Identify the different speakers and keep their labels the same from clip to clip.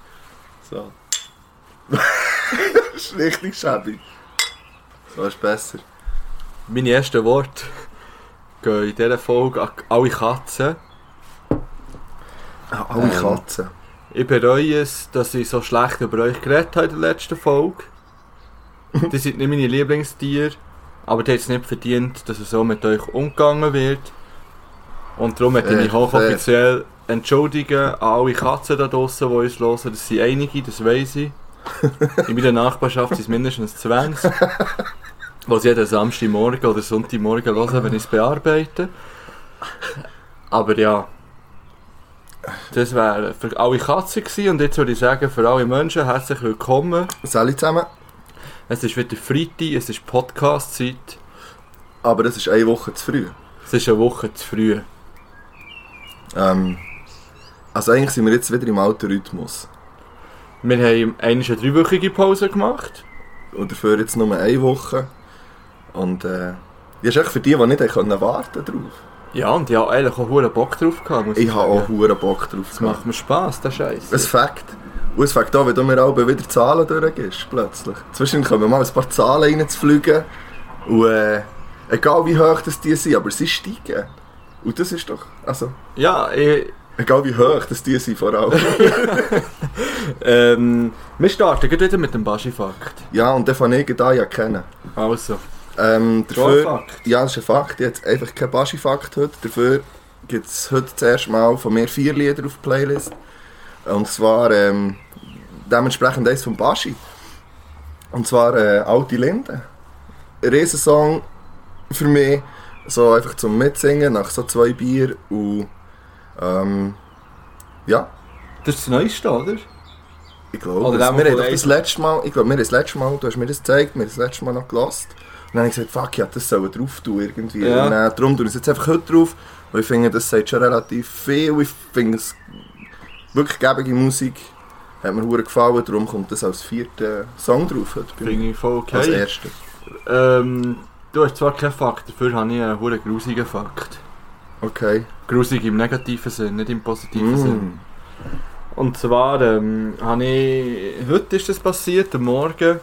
Speaker 1: So. das ist richtig schäbig. So ist besser.
Speaker 2: Meine ersten Worte gehen in dieser Folge an alle Katzen.
Speaker 1: Ah, Alle
Speaker 2: Ähm.
Speaker 1: Katzen.
Speaker 2: Ich bereue es, dass ich so schlecht über euch geredet habe in der letzten Folge. Die sind nicht meine Lieblingstiere, aber die haben es nicht verdient, dass es so mit euch umgegangen wird. Und darum möchte ich mich
Speaker 1: Fair,
Speaker 2: hochoffiziell entschuldigen an alle Katzen da draussen, die uns hören. Das sind einige, das weiss ich. In meiner Nachbarschaft sind es mindestens 20, die sie jeden Samstagmorgen oder Sonntagmorgen hören, wenn ich es bearbeite. Aber ja, das wäre für alle Katzen gewesen. Und jetzt würde ich sagen, für alle Menschen herzlich willkommen.
Speaker 1: Salut zusammen.
Speaker 2: Es ist wieder Freitag, es ist Podcast-Zeit.
Speaker 1: Aber das ist eine Woche zu früh.
Speaker 2: Es ist eine Woche zu früh.
Speaker 1: Ähm, also eigentlich sind wir jetzt wieder im alten Rhythmus.
Speaker 2: Wir haben eigentlich eine dreiwöchige Pause gemacht.
Speaker 1: Und dafür jetzt nur eine Woche. Und äh, das ist echt für die, die nicht haben können warten drauf.
Speaker 2: Ja, und ich habe eigentlich auch verdammt Bock drauf gehabt. muss
Speaker 1: Ich habe auch
Speaker 2: sagen.
Speaker 1: huren Bock drauf.
Speaker 2: Es
Speaker 1: gehabt.
Speaker 2: macht mir Spass, der Scheiß.
Speaker 1: Es fängt. Und es fängt an, wenn du mir auch wieder Zahlen durchgibst, plötzlich. Zwischendurch kommen mal ein paar Zahlen reinzufliegen. Und äh, egal wie hoch das die sind, aber sie steigen. Und das ist doch, also,
Speaker 2: Ja, ich,
Speaker 1: egal wie hoch das die sind vor allem.
Speaker 2: ähm, wir starten gleich wieder mit dem Baschi-Fakt.
Speaker 1: ja, und den von ich da ja kennen.
Speaker 2: Also,
Speaker 1: Ähm,
Speaker 2: schon ein
Speaker 1: dafür,
Speaker 2: Fakt.
Speaker 1: ja, das ist ein Fakt. Jetzt einfach kein Baschi-Fakt heute. Dafür gibt es heute das erste Mal von mir vier Lieder auf die Playlist. Und zwar ähm, dementsprechend eins von Baschi. Und zwar äh, Alte Linde. Ein Riesensong für mich. So einfach zum Mitsingen nach so zwei Bier. Und ähm, ja,
Speaker 2: Das ist das Neueste, oder?
Speaker 1: ich glaube,
Speaker 2: Oder
Speaker 1: wir
Speaker 2: auch
Speaker 1: haben
Speaker 2: von
Speaker 1: doch das
Speaker 2: Eisen.
Speaker 1: letzte Mal, ich glaube, wir haben das letzte Mal, du hast mir das gezeigt, wir haben das letzte Mal noch gelassen. Und dann habe ich gesagt, fuck, ja, das soll drauf tun irgendwie.
Speaker 2: Ja.
Speaker 1: Und äh, darum tue ich es jetzt einfach heute drauf, weil ich finde, das sagt schon relativ viel. Ich finde es wirklich gebige Musik. Hat mir hure gefallen, darum kommt das als vierter Song drauf heute bei mir.
Speaker 2: Finde ich voll
Speaker 1: Als
Speaker 2: okay.
Speaker 1: erster.
Speaker 2: Ähm, du hast zwar keinen Fakt, dafür habe ich einen verdammt grusigen Fakt.
Speaker 1: Okay.
Speaker 2: Grusig im negativen Sinn, nicht im positiven Sinn.
Speaker 1: Mm.
Speaker 2: Und zwar ähm, habe ich, heute ist das passiert, am Morgen,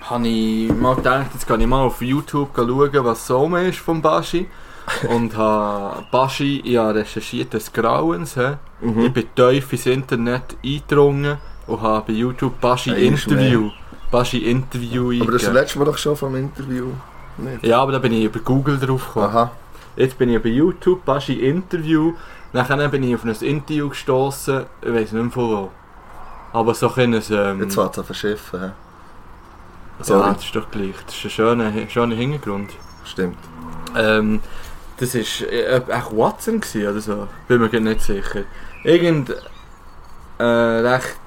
Speaker 2: habe ich mal gedacht, jetzt gehe ich mal auf YouTube schauen, was so mehr ist von Baschi. Und habe Baschi, ich habe recherchiert des Grauens. He. Ich
Speaker 1: Mhm.
Speaker 2: bin tief ins Internet eingedrungen und habe bei YouTube Baschi
Speaker 1: Einmal
Speaker 2: Interview. Baschi Interview
Speaker 1: Aber das ist das
Speaker 2: eingegeben.
Speaker 1: letzte Mal doch schon vom Interview. Nicht?
Speaker 2: Ja, aber da bin ich über Google drauf gekommen.
Speaker 1: Aha.
Speaker 2: Jetzt bin ich bei YouTube, Baschi Interview. Nachher bin ich auf ein Interview gestoßen, ich weiß nicht mehr von wo. Aber so ein es. Ähm,
Speaker 1: Jetzt fängt es an verschiffen. hä?
Speaker 2: ja,
Speaker 1: sorry.
Speaker 2: das ist doch gleich. Das ist ein schöner, schöner Hintergrund.
Speaker 1: Stimmt.
Speaker 2: Ähm, das ist äh, ob echt Watson gewesen oder so. Bin mir grad nicht sicher. Irgend äh, recht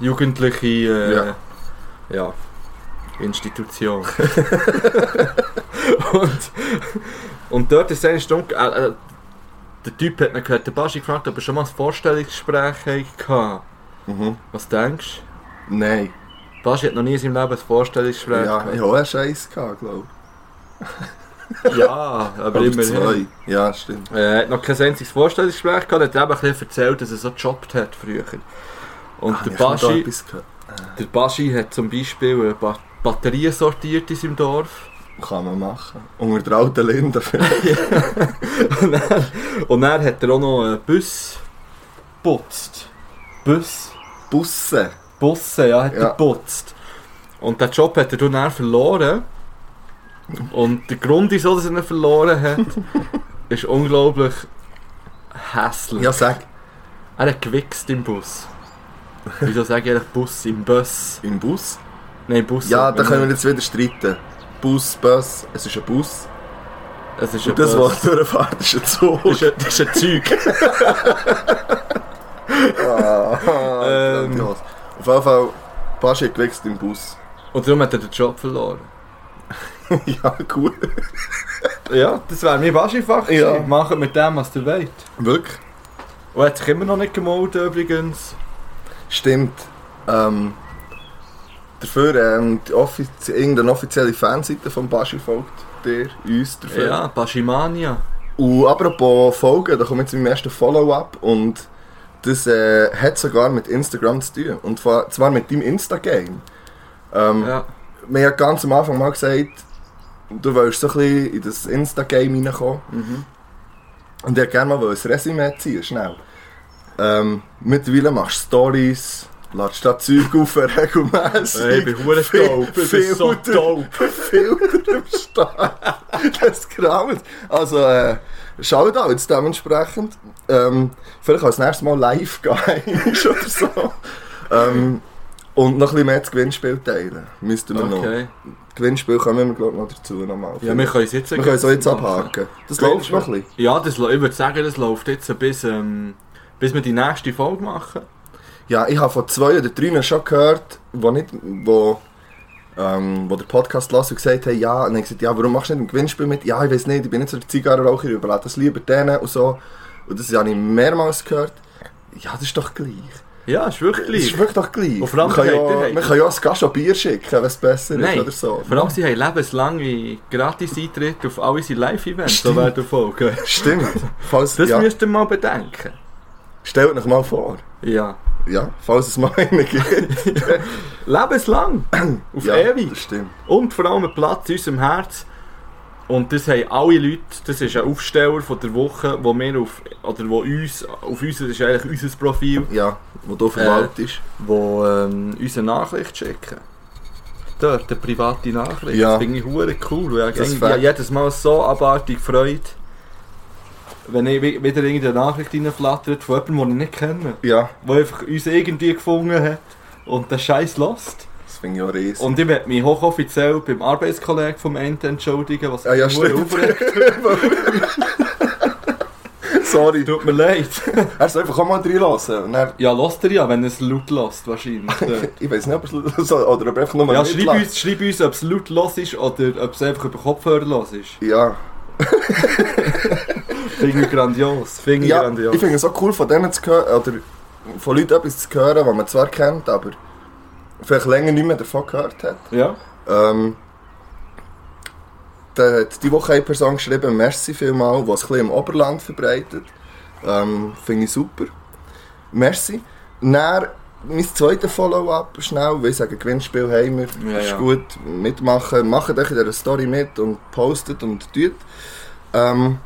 Speaker 2: jugendliche äh, ja. Institution. und, und dort ist eine Stunde. Äh, äh, der Typ hat mich gehört, der Baschi gefragt, ob er schon mal ein Vorstellungsgespräch hatte.
Speaker 1: Mhm.
Speaker 2: Was denkst
Speaker 1: Nein.
Speaker 2: du? Baschi hat noch nie in seinem Leben ein Vorstellungsgespräch
Speaker 1: Ja,
Speaker 2: gehabt.
Speaker 1: ich habe auch einen Scheiß gehabt, glaube
Speaker 2: ja aber
Speaker 1: ich. Oder
Speaker 2: immerhin.
Speaker 1: zwei. Ja, stimmt.
Speaker 2: Äh, Er hat noch kein einziges Vorstellungsgespräch gehabt, hat eben ein bisschen erzählt, dass er so gejobbt hat früher. Und
Speaker 1: Ah,
Speaker 2: der,
Speaker 1: ich hab da
Speaker 2: Baschi,
Speaker 1: etwas gehört.
Speaker 2: der Baschi hat zum Beispiel äh, ba Batterien sortiert in seinem Dorf.
Speaker 1: Kann man machen. Unter der alten Linde.
Speaker 2: Und dann, und dann hat er auch noch einen Bus putzt. Bus?
Speaker 1: Busse.
Speaker 2: Busse, ja, hat
Speaker 1: Ja.
Speaker 2: er geputzt. Und den Job hat er dann verloren. Und der Grund, wieso dass er ihn verloren hat, ist unglaublich hässlich.
Speaker 1: Ja, sag.
Speaker 2: Er hat gewichst im Bus. Wieso sage ich eigentlich Bus? Im Bus?
Speaker 1: Im Bus?
Speaker 2: Nein, Bus.
Speaker 1: Ja, da können wir jetzt wieder streiten. Bus, Bus, es ist ein Bus.
Speaker 2: Es ist ein
Speaker 1: Und das,
Speaker 2: Bus.
Speaker 1: was durchfährt, ist ein Zug.
Speaker 2: Das ist ein- das ist ein Zeug.
Speaker 1: Ah,
Speaker 2: Ähm.
Speaker 1: grandios. Auf jeden Fall, Baschi hat gewechselt im Bus.
Speaker 2: Und darum hat er den Job verloren.
Speaker 1: ja, gut.
Speaker 2: Ja, das wäre mein Waschifach.
Speaker 1: Ja.
Speaker 2: Ja. Macht mit dem, was ihr wollt.
Speaker 1: Wirklich?
Speaker 2: Und er hat sich immer noch nicht gemolden übrigens.
Speaker 1: Stimmt. Ähm, dafür ähm, die offiz irgendeine offizielle Fanseite von Baschi folgt dir, uns dafür.
Speaker 2: Ja, Baschimania.
Speaker 1: Und apropos Folgen, da kommt jetzt mein erster Follow-up und Das äh, hat sogar mit Instagram zu tun. Und fa- zwar mit deinem Insta-Game. Ähm,
Speaker 2: Ja.
Speaker 1: Wir haben ganz am Anfang mal gesagt, du willst so ein bisschen in das Insta-Game reinkommen.
Speaker 2: Mhm.
Speaker 1: Und ich hätte gerne mal ein Resümee ziehen, schnell. Ähm, mittlerweile machst du Stories, lädst da Zeug auf regelmässig.
Speaker 2: Ey, ich bin hure
Speaker 1: Viel-
Speaker 2: dope, ich bin so
Speaker 1: Filter-
Speaker 2: dope.
Speaker 1: Filter im Start. Das kramt. Also, äh, Shoutouts dementsprechend. Ähm, vielleicht als nächstes Mal live gehen oder so. Ähm, und noch ein bisschen mehr das Gewinnspiel teilen. Müssten wir noch.
Speaker 2: Okay.
Speaker 1: Gewinnspiel kommen wir, glaube ich, noch dazu. Nochmal.
Speaker 2: Ja, wir können es jetzt
Speaker 1: wir können es auch jetzt abhaken.
Speaker 2: Das
Speaker 1: Glaubst du
Speaker 2: Gewinnspiel.
Speaker 1: noch ein bisschen?
Speaker 2: Ja, das, lo- ich würde sagen, das läuft jetzt bis, ähm, bis wir die nächste Folge machen.
Speaker 1: Ja, ich habe von zwei oder drei schon gehört, wo, nicht, wo, ähm, wo der Podcast las und gesagt haben, ja, und ich gesagt, ja, warum machst du nicht im Gewinnspiel mit? Ja, ich weiß nicht, ich bin nicht so der Zigarrenraucher, ich überlasse das lieber denen und so. Und das habe ich mehrmals gehört. Ja, das ist doch gleich.
Speaker 2: Ja, ist
Speaker 1: Das
Speaker 2: wirklich.
Speaker 1: ist wirklich doch gleich.
Speaker 2: Und vor allem
Speaker 1: wir können
Speaker 2: habt ihr-
Speaker 1: ja, wir können ja das Gast auch Bier schicken, wenn es besser
Speaker 2: Nein,
Speaker 1: ist oder so.
Speaker 2: vor allem sie haben lebenslange Gratis-Eintritte auf all unsere Live-Events, so werden Folgen.
Speaker 1: Stimmt. Falls,
Speaker 2: Das
Speaker 1: ja,
Speaker 2: müsst ihr mal bedenken.
Speaker 1: stellt euch mal vor.
Speaker 2: Ja.
Speaker 1: Ja, falls es mal einen gibt.
Speaker 2: Lebenslang. Auf
Speaker 1: ja,
Speaker 2: ewig.
Speaker 1: Das stimmt.
Speaker 2: Und vor allem einen Platz in unserem Herz. Und das haben dus alle dus Leute, das ist ein Aufsteller von der Woche, wo wir auf, oder wo uns, auf uns, das ist eigentlich unser Profil,
Speaker 1: Ja, wo du
Speaker 2: Äh.
Speaker 1: verwaltest.
Speaker 2: wo ähm, uns eine Nachricht schicken. Dort, eine private Nachricht.
Speaker 1: Ja.
Speaker 2: Das finde ich hure cool. weil Ich
Speaker 1: Das
Speaker 2: habe
Speaker 1: fact.
Speaker 2: irgendwie jedes Mal so abartig Freude, wenn ich wi- wieder irgendeine Nachricht reinflattert von jemandem, den ich nicht kenne,
Speaker 1: Ja,
Speaker 2: der einfach uns irgendwie gefunden hat und den Scheiß lost.
Speaker 1: das finde ich auch riesig.
Speaker 2: Und ich werde mich hochoffiziell beim Arbeitskollegen vom Ente entschuldigen, was
Speaker 1: Ah ja,
Speaker 2: mich hure
Speaker 1: stimmt.
Speaker 2: aufregt.
Speaker 1: Sorry.
Speaker 2: Tut mir leid.
Speaker 1: Hast du einfach auch mal reinlassen? Und dann,
Speaker 2: Ja, lost er ja, wenn er es laut lost, wahrscheinlich. Dort.
Speaker 1: ich weiß nicht, ob es so, oder ob einfach nur
Speaker 2: Ja,
Speaker 1: nicht
Speaker 2: schreib
Speaker 1: lacht.
Speaker 2: uns, schreib uns, ob es laut los ist oder ob es einfach über Kopfhörer los ist.
Speaker 1: Ja,
Speaker 2: Finde ich grandios. Finde ich
Speaker 1: ja
Speaker 2: grandios.
Speaker 1: ich finde es auch cool, von denen zu hören, oder von Leuten etwas zu hören, was man zwar kennt, aber vielleicht länger nicht mehr davon gehört hat.
Speaker 2: ja.
Speaker 1: Ähm, da hat diese Woche eine Person geschrieben, merci vielmal, was ein bisschen im Oberland verbreitet. Ähm, Finde ich super. Merci. Dann mein zweites Follow-up schnell, weil ich sage, Gewinnspiel haben wir,
Speaker 2: Ja,
Speaker 1: ist
Speaker 2: ja.
Speaker 1: gut, mitmachen, macht euch in dieser Story mit und postet und tut. Ähm,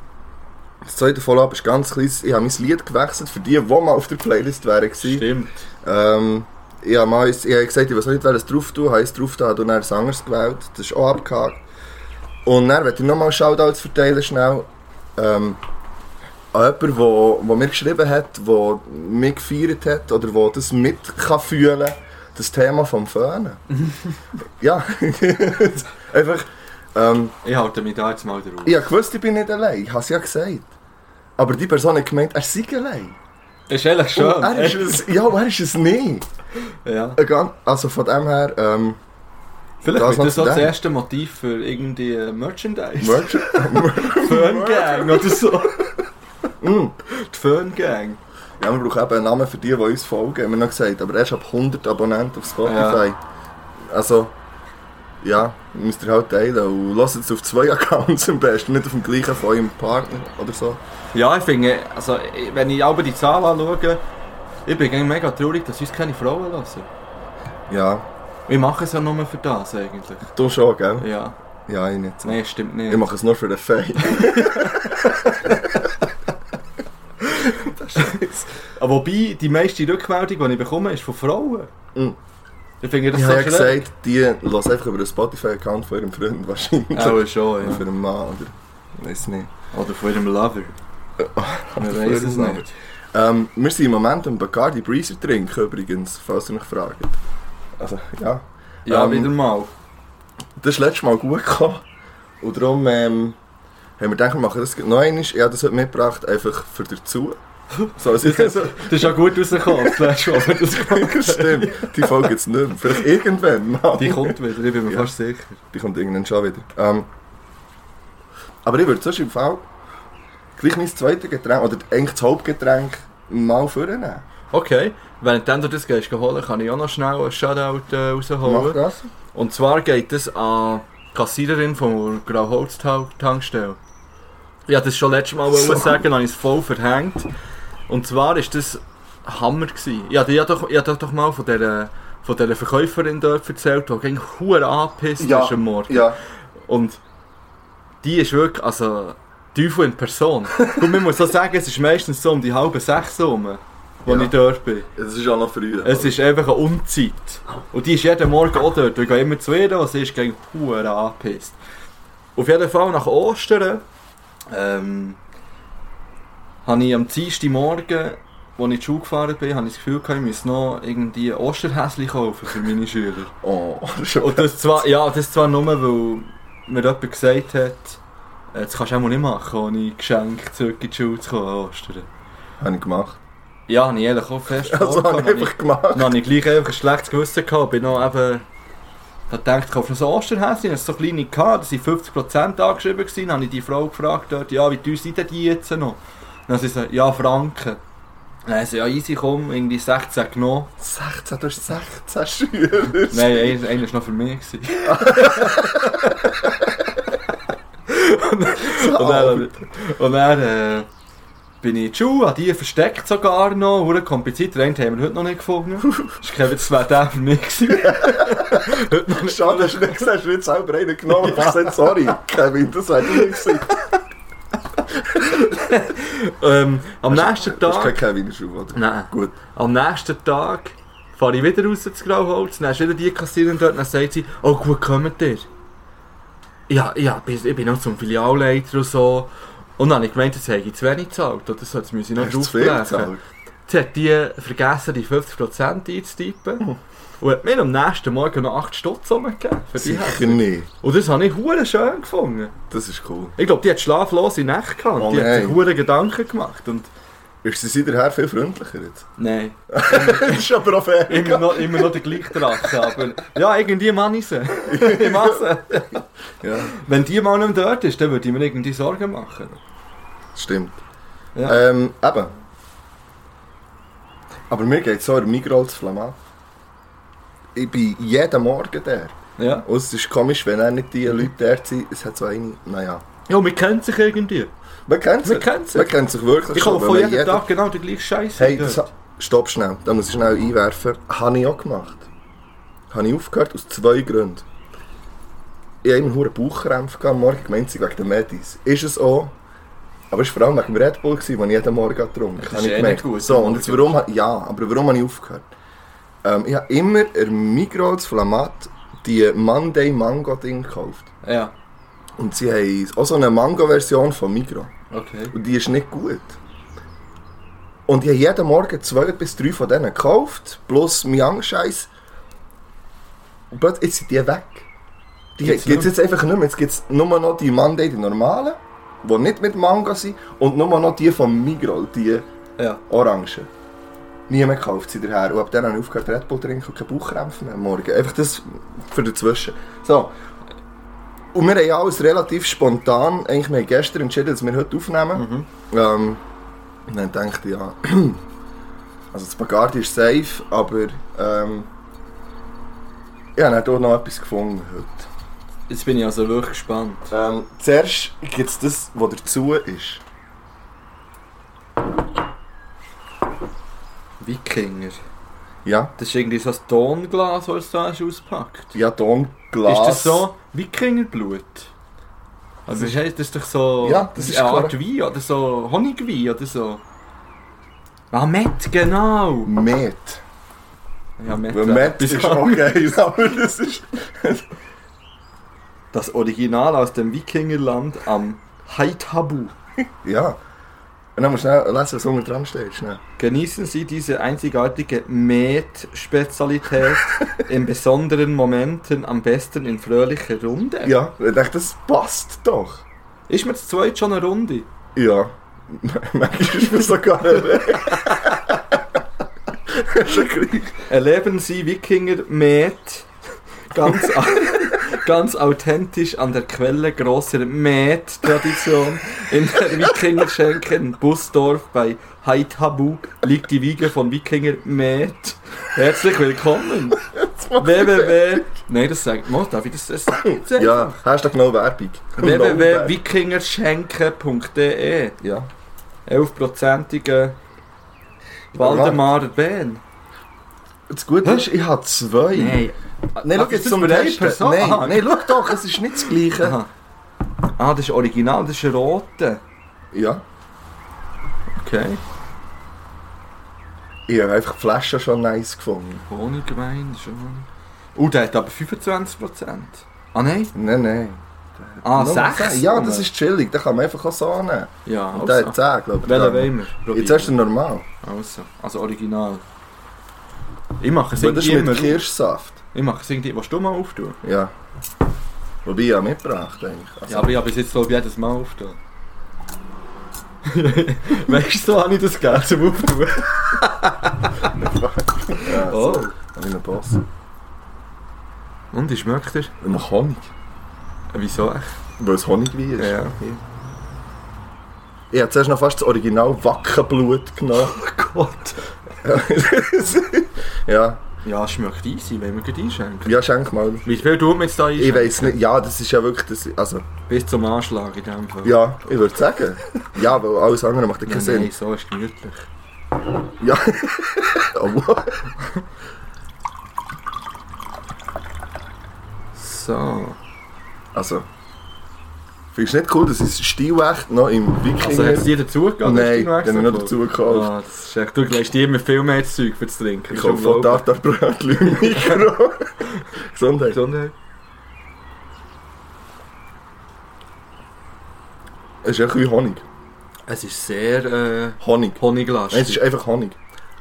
Speaker 1: das zweite Follow-up ist ganz klein, ich habe mein Lied gewechselt, für die, die mal auf der Playlist wären. gewesen.
Speaker 2: Stimmt.
Speaker 1: Ähm, ja, mal ist, ich habe gesagt, ich weiß nicht, wer es drauf tun, habe ich es drauf da, und dann ein anderes gewählt. Das ist auch abgehakt. Und dann werde ich nochmal Shoutouts verteilen, schnell. Ähm, an jemanden, wo, wo mir geschrieben hat, der mich gefeiert hat oder der das mit kann fühlen das Thema vom Föhnen. ja, einfach. Ähm,
Speaker 2: Ich halte mich da jetzt mal drauf.
Speaker 1: ich habe gewusst, ich bin nicht allein, ich habe es ja gesagt. Aber die Person hat gemeint, er sei allein.
Speaker 2: Ist ehrlich schön.
Speaker 1: Und Oh, er ist es, ja, und er ist es nicht.
Speaker 2: ja.
Speaker 1: Äh, gan- Also von dem her, ähm,
Speaker 2: Vielleicht
Speaker 1: Das
Speaker 2: wird
Speaker 1: noch
Speaker 2: das
Speaker 1: zu
Speaker 2: auch das
Speaker 1: dem.
Speaker 2: erste Motiv für irgendwie äh, Merchandise.
Speaker 1: Merch.
Speaker 2: Ferngang oder so.
Speaker 1: Mm.
Speaker 2: Die Ferngang.
Speaker 1: ja, wir brauchen eben einen Namen für die, die uns folgen, haben wir noch gesagt. Aber erst ab 100 Abonnenten auf Spotify. Also, ja, müsst ihr halt teilen. Und lasst es auf zwei Accounts am besten, nicht auf dem gleichen von eurem Partner oder so.
Speaker 2: Ja, ich finde, also, ich- wenn ich aber die Zahl anschaue, ich bin eigentlich mega traurig, dass uns keine Frauen lassen.
Speaker 1: Ja,
Speaker 2: Wir machen es ja nur für das eigentlich.
Speaker 1: du schon, gell?
Speaker 2: Ja.
Speaker 1: Ja, ich nicht. so.
Speaker 2: Nein, stimmt nicht.
Speaker 1: Ich mache es nur für den Fame.
Speaker 2: Aber wobei, die meiste Rückmeldung, die ich bekomme, ist von Frauen.
Speaker 1: Mhm.
Speaker 2: Ich finde das
Speaker 1: Ich
Speaker 2: so
Speaker 1: habe ja
Speaker 2: schräg.
Speaker 1: gesagt, die lassen einfach über den Spotify-Account von ihrem Freund wahrscheinlich.
Speaker 2: Auch schon,
Speaker 1: Oder für
Speaker 2: ja.
Speaker 1: einen Mann oder... Weiß nicht.
Speaker 2: Oder von ihrem Lover. Man
Speaker 1: Oder
Speaker 2: weiß
Speaker 1: von
Speaker 2: es
Speaker 1: ihrem
Speaker 2: nicht.
Speaker 1: Ähm, wir sind im Moment am Bacardi Breezer trinken übrigens, falls ihr mich fragt. Also, ja.
Speaker 2: Ja,
Speaker 1: Ähm,
Speaker 2: wieder mal.
Speaker 1: Das ist letztes Mal gut gekommen. Und darum ähm, haben wir gedacht, wir machen das gleich noch einmal. Ich habe das heute mitgebracht, einfach für dazu. So, es
Speaker 2: Das
Speaker 1: ist
Speaker 2: ist, das ist ja gut rausgekommen, das letzte Mal, wenn das gemacht hast.
Speaker 1: Stimmt, die Folge jetzt nicht mehr. Vielleicht irgendwann mal.
Speaker 2: Die kommt wieder, ich bin mir
Speaker 1: Ja.
Speaker 2: fast sicher.
Speaker 1: Die kommt irgendwann schon wieder. Ähm, aber ich würde sonst im Fall gleich mein zweites Getränk, oder eigentlich das Hauptgetränk, mal vornehmen.
Speaker 2: Okay, während du das gehst holen, kann ich auch noch schnell einen Shoutout äh,
Speaker 1: Mach
Speaker 2: rausholen.
Speaker 1: das.
Speaker 2: Und zwar geht es an die Kassiererin von Grauholz-Tankstelle. Ich wollte das schon letztes Mal
Speaker 1: So.
Speaker 2: so. sagen, dann habe ich es voll verhängt. Und zwar ist das Hammer. Gewesen. Ich habe dir ja doch, ich hab dir doch mal von dieser, von dieser Verkäuferin dort erzählt, die gegen Huren angepisst
Speaker 1: Ja.
Speaker 2: ist am Morgen.
Speaker 1: Ja,
Speaker 2: Und die ist wirklich, also, Teufel in Person. Und man muss auch sagen, es ist meistens so um die halbe sechs herum, wo
Speaker 1: Ja.
Speaker 2: ich dort bin.
Speaker 1: es ist auch noch früh.
Speaker 2: Es ist einfach eine Unzeit. Und die ist jeden Morgen auch dort. Ich gehe immer zu ihr und sie ist gegen Huren angepisst. Auf jeden Fall nach Ostern ähm, habe ich am Dienstagmorgen, als ich zur Schule gefahren bin, habe ich das Gefühl, gehabt, ich müsse noch irgendwie Osterhäschen kaufen für meine Schüler.
Speaker 1: Oh, das ist schon
Speaker 2: Und das zwar, ja, das zwar nur, weil mir jemand gesagt hat, äh, das kannst du auch mal nicht machen, ohne Geschenk zurück in die Schule zu kommen an Ostern.
Speaker 1: Habe ich gemacht.
Speaker 2: Ja, habe ich ehrlich auch fest
Speaker 1: Also
Speaker 2: vorgehabt,
Speaker 1: habe ich
Speaker 2: habe ich-
Speaker 1: einfach gemacht.
Speaker 2: dann habe ich gleich einfach ein schlechtes Gewissen gehabt. Bin noch eben. Da gedacht, ich kaufe noch so Osterhäschen. Ich hatte so kleine, gehabt, da waren 50% angeschrieben. Gewesen. Dann habe ich die Frau gefragt, dort, ja, wie teuer sind denn die jetzt noch? Dann sie so, ja, Franken. Dann sie, ja, easy, komm, irgendwie 16 genommen.
Speaker 1: 16, du hast 16 Schüler.
Speaker 2: Nein, einer, einer war noch für mich. Gewesen. Und
Speaker 1: Oh.
Speaker 2: dann, und dann äh, bin ich in die Schule, habe die versteckt sogar noch, hure kompliziert, den einen haben wir heute noch nicht gefunden. Ich glaube, das wäre der für mich gewesen. heute noch nicht.
Speaker 1: Schade, dass du nicht gesagt hast, du hast selber einen genommen. Ich gesagt, sorry, Kevin, das hätte ich nicht gesehen.
Speaker 2: Ähm, am nächsten
Speaker 1: Das ist kein
Speaker 2: Tag...
Speaker 1: Kevin, ist oder?
Speaker 2: Nein.
Speaker 1: Gut.
Speaker 2: Am nächsten Tag fahre ich wieder raus ins Grauholz, dann ist wieder die Kassiererin dort, dann sagt sie, oh gut, kommt ihr? Ja, ja, bis- ich bin noch zum Filialleiter und so. Und dann habe ich gemeint, jetzt habe ich zu wenig gezahlt, oder so, jetzt muss ich noch
Speaker 1: Hast du zu viel
Speaker 2: draufblechen.
Speaker 1: gezahlt?
Speaker 2: Jetzt hat die vergessen, die 50% einzutypen. Und hat mir am nächsten Morgen noch 8 Stutz rumgegeben. Für die Hände.
Speaker 1: Sicher nicht.
Speaker 2: Und das habe ich hure schön gefunden.
Speaker 1: Das ist cool.
Speaker 2: Ich glaube, die hat schlaflose Nächte gehabt.
Speaker 1: Oh
Speaker 2: die hat sich
Speaker 1: nein.
Speaker 2: hure Gedanken gemacht. Und
Speaker 1: Ist sie seither viel freundlicher jetzt?
Speaker 2: nein,
Speaker 1: Das ist aber auch fair.
Speaker 2: immer noch, immer noch der gleiche Drache. Aber ja, irgendwie mache ich sie. Ich mache sie.
Speaker 1: Ja,
Speaker 2: Wenn die mal nicht mehr dort ist, dann würde ich mir irgendwie Sorgen machen.
Speaker 1: das stimmt.
Speaker 2: Ja.
Speaker 1: Ähm, eben. Aber mir geht es so im Migros Flamat. Ich bin jeden Morgen der.
Speaker 2: Ja.
Speaker 1: Und es ist komisch, wenn auch nicht die Leute dort sind. Es hat so eine, naja.
Speaker 2: ja, wir kennen sich irgendwie.
Speaker 1: Man kennt
Speaker 2: Wir
Speaker 1: sich.
Speaker 2: kennen
Speaker 1: Man
Speaker 2: sich.
Speaker 1: kennt sich wirklich
Speaker 2: Ich
Speaker 1: schon,
Speaker 2: kaufe
Speaker 1: weil
Speaker 2: jeden
Speaker 1: jeder-
Speaker 2: Tag genau den gleichen Scheiß.
Speaker 1: Hey, das, stopp schnell, da muss ich schnell einwerfen. Habe ich auch gemacht. Habe ich aufgehört aus zwei Gründen. Ich hatte immer einen Bauchkrämpfe am Morgen, gemeinsam wegen den Medis. Ist es auch. Aber es war vor allem wegen dem Red Bull, gewesen, den ich jeden Morgen getrunken habe.
Speaker 2: Das ist
Speaker 1: Habe ich
Speaker 2: eh
Speaker 1: gemerkt.
Speaker 2: nicht gut,
Speaker 1: So,
Speaker 2: am
Speaker 1: und jetzt
Speaker 2: Morgen.
Speaker 1: warum, ha- ja, aber warum habe ich aufgehört? Ähm, ich habe immer im Migros Flamat die Monday Mango Ding gekauft.
Speaker 2: Ja,
Speaker 1: Und sie haben auch so eine Mango-Version von Migros.
Speaker 2: okay.
Speaker 1: Und die ist nicht gut. Und ich habe jeden Morgen zwei bis drei von denen gekauft, plus Miang-Scheiß. Und plötzlich jetzt sind die weg. Die
Speaker 2: Gibt's
Speaker 1: gibt es jetzt einfach nicht mehr. Jetzt gibt es nur noch die Monday, die normalen, die nicht mit Manga sind, und nur noch die von Migros, die
Speaker 2: Ja.
Speaker 1: orangen. Niemand kauft sie daher. Und ab dann habe ich aufgehört, Red Bull trinken und keine Bauchkrämpfe mehr am Morgen. Einfach das für dazwischen. So. Und wir haben ja alles relativ spontan. Eigentlich, wir haben gestern entschieden, dass wir heute aufnehmen.
Speaker 2: Mhm.
Speaker 1: Ähm, und dann dachte ich, ja. Also, das Bacardi ist safe, aber. Ähm, ich habe dann auch noch etwas gefunden heute.
Speaker 2: Jetzt bin ich also wirklich gespannt.
Speaker 1: Ähm, zuerst gibt es das, was dazu ist.
Speaker 2: Wikinger.
Speaker 1: Ja?
Speaker 2: Das ist irgendwie so ein Tonglas, das du da hast auspackt.
Speaker 1: Ja, Tonglas.
Speaker 2: Ist das so Wikingerblut? Also das ist das ist doch so
Speaker 1: Ja, das ist
Speaker 2: eine
Speaker 1: klar.
Speaker 2: Art Wein oder so Honigwein oder so. Ah, Met, genau!
Speaker 1: Met.
Speaker 2: Ja, Met.
Speaker 1: Weil
Speaker 2: ja.
Speaker 1: Matt
Speaker 2: Bis
Speaker 1: ist auch geil, aber das ist...
Speaker 2: Das Original aus dem Wikingerland am Haithabu.
Speaker 1: Ja. Und dann musst du schnell lesen, was unten dran steht. Schnell.
Speaker 2: Genießen Sie diese einzigartige Met-Spezialität in besonderen Momenten, am besten in fröhlicher Runde.
Speaker 1: Ja, ich dachte, das passt doch.
Speaker 2: Ist mir zu zweit schon eine Runde?
Speaker 1: Ja. Manchmal ist mir sogar erreicht. Schon gleich.
Speaker 2: Erleben Sie Wikinger Met ganz, au- ganz authentisch an der Quelle großer Met-Tradition. In der Wikingerschenke in Busdorf bei Haithabu liegt die Wiege von Wikinger Met. Herzlich willkommen! www. Nein, das sagt man, darf ich das, das sagt man
Speaker 1: Ja, hast du genau Werbung. No Werbung.
Speaker 2: www.wikingerschenke.de
Speaker 1: Ja.
Speaker 2: 11%ige Waldemar Ben.
Speaker 1: Das Gute ist, ich habe zwei. Ah,
Speaker 2: Nein.
Speaker 1: Nein, schau
Speaker 2: Ach,
Speaker 1: jetzt
Speaker 2: das
Speaker 1: zum
Speaker 2: für eine
Speaker 1: Testen.
Speaker 2: Person?
Speaker 1: Nein, nein, schau doch, es ist nicht das Gleiche.
Speaker 2: Aha. Ah, das ist original, das ist ein roter.
Speaker 1: Ja,
Speaker 2: Okay.
Speaker 1: ich habe einfach die Flasche schon nice gefunden.
Speaker 2: Honig gemein, das ist ein Honig. Oh, der hat aber 25%. Ah nein?
Speaker 1: Nein, nein.
Speaker 2: Ah,
Speaker 1: Nur
Speaker 2: 6?
Speaker 1: zehn. Ja, das ist chillig, da kann man einfach auch so nehmen.
Speaker 2: Ja,
Speaker 1: Und der
Speaker 2: also.
Speaker 1: hat 10, glaube ich.
Speaker 2: Welchen
Speaker 1: dann.
Speaker 2: wollen wir?
Speaker 1: Jetzt hast du normal.
Speaker 2: Also, also original. Ich mache es
Speaker 1: Aber das
Speaker 2: irgendwie
Speaker 1: ist
Speaker 2: immer.
Speaker 1: mit Kirschsaft.
Speaker 2: Ich mache es irgendwie. Willst du mal auftun?
Speaker 1: Ja. Wobei ich ja mitgebracht eigentlich. Also,
Speaker 2: Ja, aber ich habe bis jetzt glaube ich jedes Mal auftun. weißt du, so habe ich das gerne zum Auftun.
Speaker 1: ja, so.
Speaker 2: Oh.
Speaker 1: Wie ein Boss.
Speaker 2: Und ich schmeckt er?
Speaker 1: Ein Honig.
Speaker 2: Wieso echt?
Speaker 1: Weil es Honigwein ist.
Speaker 2: Ja.
Speaker 1: Ich habe zuerst noch fast das Original Wackenblut genommen.
Speaker 2: Gott.
Speaker 1: ja.
Speaker 2: Ja, es schmeckt easy, wenn wir gerade einschenken.
Speaker 1: ja, schenk mal.
Speaker 2: Wie viel tut man jetzt da
Speaker 1: Ich
Speaker 2: einschenken?
Speaker 1: weiß nicht, ja, das ist ja wirklich, das, also,
Speaker 2: Bis zum Anschlag in dem Fall.
Speaker 1: ja, ich würde sagen. Ja, weil alles andere macht ja keinen
Speaker 2: Nein,
Speaker 1: Sinn.
Speaker 2: nein, so ist gemütlich.
Speaker 1: Ja. Oh, Obwohl-
Speaker 2: So.
Speaker 1: also, findest du nicht cool, dass es stilecht noch im Wiking
Speaker 2: Also hat es
Speaker 1: ist?
Speaker 2: dir dazugegeben? oder
Speaker 1: Oh, Nein,
Speaker 2: hast du noch
Speaker 1: den
Speaker 2: extra
Speaker 1: habe ich noch
Speaker 2: gekauft?
Speaker 1: dazugekauft.
Speaker 2: Ah, das ist echt, du legst dir immer viel mehr Zeug für zu trinken.
Speaker 1: Ich
Speaker 2: Das
Speaker 1: komme
Speaker 2: ist
Speaker 1: von
Speaker 2: unglaublich.
Speaker 1: Tartarbrötchen im Mikro. Gesundheit.
Speaker 2: Gesundheit.
Speaker 1: Es ist echt wie Honig.
Speaker 2: Es ist sehr äh,
Speaker 1: Honig.
Speaker 2: honiglastig.
Speaker 1: Nein, es ist einfach Honig.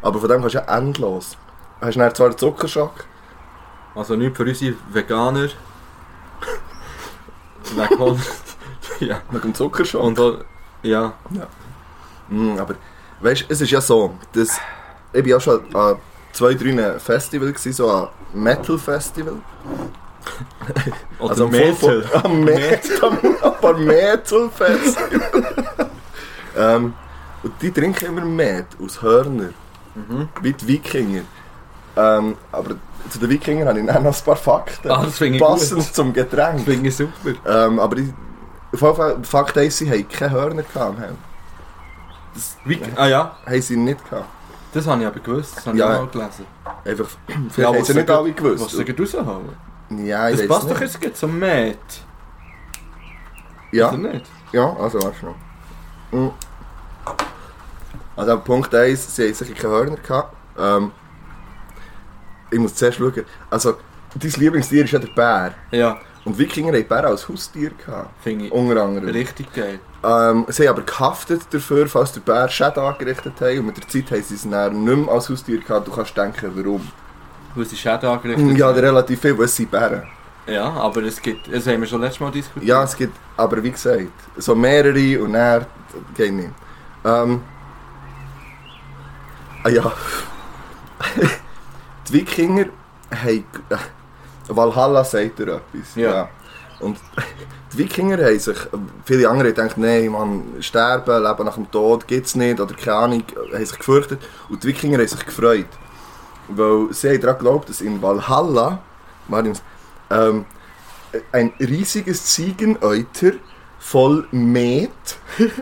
Speaker 1: Aber von dem kannst du ja endlos. Du hast dann zwar einen Zuckerschock.
Speaker 2: Also nicht für unsere Veganer. Wegen Honig. ja.
Speaker 1: Mit dem Zuckerschock.
Speaker 2: Und auch, ja.
Speaker 1: Mm, aber weißt du, es ist ja so, dass ich bin ja schon an zwei, drei Festivals, gewesen, so an Metal-Festival.
Speaker 2: Oder
Speaker 1: am Voll-
Speaker 2: Mehl.
Speaker 1: voll- Also Am Metal, am- am paar Metal-Festival. ähm, und die trinken immer Met aus Hörner,
Speaker 2: Mhm.
Speaker 1: wie die Wikinger. Ähm, aber zu den Wikingern habe ich dann noch ein paar Fakten.
Speaker 2: Ah, das finde ich
Speaker 1: passend
Speaker 2: gut.
Speaker 1: zum Getränk.
Speaker 2: Finde ich super.
Speaker 1: Ähm, aber ich, auf jeden Fall, Fakt ist, sie haben keine Hörner gehabt. Haben,
Speaker 2: Das, wie, ah ja,
Speaker 1: haben sie nicht gehabt.
Speaker 2: das habe ich aber gewusst. Das habe
Speaker 1: Ja.
Speaker 2: ich auch gelesen.
Speaker 1: Einfach, vielleicht
Speaker 2: Ja,
Speaker 1: haben
Speaker 2: was
Speaker 1: sie
Speaker 2: sie
Speaker 1: nicht
Speaker 2: gut-
Speaker 1: alle
Speaker 2: Was
Speaker 1: gewusst.
Speaker 2: soll ich raushauen?
Speaker 1: Ja, ich
Speaker 2: Das
Speaker 1: weiß
Speaker 2: passt
Speaker 1: nicht.
Speaker 2: doch jetzt gut zum Met.
Speaker 1: Ja,
Speaker 2: Oder nicht?
Speaker 1: ja, also warte schnell. Mhm. Also am Punkt 1, sie hatten sicher keine Hörner. Gehabt. Ähm, ich muss zuerst schauen. Also, dein Lieblingstier ist ja der Bär.
Speaker 2: Ja,
Speaker 1: Und Wikinger haben Bär als Haustier gehabt.
Speaker 2: finde ich
Speaker 1: Unter anderem.
Speaker 2: richtig geil.
Speaker 1: Ähm, sie haben aber gehaftet dafür, falls der Bär Schäden angerichtet hat. Und mit der Zeit haben sie es dann nicht mehr als Haustier gehabt. Du kannst denken, warum.
Speaker 2: Weil sie Schäden angerichtet
Speaker 1: Ja,
Speaker 2: haben.
Speaker 1: relativ viel, weil es sind Bären.
Speaker 2: ja, aber es gibt, das haben wir schon letztes Mal diskutiert.
Speaker 1: Ja, es gibt, aber wie gesagt, so mehrere und er geht nicht. Ähm, ah ja. die Wikinger haben. äh, Valhalla sagt er etwas.
Speaker 2: Ja.
Speaker 1: Und die Wikinger haben sich. Viele andere denken, nein, man, sterben, leben nach dem Tod, gibt's nicht, oder keine Ahnung, haben sich gefürchtet. Und die Wikinger haben sich gefreut. Weil sie haben daran geglaubt, dass in Valhalla. Warte, ich muss- ähm, ein riesiges Ziegeneuter voll Met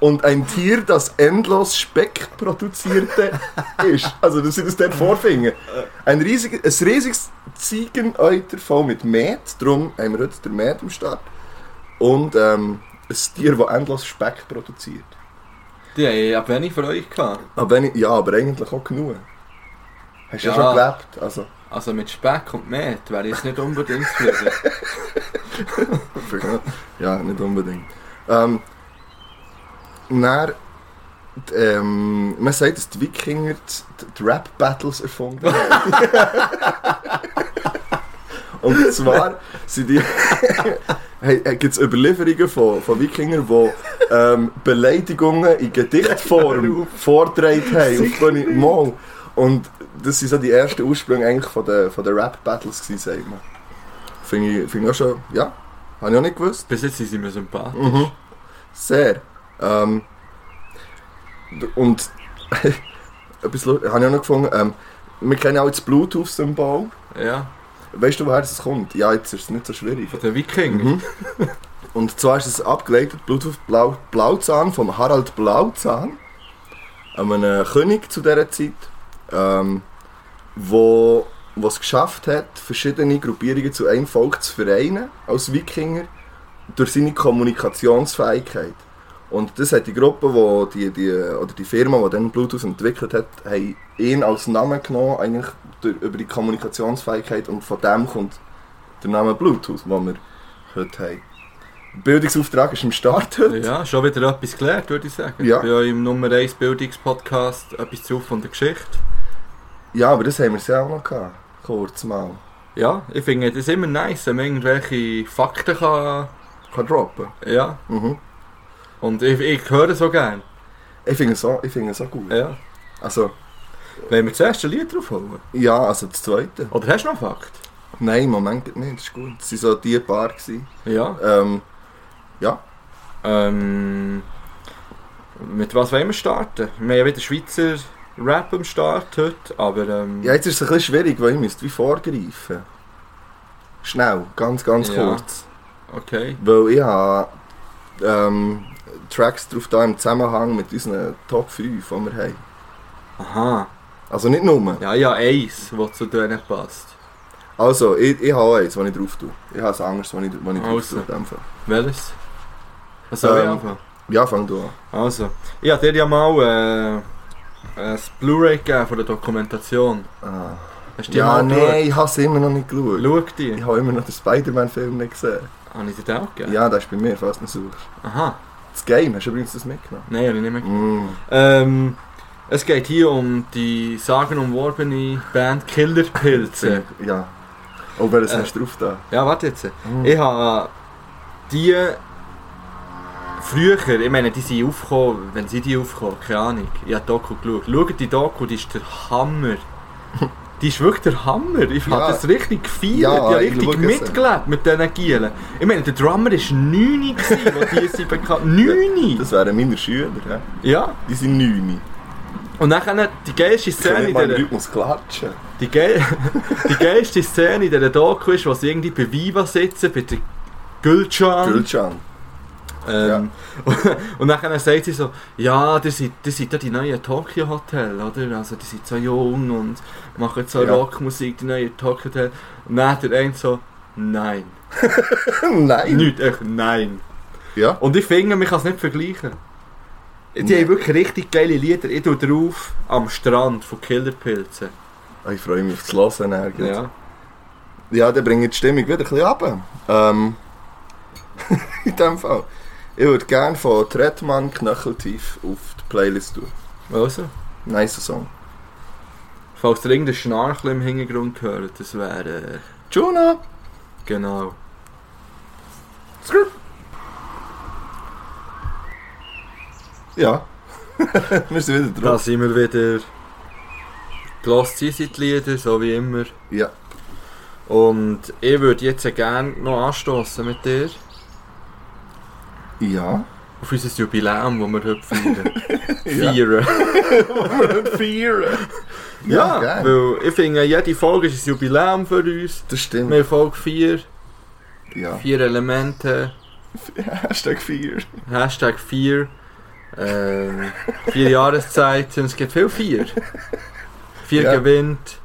Speaker 1: und ein Tier, das endlos Speck produzierte, ist. Also, dass sie das dort vorfinden. Ein riesiges, ein riesiges Ziegeneuter voll mit Met, darum haben wir heute den Met am Start. Und ähm, ein Tier, das endlos Speck produziert.
Speaker 2: Die haben ab wenig für euch gehabt.
Speaker 1: Aber wenn ich, ja, aber eigentlich auch genug. Hast du ja,
Speaker 2: Ja.
Speaker 1: schon gelebt. Also,
Speaker 2: Also mit Speck und Met wäre ich jetzt nicht unbedingt zufrieden.
Speaker 1: ja, nicht unbedingt. Ähm, dann, ähm, man sagt, dass die Wikinger die, die Rap-Battles erfunden haben. Und zwar sind die, gibt es Überlieferungen von, von Wikingern, die ähm, Beleidigungen in Gedichtform vorgetragen haben. Auf Bühne. Mal. Und das sind so dus die ersten Ursprünge eigentlich von den, von den Rap-Battles, gewesen, sagt man. Finde ich, find ich auch schon, ja, habe ich auch nicht gewusst.
Speaker 2: Bis jetzt sind sie mir sympathisch.
Speaker 1: Mhm. Sehr. Ähm, und etwas lu- habe ich auch noch gefunden. Ähm, wir kennen auch das Bluetooth-Symbol.
Speaker 2: Ja,
Speaker 1: Weißt du, woher es kommt? Ja, jetzt ist es nicht so schwierig.
Speaker 2: von den Wikingern.
Speaker 1: Mhm. Und zwar ist es abgeleitet Bluetooth Blau, Blauzahn vom Harald Blauzahn. einem König zu dieser Zeit, ähm, wo wo es geschafft hat, verschiedene Gruppierungen zu einem Volk zu vereinen, als Wikinger, durch seine Kommunikationsfähigkeit. Und das hat die Gruppe, wo die, die, oder die Firma, die dann Bluetooth entwickelt hat, haben ihn als Namen genommen, eigentlich durch, über die Kommunikationsfähigkeit. Und von dem kommt der Name Bluetooth, den wir heute haben. Bildungsauftrag ist am Start heute.
Speaker 2: Ja, schon wieder etwas gelernt, würde ich sagen.
Speaker 1: Ja.
Speaker 2: Bei eurem Nummer 1 Bildungspodcast etwas zu von der Geschichte.
Speaker 1: Ja, aber das haben wir selber noch gehabt. Kurz mal.
Speaker 2: Ja, ich finde es immer nice, wenn man irgendwelche Fakten kann.
Speaker 1: Kann droppen.
Speaker 2: Ja,
Speaker 1: Mhm.
Speaker 2: und ich, ich höre so gerne.
Speaker 1: Ich finde es auch, ich finde es auch gut.
Speaker 2: Ja.
Speaker 1: Also,
Speaker 2: Wenn wir zuerst ein Lied draufholen.
Speaker 1: ja, also das Zweite.
Speaker 2: Oder hast du noch einen Fakt?
Speaker 1: Nein, im Moment geht nicht, das ist gut. Es waren so die paar. Gewesen.
Speaker 2: Ja.
Speaker 1: Ähm,
Speaker 2: Ähm, mit was wollen wir starten? Wir haben ja wieder Schweizer Rap am Start heute, aber ähm,
Speaker 1: ja, jetzt ist es ein bisschen schwierig, weil ich müsste wie vorgreifen. Schnell, ganz, ganz
Speaker 2: Ja.
Speaker 1: kurz.
Speaker 2: okay.
Speaker 1: Weil ich habe ähm, Tracks drauf da im Zusammenhang mit unseren Top 5, die wir haben.
Speaker 2: Aha.
Speaker 1: Also nicht nur.
Speaker 2: Ja, ja, eins, was zu denen passt.
Speaker 1: Also, ich, ich habe eins, was ich drauf tue. Ich habe es anders, was ich, was ich drauf
Speaker 2: Also.
Speaker 1: tue. in dem Fall.
Speaker 2: Welches? Was soll ich
Speaker 1: Ähm,
Speaker 2: anfangen?
Speaker 1: Ja, fang du an.
Speaker 2: Also, ich habe dir ja mal äh, ein Blu-ray gegeben von der Dokumentation.
Speaker 1: Ah.
Speaker 2: Hast du die
Speaker 1: Ja,
Speaker 2: mal
Speaker 1: nein, ich habe es immer noch nicht geschaut.
Speaker 2: geschaut? Schau
Speaker 1: Ich
Speaker 2: die.
Speaker 1: habe immer noch den Spider-Man-Film nicht gesehen.
Speaker 2: Habe ich dir den auch
Speaker 1: Ja,
Speaker 2: gegeben?
Speaker 1: das ist bei mir, falls du ihn suchst.
Speaker 2: Aha.
Speaker 1: Das Game, hast du übrigens das mitgenommen?
Speaker 2: Nein, habe ich nicht mehr.
Speaker 1: Mm.
Speaker 2: Ähm, es geht hier um die sagenumworbene Band Killerpilze.
Speaker 1: Ja. Oh, welches
Speaker 2: Äh.
Speaker 1: hast du drauf da?
Speaker 2: Ja, warte jetzt.
Speaker 1: Mhm.
Speaker 2: Ich habe die früher, ich meine, die sind aufgekommen, wenn sie die aufgekommen, keine Ahnung. Ich habe die Doku geschaut. Schaut die Doku, die ist der Hammer. Die ist wirklich der Hammer. Ich
Speaker 1: Ja.
Speaker 2: habe das richtig gefeiert.
Speaker 1: Ja,
Speaker 2: ich habe
Speaker 1: ich
Speaker 2: richtig
Speaker 1: schaue es.
Speaker 2: mitgelebt mit diesen Gielen. Ich meine, der Drummer war 9, wo die sind bekannt. 9!
Speaker 1: Das wären meine Schüler, ja.
Speaker 2: Ja.
Speaker 1: Die sind neun.
Speaker 2: Und dann die geilste
Speaker 1: Ich kann
Speaker 2: Szene
Speaker 1: nicht
Speaker 2: in
Speaker 1: mal im
Speaker 2: dieser-
Speaker 1: Rhythmus klatschen.
Speaker 2: Die, geil die geilste Szene in dieser Doku ist, was sie irgendwie bei Viva sitzen, bei der Gülcan.
Speaker 1: Gülcan.
Speaker 2: Ähm, Und dann sagt sie so, ja, das sind, das sind ja die neuen Tokyo Hotel, oder? Also die sind so jung und machen so
Speaker 1: Ja.
Speaker 2: Rockmusik, die neuen Tokyo Hotel. Und dann hat der eine so, nein.
Speaker 1: Nein.
Speaker 2: Nicht echt, nein.
Speaker 1: Ja.
Speaker 2: Und ich finde, man kann es nicht vergleichen. Die
Speaker 1: Nee.
Speaker 2: haben wirklich richtig geile Lieder. Ich tue drauf am Strand von Killerpilzen.
Speaker 1: Ah, Ich freue mich aufs Hören. eigentlich.
Speaker 2: Ja.
Speaker 1: ja, dann bringt die Stimmung wieder ein bisschen runter. Ähm, in dem Fall. Ich würde gerne von Tretmann Knöcheltief auf die Playlist tun.
Speaker 2: Also.
Speaker 1: Nice Song.
Speaker 2: Falls ihr irgendein Schnarchen im Hintergrund hört, das wäre. Äh,
Speaker 1: Juna!
Speaker 2: genau.
Speaker 1: Skrrt. Ja. wir sind wieder
Speaker 2: Da
Speaker 1: drauf.
Speaker 2: sind wir wieder. Gelost sind die Lieder, so wie immer.
Speaker 1: Ja.
Speaker 2: Und ich würde jetzt gerne noch anstoßen mit dir
Speaker 1: Ja.
Speaker 2: auf unser Jubiläum, das wir heute feiern. feiern.
Speaker 1: Feiern! Ja,
Speaker 2: Ja,
Speaker 1: ja geil.
Speaker 2: weil ich finde, jede Folge ist ein Jubiläum für uns.
Speaker 1: Das
Speaker 2: Wir
Speaker 1: stimmt.
Speaker 2: haben Folge 4,
Speaker 1: Ja.
Speaker 2: 4 Elemente,
Speaker 1: Hashtag Feier.
Speaker 2: Hashtag 4, ähm, 4 Jahreszeiten, es gibt viel 4. 4
Speaker 1: Ja.
Speaker 2: gewinnt.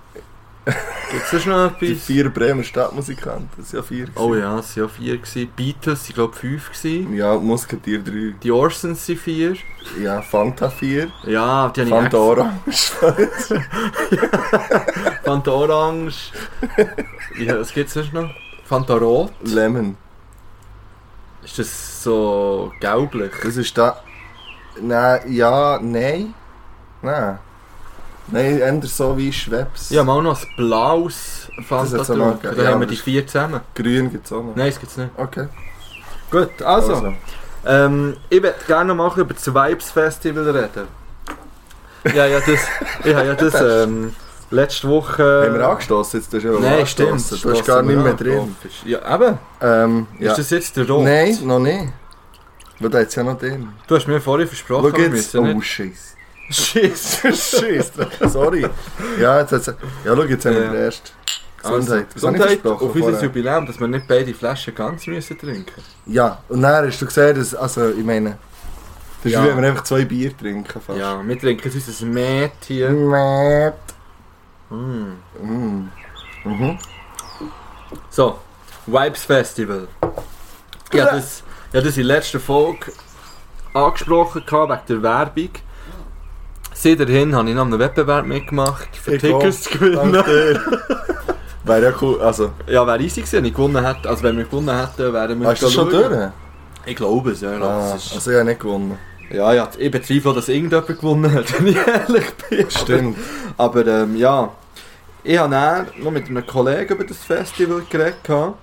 Speaker 2: Gibt es sonst noch
Speaker 1: Die
Speaker 2: etwas?
Speaker 1: vier Bremer Stadtmusikanten. Das sind ja vier.
Speaker 2: Oh ja, es waren ja 4. gewesen. Beatles waren glaube ich 5. gewesen.
Speaker 1: Ja, Musketier 3.
Speaker 2: Die Orsons waren 4.
Speaker 1: Ja, Fanta 4.
Speaker 2: Ja, die habe ich
Speaker 1: Fanta
Speaker 2: extra-
Speaker 1: Orange.
Speaker 2: Fanta Orange. ja, was gibt es sonst noch? Fanta Rot.
Speaker 1: Lemon.
Speaker 2: Ist das so gelblich?
Speaker 1: Das ist da. Nein, ja, nein. Nein. Nein, ändert so wie Schweppes.
Speaker 2: Ja, mal noch ein blaues Fanta
Speaker 1: hat's auch noch
Speaker 2: Rot.
Speaker 1: gegeben.
Speaker 2: Da
Speaker 1: Ja,
Speaker 2: haben
Speaker 1: aber
Speaker 2: wir die
Speaker 1: das-
Speaker 2: vier zusammen.
Speaker 1: Grün gibt es auch noch.
Speaker 2: Nein, das gibt es nicht.
Speaker 1: Okay.
Speaker 2: Gut, also. Ähm, ich würde gerne noch mal über das Vibes Festival reden. Ja, ja, das, ich habe ja das ähm, letzte Woche...
Speaker 1: Haben wir angestoßen? Jetzt hast du
Speaker 2: Nein, stimmt.
Speaker 1: Du hast gar nicht mehr drin.
Speaker 2: Ja, eben.
Speaker 1: Ähm, ja.
Speaker 2: Ist das jetzt der Rot?
Speaker 1: Nein, noch nicht. Weil da hat es ja noch den.
Speaker 2: Du hast mir vorhin versprochen,
Speaker 1: Schau
Speaker 2: wir
Speaker 1: jetzt.
Speaker 2: müssen
Speaker 1: Oh,
Speaker 2: nicht...
Speaker 1: Scheiße.
Speaker 2: Schiss.
Speaker 1: Scheiße. Sorry. Ja, jetzt hat's, ja, schau, jetzt haben wir
Speaker 2: Ja.
Speaker 1: den ersten.
Speaker 2: Also,
Speaker 1: Gesundheit. Was habe ich
Speaker 2: Gesundheit auf
Speaker 1: versprochen
Speaker 2: unser
Speaker 1: vorher?
Speaker 2: Jubiläum, dass wir nicht beide Flaschen ganz müssen trinken.
Speaker 1: Ja, und dann hast du gesehen, dass, also ich meine, Das ist
Speaker 2: Ja.
Speaker 1: wie wenn wir einfach zwei Bier trinken. Fast.
Speaker 2: Ja, wir trinken jetzt unser Mädchen.
Speaker 1: Mät.
Speaker 2: Mm.
Speaker 1: Mm. Mhm.
Speaker 2: So, Vibes Festival. Ich habe das, ich hab das in der letzten Folge angesprochen gehabt, wegen der Werbung. Seitdem habe ich noch einen Wettbewerb mitgemacht, für
Speaker 1: Ich
Speaker 2: Tickets zu gewinnen.
Speaker 1: Dank dir. Wäre ja cool. Also,
Speaker 2: Ja, wäre easy gewesen, wenn ich gewonnen hätte. Also wenn wir gewonnen hätten, wären wir
Speaker 1: hast du das schon
Speaker 2: schauen.
Speaker 1: durch?
Speaker 2: Ich glaube es, ja. ich glaube,
Speaker 1: Ah,
Speaker 2: es ist,
Speaker 1: also, ich habe nicht gewonnen.
Speaker 2: ja, ja, ich bezweifle, dass irgendjemand gewonnen hat, wenn ich ehrlich bin.
Speaker 1: Stimmt.
Speaker 2: Aber ähm, ja, ich habe dann noch mit einem Kollegen über das Festival geredet. gehabt.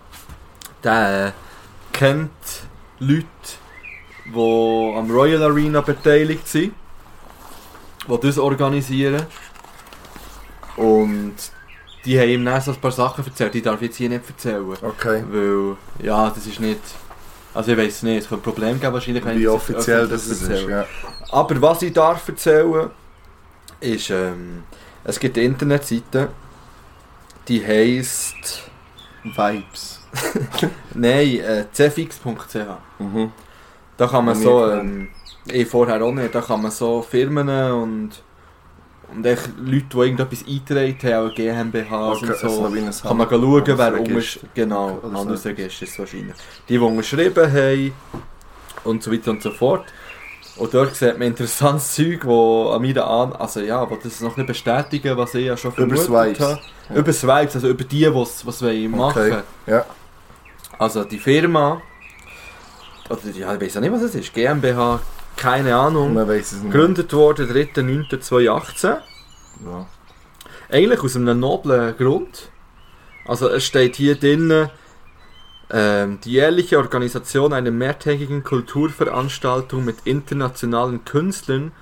Speaker 2: Der äh, kennt Leute, die am Royal Arena beteiligt sind, die das organisieren. Und die haben ihm dann so ein paar Sachen erzählt, die darf ich jetzt hier nicht erzählen.
Speaker 1: Okay.
Speaker 2: Weil, ja, das ist nicht. Also ich weiß nicht, es könnte ein Problem geben wahrscheinlich, wenn
Speaker 1: Wie
Speaker 2: ich also, das
Speaker 1: offiziell
Speaker 2: öffentlich
Speaker 1: das ist.
Speaker 2: erzähle.
Speaker 1: Ja.
Speaker 2: Aber was ich darf erzählen ist, ähm, es gibt eine Internetseite, die heisst.
Speaker 1: Vibes.
Speaker 2: Nein, äh, cfix.ch.
Speaker 1: Mhm.
Speaker 2: Da kann man
Speaker 1: Noch nie
Speaker 2: so.
Speaker 1: gehört.
Speaker 2: Ähm, ich vorher auch nicht, da kann man so Firmen und. Und echt Leute, die irgendetwas eingetragen haben, auch GmbHs
Speaker 1: Okay,
Speaker 2: und so.
Speaker 1: also wie ein
Speaker 2: Kann man schauen, wer
Speaker 1: Handelsregister.
Speaker 2: unter... Genau,
Speaker 1: Oder so
Speaker 2: anderes
Speaker 1: etwas.
Speaker 2: Register ist wahrscheinlich. Die, die unterschrieben haben und so weiter und so fort. Und dort sieht man interessantes Zeug, wo an mir an... Also ja, wo das noch nicht bestätigen, was ich ja schon
Speaker 1: Über
Speaker 2: vermutet
Speaker 1: Swipes.
Speaker 2: habe.
Speaker 1: Ja.
Speaker 2: Über Swipes, also über die, die es was wollen machen
Speaker 1: Okay, ja.
Speaker 2: Also die Firma... Oder ja, ich weiß auch nicht, was es ist. GmbH, keine Ahnung.
Speaker 1: Man weiß es nicht.
Speaker 2: Gegründet worden 3.9.2018.
Speaker 1: Ja.
Speaker 2: Eigentlich aus einem noblen Grund. Also es steht hier drin, ähm, die jährliche Organisation einer mehrtägigen Kulturveranstaltung mit internationalen Künstlern,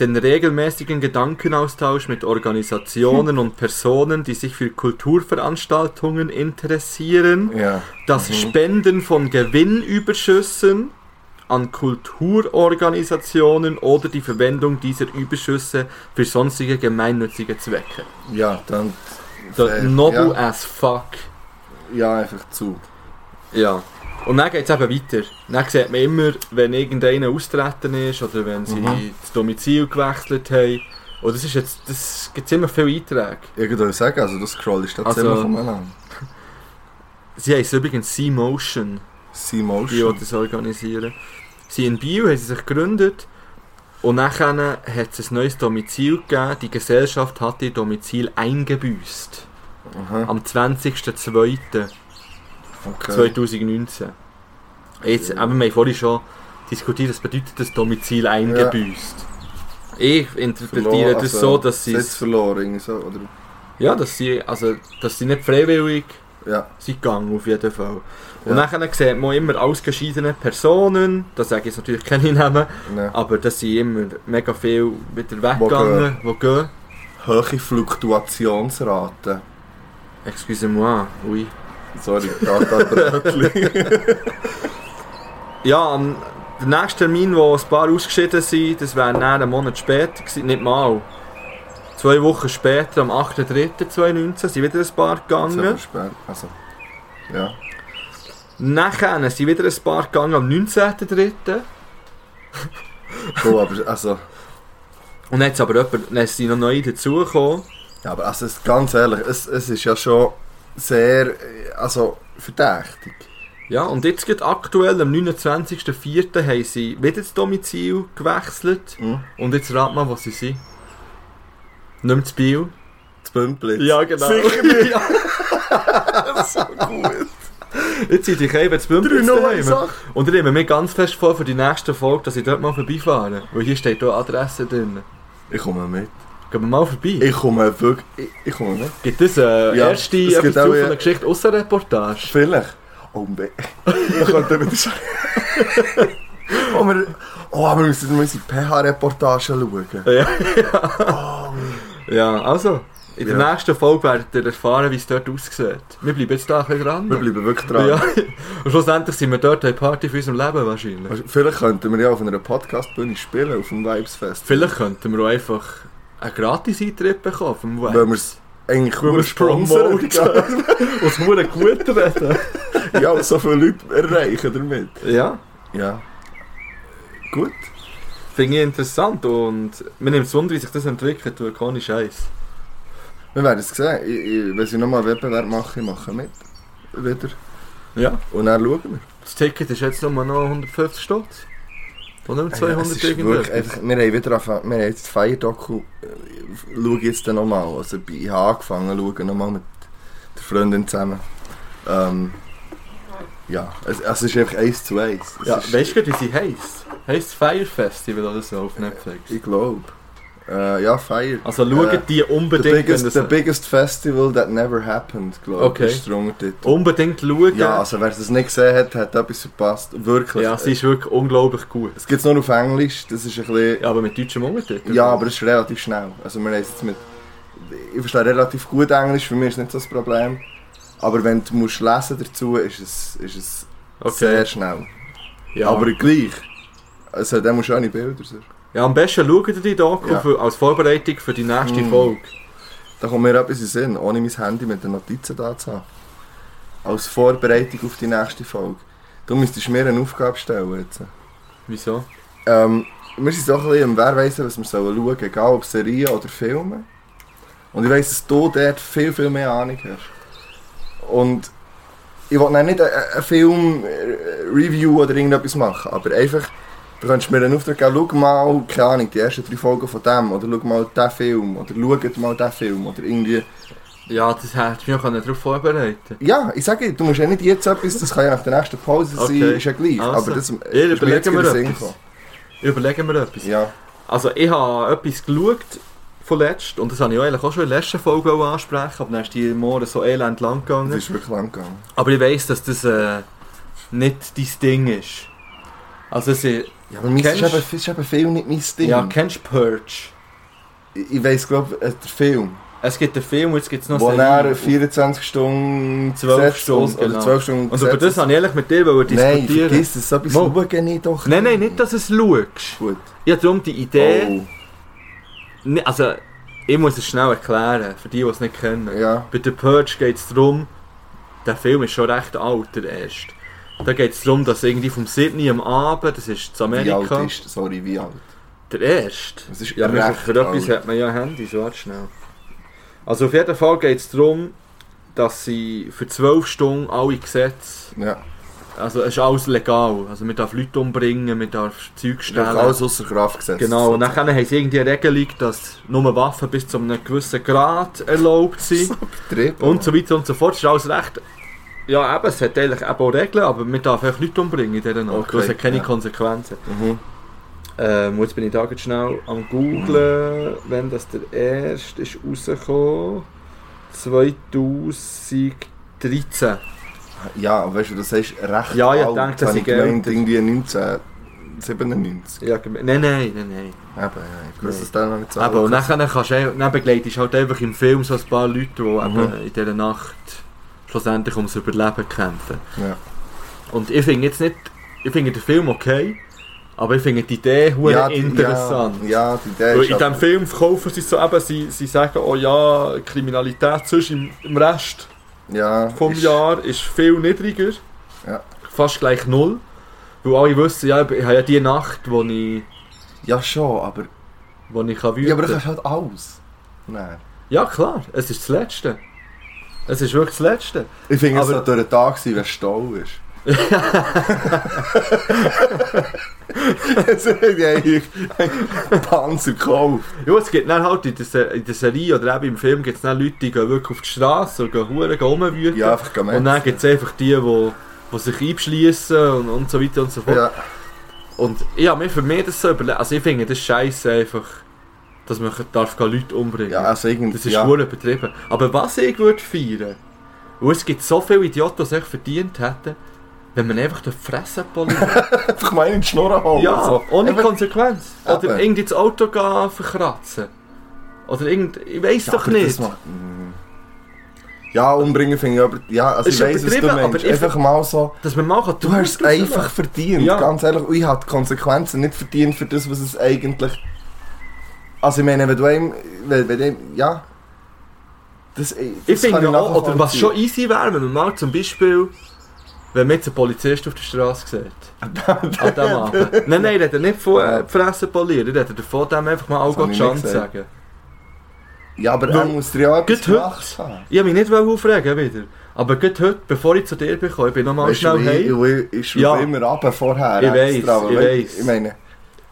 Speaker 2: den regelmäßigen Gedankenaustausch mit Organisationen und Personen, die sich für Kulturveranstaltungen interessieren,
Speaker 1: ja.
Speaker 2: das Spenden von Gewinnüberschüssen an Kulturorganisationen oder die Verwendung dieser Überschüsse für sonstige gemeinnützige Zwecke.
Speaker 1: Ja, dann.
Speaker 2: Der
Speaker 1: Fair.
Speaker 2: Nobu
Speaker 1: Ja.
Speaker 2: as fuck.
Speaker 1: Ja, einfach zu.
Speaker 2: Ja. Und dann geht es eben weiter. Dann sieht man immer, wenn irgendeiner austreten ist oder wenn sie
Speaker 1: Mhm.
Speaker 2: das Domizil gewechselt haben. Und das ist jetzt, das gibt ziemlich viele Einträge.
Speaker 1: Irgendwann sagen, also das Scroll ist da
Speaker 2: Also-
Speaker 1: ziemlich umeinander.
Speaker 2: Sie heißen übrigens Sea Motion, die, die
Speaker 1: C-Motion.
Speaker 2: das organisieren. Sie in Bio haben sie sich gegründet und nachher hat es ein neues Domizil gegeben. Die Gesellschaft hat ihr Domizil eingebüßt.
Speaker 1: Aha,
Speaker 2: Am 20.02.
Speaker 1: okay.
Speaker 2: 2019. Jetzt, eben, wir haben vorhin schon diskutiert, was bedeutet das Domizil eingebüßt. also Ich interpretiere das so, dass sie,
Speaker 1: also Sitz verloren, irgendwie so, oder?
Speaker 2: ja, dass sie, also, dass sie nicht freiwillig
Speaker 1: Ja.
Speaker 2: sind gegangen, auf jeden Fall. Und
Speaker 1: Ja.
Speaker 2: nachher sieht man immer ausgeschiedene Personen, da sage ich jetzt natürlich keine Namen,
Speaker 1: Ne.
Speaker 2: aber das sind immer mega viele wieder weggegangen, die gehen.
Speaker 1: Hohe Fluktuationsrate.
Speaker 2: Excusez-moi, oui.
Speaker 1: Sorry, Brötchen.
Speaker 2: Ja, am der nächste Termin, wo ein paar ausgeschieden sind, das wäre dann einen Monat später gewesen. Nicht mal. Zwei Wochen später, am 8.3.2019, sind wieder ein paar gegangen.
Speaker 1: spät. Also. Ja.
Speaker 2: Nachher sind wieder ein paar gegangen am 19.3.
Speaker 1: Cool, aber also.
Speaker 2: Und jetzt aber jemand, dann sind noch neue dazugekommen.
Speaker 1: Ja, aber also, es- ganz ehrlich, es, es ist ja schon sehr. äh, Also, verdächtig.
Speaker 2: Ja, und jetzt geht aktuell, am 29.04. haben sie wieder das Domizil gewechselt.
Speaker 1: Mhm.
Speaker 2: Und jetzt rat mal, was sie sind. Nicht mehr zu Biel.
Speaker 1: Das Bümplitz.
Speaker 2: Sicher nicht. ja.
Speaker 1: genau. so gut.
Speaker 2: Jetzt sind die Käfer zu
Speaker 1: Drei
Speaker 2: Bümpel
Speaker 1: neue
Speaker 2: daheim.
Speaker 1: Sachen.
Speaker 2: Und ich nehme mir ganz fest vor für die nächste Folge, dass ich dort mal vorbeifahre. Weil hier steht hier Adresse drin.
Speaker 1: Ich komme mit.
Speaker 2: Gehen wir mal vorbei.
Speaker 1: Ich komme wirklich. Ich, ich komme mit.
Speaker 2: gibt es eine
Speaker 1: Ja,
Speaker 2: erste
Speaker 1: es gibt
Speaker 2: etwas
Speaker 1: auch,
Speaker 2: zu von
Speaker 1: ja.
Speaker 2: der Geschichte außer Reportage?
Speaker 1: Vielleicht. Oh, we- wir könnten wieder sagen. oh, wir, oh, wir müssen wir müssen die PH-Reportage schauen.
Speaker 2: Ja, ja also. In der
Speaker 1: Ja.
Speaker 2: nächsten Folge werdet ihr erfahren, wie es dort aussieht. Wir bleiben jetzt da ein bisschen dran.
Speaker 1: Wir bleiben wirklich dran.
Speaker 2: Ja. Und schlussendlich sind wir dort eine Party für unser Leben wahrscheinlich.
Speaker 1: Vielleicht könnten wir ja auf einer Podcast-Bühne spielen, auf dem Vibes-Fest.
Speaker 2: Vielleicht könnten wir auch einfach einen gratis Eintritt bekommen vom Web.
Speaker 1: Wenn wir es eigentlich gut sponsern.
Speaker 2: Und nur gut reden.
Speaker 1: ja, und so viele Leute erreichen damit.
Speaker 2: Ja.
Speaker 1: Ja. Gut.
Speaker 2: Finde ich interessant und mir nimmt es Wunder, wie sich das entwickelt, durch ohne Scheiß.
Speaker 1: Wir werden es sehen. Ich, ich, wenn sie nochmal einen Wettbewerb machen, machen mit. Wieder.
Speaker 2: Ja.
Speaker 1: Und dann schauen wir.
Speaker 2: Das Ticket ist jetzt nur noch 150 Stutz. Und nicht mehr
Speaker 1: Ey, es
Speaker 2: 200
Speaker 1: ist wirklich
Speaker 2: irgendwie.
Speaker 1: einfach, wir haben wieder angefangen, wir haben jetzt das Feierdoku, äh, schaue ich jetzt dann nochmal, also bei- ich habe angefangen zu schauen, nochmal mit der Freundin zusammen. Ähm, ja, es, es ist einfach eins zu eins. Es
Speaker 2: Ja,
Speaker 1: ist,
Speaker 2: weißt du, wie sie heisst? Heisst Fire Festival oder so auf Netflix?
Speaker 1: ich glaube. Äh, ja, Feier.
Speaker 2: Also schaut
Speaker 1: Äh,
Speaker 2: die
Speaker 1: The
Speaker 2: unbedingt, wenn
Speaker 1: biggest,
Speaker 2: das
Speaker 1: the biggest festival that never happened, glaube ich,
Speaker 2: Okay.
Speaker 1: ist der Untertitel.
Speaker 2: unbedingt schauen.
Speaker 1: Ja, also wer das nicht gesehen hat, hat etwas verpasst. Wirklich.
Speaker 2: ja, sie ist wirklich unglaublich gut.
Speaker 1: Es gibt es nur auf Englisch, das ist ein bisschen...
Speaker 2: Ja, aber mit deutschem Untertitel.
Speaker 1: Ja, aber es ist relativ schnell. Also wir haben es jetzt mit... Ich verstehe relativ gut Englisch, für mich ist nicht so das Problem. Aber wenn du musst lesen dazu ist es, ist es
Speaker 2: okay.
Speaker 1: sehr schnell.
Speaker 2: ja.
Speaker 1: Aber gleich. Also dann musst du auch nicht Bilder sonst.
Speaker 2: ja, am besten schaut ihr die Doku
Speaker 1: Ja.
Speaker 2: für, als Vorbereitung für die nächste
Speaker 1: Mm.
Speaker 2: Folge.
Speaker 1: Da kommt mir etwas in den Sinn, ohne mein Handy mit den Notizen da zu haben. Als Vorbereitung auf die nächste Folge. Du müsstest mir eine Aufgabe stellen jetzt.
Speaker 2: Wieso?
Speaker 1: Ähm, wir sind so ein bisschen im Wer weiss, was wir schauen sollen, egal ob Serien oder Filme. Und ich weiss, dass du dort viel, viel mehr Ahnung hast. Und ich will dann nicht einen- einen Film-Review oder irgendetwas machen, aber einfach, du könntest mir einen Auftrag geben, schau mal, keine Ahnung, die ersten drei Folgen von dem, oder schau mal diesen Film, oder schau mal diesen Film, oder irgendwie...
Speaker 2: Ja, das hätte ich mich auch darauf vorbereiten
Speaker 1: Ja, ich sage, dir, du musst ja nicht jetzt etwas, das kann ja nach der nächsten Pause sein,
Speaker 2: Okay.
Speaker 1: ist ja gleich,
Speaker 2: Also,
Speaker 1: aber das ist
Speaker 2: ich
Speaker 1: mir jetzt
Speaker 2: überlege
Speaker 1: in
Speaker 2: mir
Speaker 1: den Sinn
Speaker 2: etwas.
Speaker 1: gekommen.
Speaker 2: Überlegen wir etwas.
Speaker 1: Ja,
Speaker 2: Also ich habe etwas geschaut von letzt, und das habe ich auch, eigentlich auch schon in der letzten Folge ansprechen, aber dann ist die Morgen so elend lang
Speaker 1: das
Speaker 2: gegangen.
Speaker 1: ist wirklich lang gegangen.
Speaker 2: Aber ich weiss, dass das äh, nicht dein Ding ist. Also es ist...
Speaker 1: Ja, aber meins ist
Speaker 2: Kennst-
Speaker 1: eben, ist eben Film nicht mein Ding.
Speaker 2: Ja, kennst du Purge?
Speaker 1: ich ich weiss, glaube der Film,
Speaker 2: Es gibt einen Film und jetzt gibt es noch
Speaker 1: wo
Speaker 2: Serie.
Speaker 1: er 24 Stunden,
Speaker 2: 12
Speaker 1: Gesetz-
Speaker 2: Stunden,
Speaker 1: oder
Speaker 2: genau.
Speaker 1: 12 Stunden
Speaker 2: Und über das
Speaker 1: Gesetz-
Speaker 2: wollte ich ehrlich mit dir
Speaker 1: Nein,
Speaker 2: diskutieren.
Speaker 1: vergiss das, so etwas
Speaker 2: Mo.
Speaker 1: schauen ich doch
Speaker 2: nein, nein, nicht, dass du es schaust.
Speaker 1: Gut. Oh,
Speaker 2: Ich habe darum die Idee... Ne- Also, ich muss es schnell erklären, für die, die es nicht kennen.
Speaker 1: Oh, ja.
Speaker 2: Bei The Purge geht es darum, der Film ist schon recht alt, der erste. Da geht es darum, dass irgendwie vom Sydney am Abend, das ist zu
Speaker 1: Wie alt
Speaker 2: Amerika,
Speaker 1: ist, sorry, wie alt?
Speaker 2: der erste.
Speaker 1: Das ist
Speaker 2: Ja,
Speaker 1: recht
Speaker 2: aber für
Speaker 1: alt.
Speaker 2: etwas hat man ja Handys, warte schnell. Also auf jeden Fall geht es darum, dass sie für 12 Stunden alle Gesetze,
Speaker 1: Ja,
Speaker 2: also es ist alles legal, also man darf Leute umbringen, man darf Zeug
Speaker 1: ist doch
Speaker 2: stellen.
Speaker 1: alles außer Kraft gesetzt.
Speaker 2: Genau, und nachher haben sie irgendwie eine Regelung, dass nur Waffen bis zu einem gewissen Grad erlaubt sind.
Speaker 1: Betrieb.
Speaker 2: Und so weiter und so fort. Es ist alles recht. Ja, eben, es hat eigentlich eben auch Regeln, aber man darf einfach Leute umbringen in dieser Nacht.
Speaker 1: Okay,
Speaker 2: Okay, das hat keine
Speaker 1: ja.
Speaker 2: Konsequenzen.
Speaker 1: Mhm.
Speaker 2: Ähm, jetzt bin ich da ganz schnell am googlen, wenn das der erste ist rausgekommen. 2013.
Speaker 1: Ja, aber weißt du, das heißt recht
Speaker 2: Ja, ich
Speaker 1: alt.
Speaker 2: denke, dass
Speaker 1: Habe
Speaker 2: ich geälter-
Speaker 1: gemeint, irgendwie 1997.
Speaker 2: Ja, gem- nein, nein, nein, nein.
Speaker 1: Eben, ja, ich wusste
Speaker 2: Nein.
Speaker 1: es dann noch nicht so
Speaker 2: Aber
Speaker 1: alt.
Speaker 2: und nachher kannst du, auch- dann begleitest du halt einfach im Film so ein paar Leute, die
Speaker 1: Mhm.
Speaker 2: eben in dieser Nacht schlussendlich ums Überleben kämpfen.
Speaker 1: Ja.
Speaker 2: Und ich finde jetzt nicht, ich finde den Film okay, aber ich finde die Idee hure
Speaker 1: Ja, die-
Speaker 2: interessant.
Speaker 1: Ja, ja, die Idee
Speaker 2: Weil
Speaker 1: ist
Speaker 2: in diesem
Speaker 1: aber-
Speaker 2: Film verkaufen sie es so eben, sie, sie sagen, oh ja, Kriminalität sonst im, im Rest
Speaker 1: ja,
Speaker 2: vom
Speaker 1: ist-
Speaker 2: Jahr ist viel niedriger.
Speaker 1: Ja.
Speaker 2: Fast gleich null. Weil alle wissen, ja, ich habe ja die Nacht, wo ich,
Speaker 1: Ja, schon, aber.
Speaker 2: wo ich kann
Speaker 1: Ja, aber du
Speaker 2: wüten.
Speaker 1: kannst halt alles. Nein.
Speaker 2: Ja, klar, es ist das Letzte. Es ist wirklich das Letzte.
Speaker 1: Ich finde, es
Speaker 2: Aber-
Speaker 1: sollte durch den Tag sein, wenn Stau ist. Jetzt habe ich einen Panzer gekauft.
Speaker 2: Ja, es gibt dann halt in der, Se- in der Serie oder eben im Film gibt es dann Leute, die gehen wirklich auf die Straße und gehen Huren rumwüten.
Speaker 1: Ja, einfach gemerkt.
Speaker 2: Und dann gibt es einfach die, die, die sich einschliessen und, und so weiter und so fort.
Speaker 1: Ja,
Speaker 2: Und ich habe mir für mich das so überlegt. Also ich finde das scheiße einfach, dass man darf gar Leute umbringen
Speaker 1: ja, also irgendwie.
Speaker 2: Das ist
Speaker 1: ja.
Speaker 2: ja. übertrieben. Aber was ich würde feiern, und es gibt so viele Idioten, die es echt verdient hätten, wenn man einfach den Fressen poliert.
Speaker 1: Einfach mal in Also, die Schnurren holen.
Speaker 2: ja,
Speaker 1: so.
Speaker 2: ohne
Speaker 1: Eben-
Speaker 2: Konsequenz. Oder
Speaker 1: Eben.
Speaker 2: irgendwie das Auto gehen verkratzen. Oder irgend... Ich weiß
Speaker 1: Ja,
Speaker 2: doch
Speaker 1: aber das
Speaker 2: nicht.
Speaker 1: macht- Mhm. Ja, umbringen finde ich aber. Ja, also
Speaker 2: Ist
Speaker 1: ich weiß, was du
Speaker 2: übertrieben, aber
Speaker 1: meinst.
Speaker 2: ich-
Speaker 1: Einfach mal so.
Speaker 2: Dass man mal kann
Speaker 1: Du hast es einfach verdient,
Speaker 2: Ja.
Speaker 1: ganz ehrlich. Und ich habe die Konsequenzen nicht verdient für das, was es eigentlich. Also ich meine, wenn du einem. Wenn, wenn dem, ja. Das, das
Speaker 2: Ich
Speaker 1: kann
Speaker 2: finde auch, oder was
Speaker 1: nachvollziehen.
Speaker 2: schon easy wäre, wenn man mal zum Beispiel Wenn man jetzt einen Polizist auf der Straße sieht, an diesem Abend. Nein, nein, ich rede nicht von äh, die Fresse polieren, ich rede davon, dem einfach mal
Speaker 1: Das
Speaker 2: auch
Speaker 1: hab
Speaker 2: die
Speaker 1: ich nicht
Speaker 2: Chance
Speaker 1: gesagt.
Speaker 2: sagen.
Speaker 1: Ja, aber er
Speaker 2: Weil-
Speaker 1: muss dir ja etwas
Speaker 2: Gut, heute-
Speaker 1: gemacht haben.
Speaker 2: Ich wollte mich nicht aufregen wieder, aber gerade heute, bevor ich zu dir bin, ich bin nochmal
Speaker 1: Weißt du,
Speaker 2: schnell heim.
Speaker 1: ich, ich, ich schraube
Speaker 2: Ja.
Speaker 1: immer ab vorher.
Speaker 2: Ich
Speaker 1: extra,
Speaker 2: weiss, ich
Speaker 1: weil-
Speaker 2: weiss.
Speaker 1: Ich meine,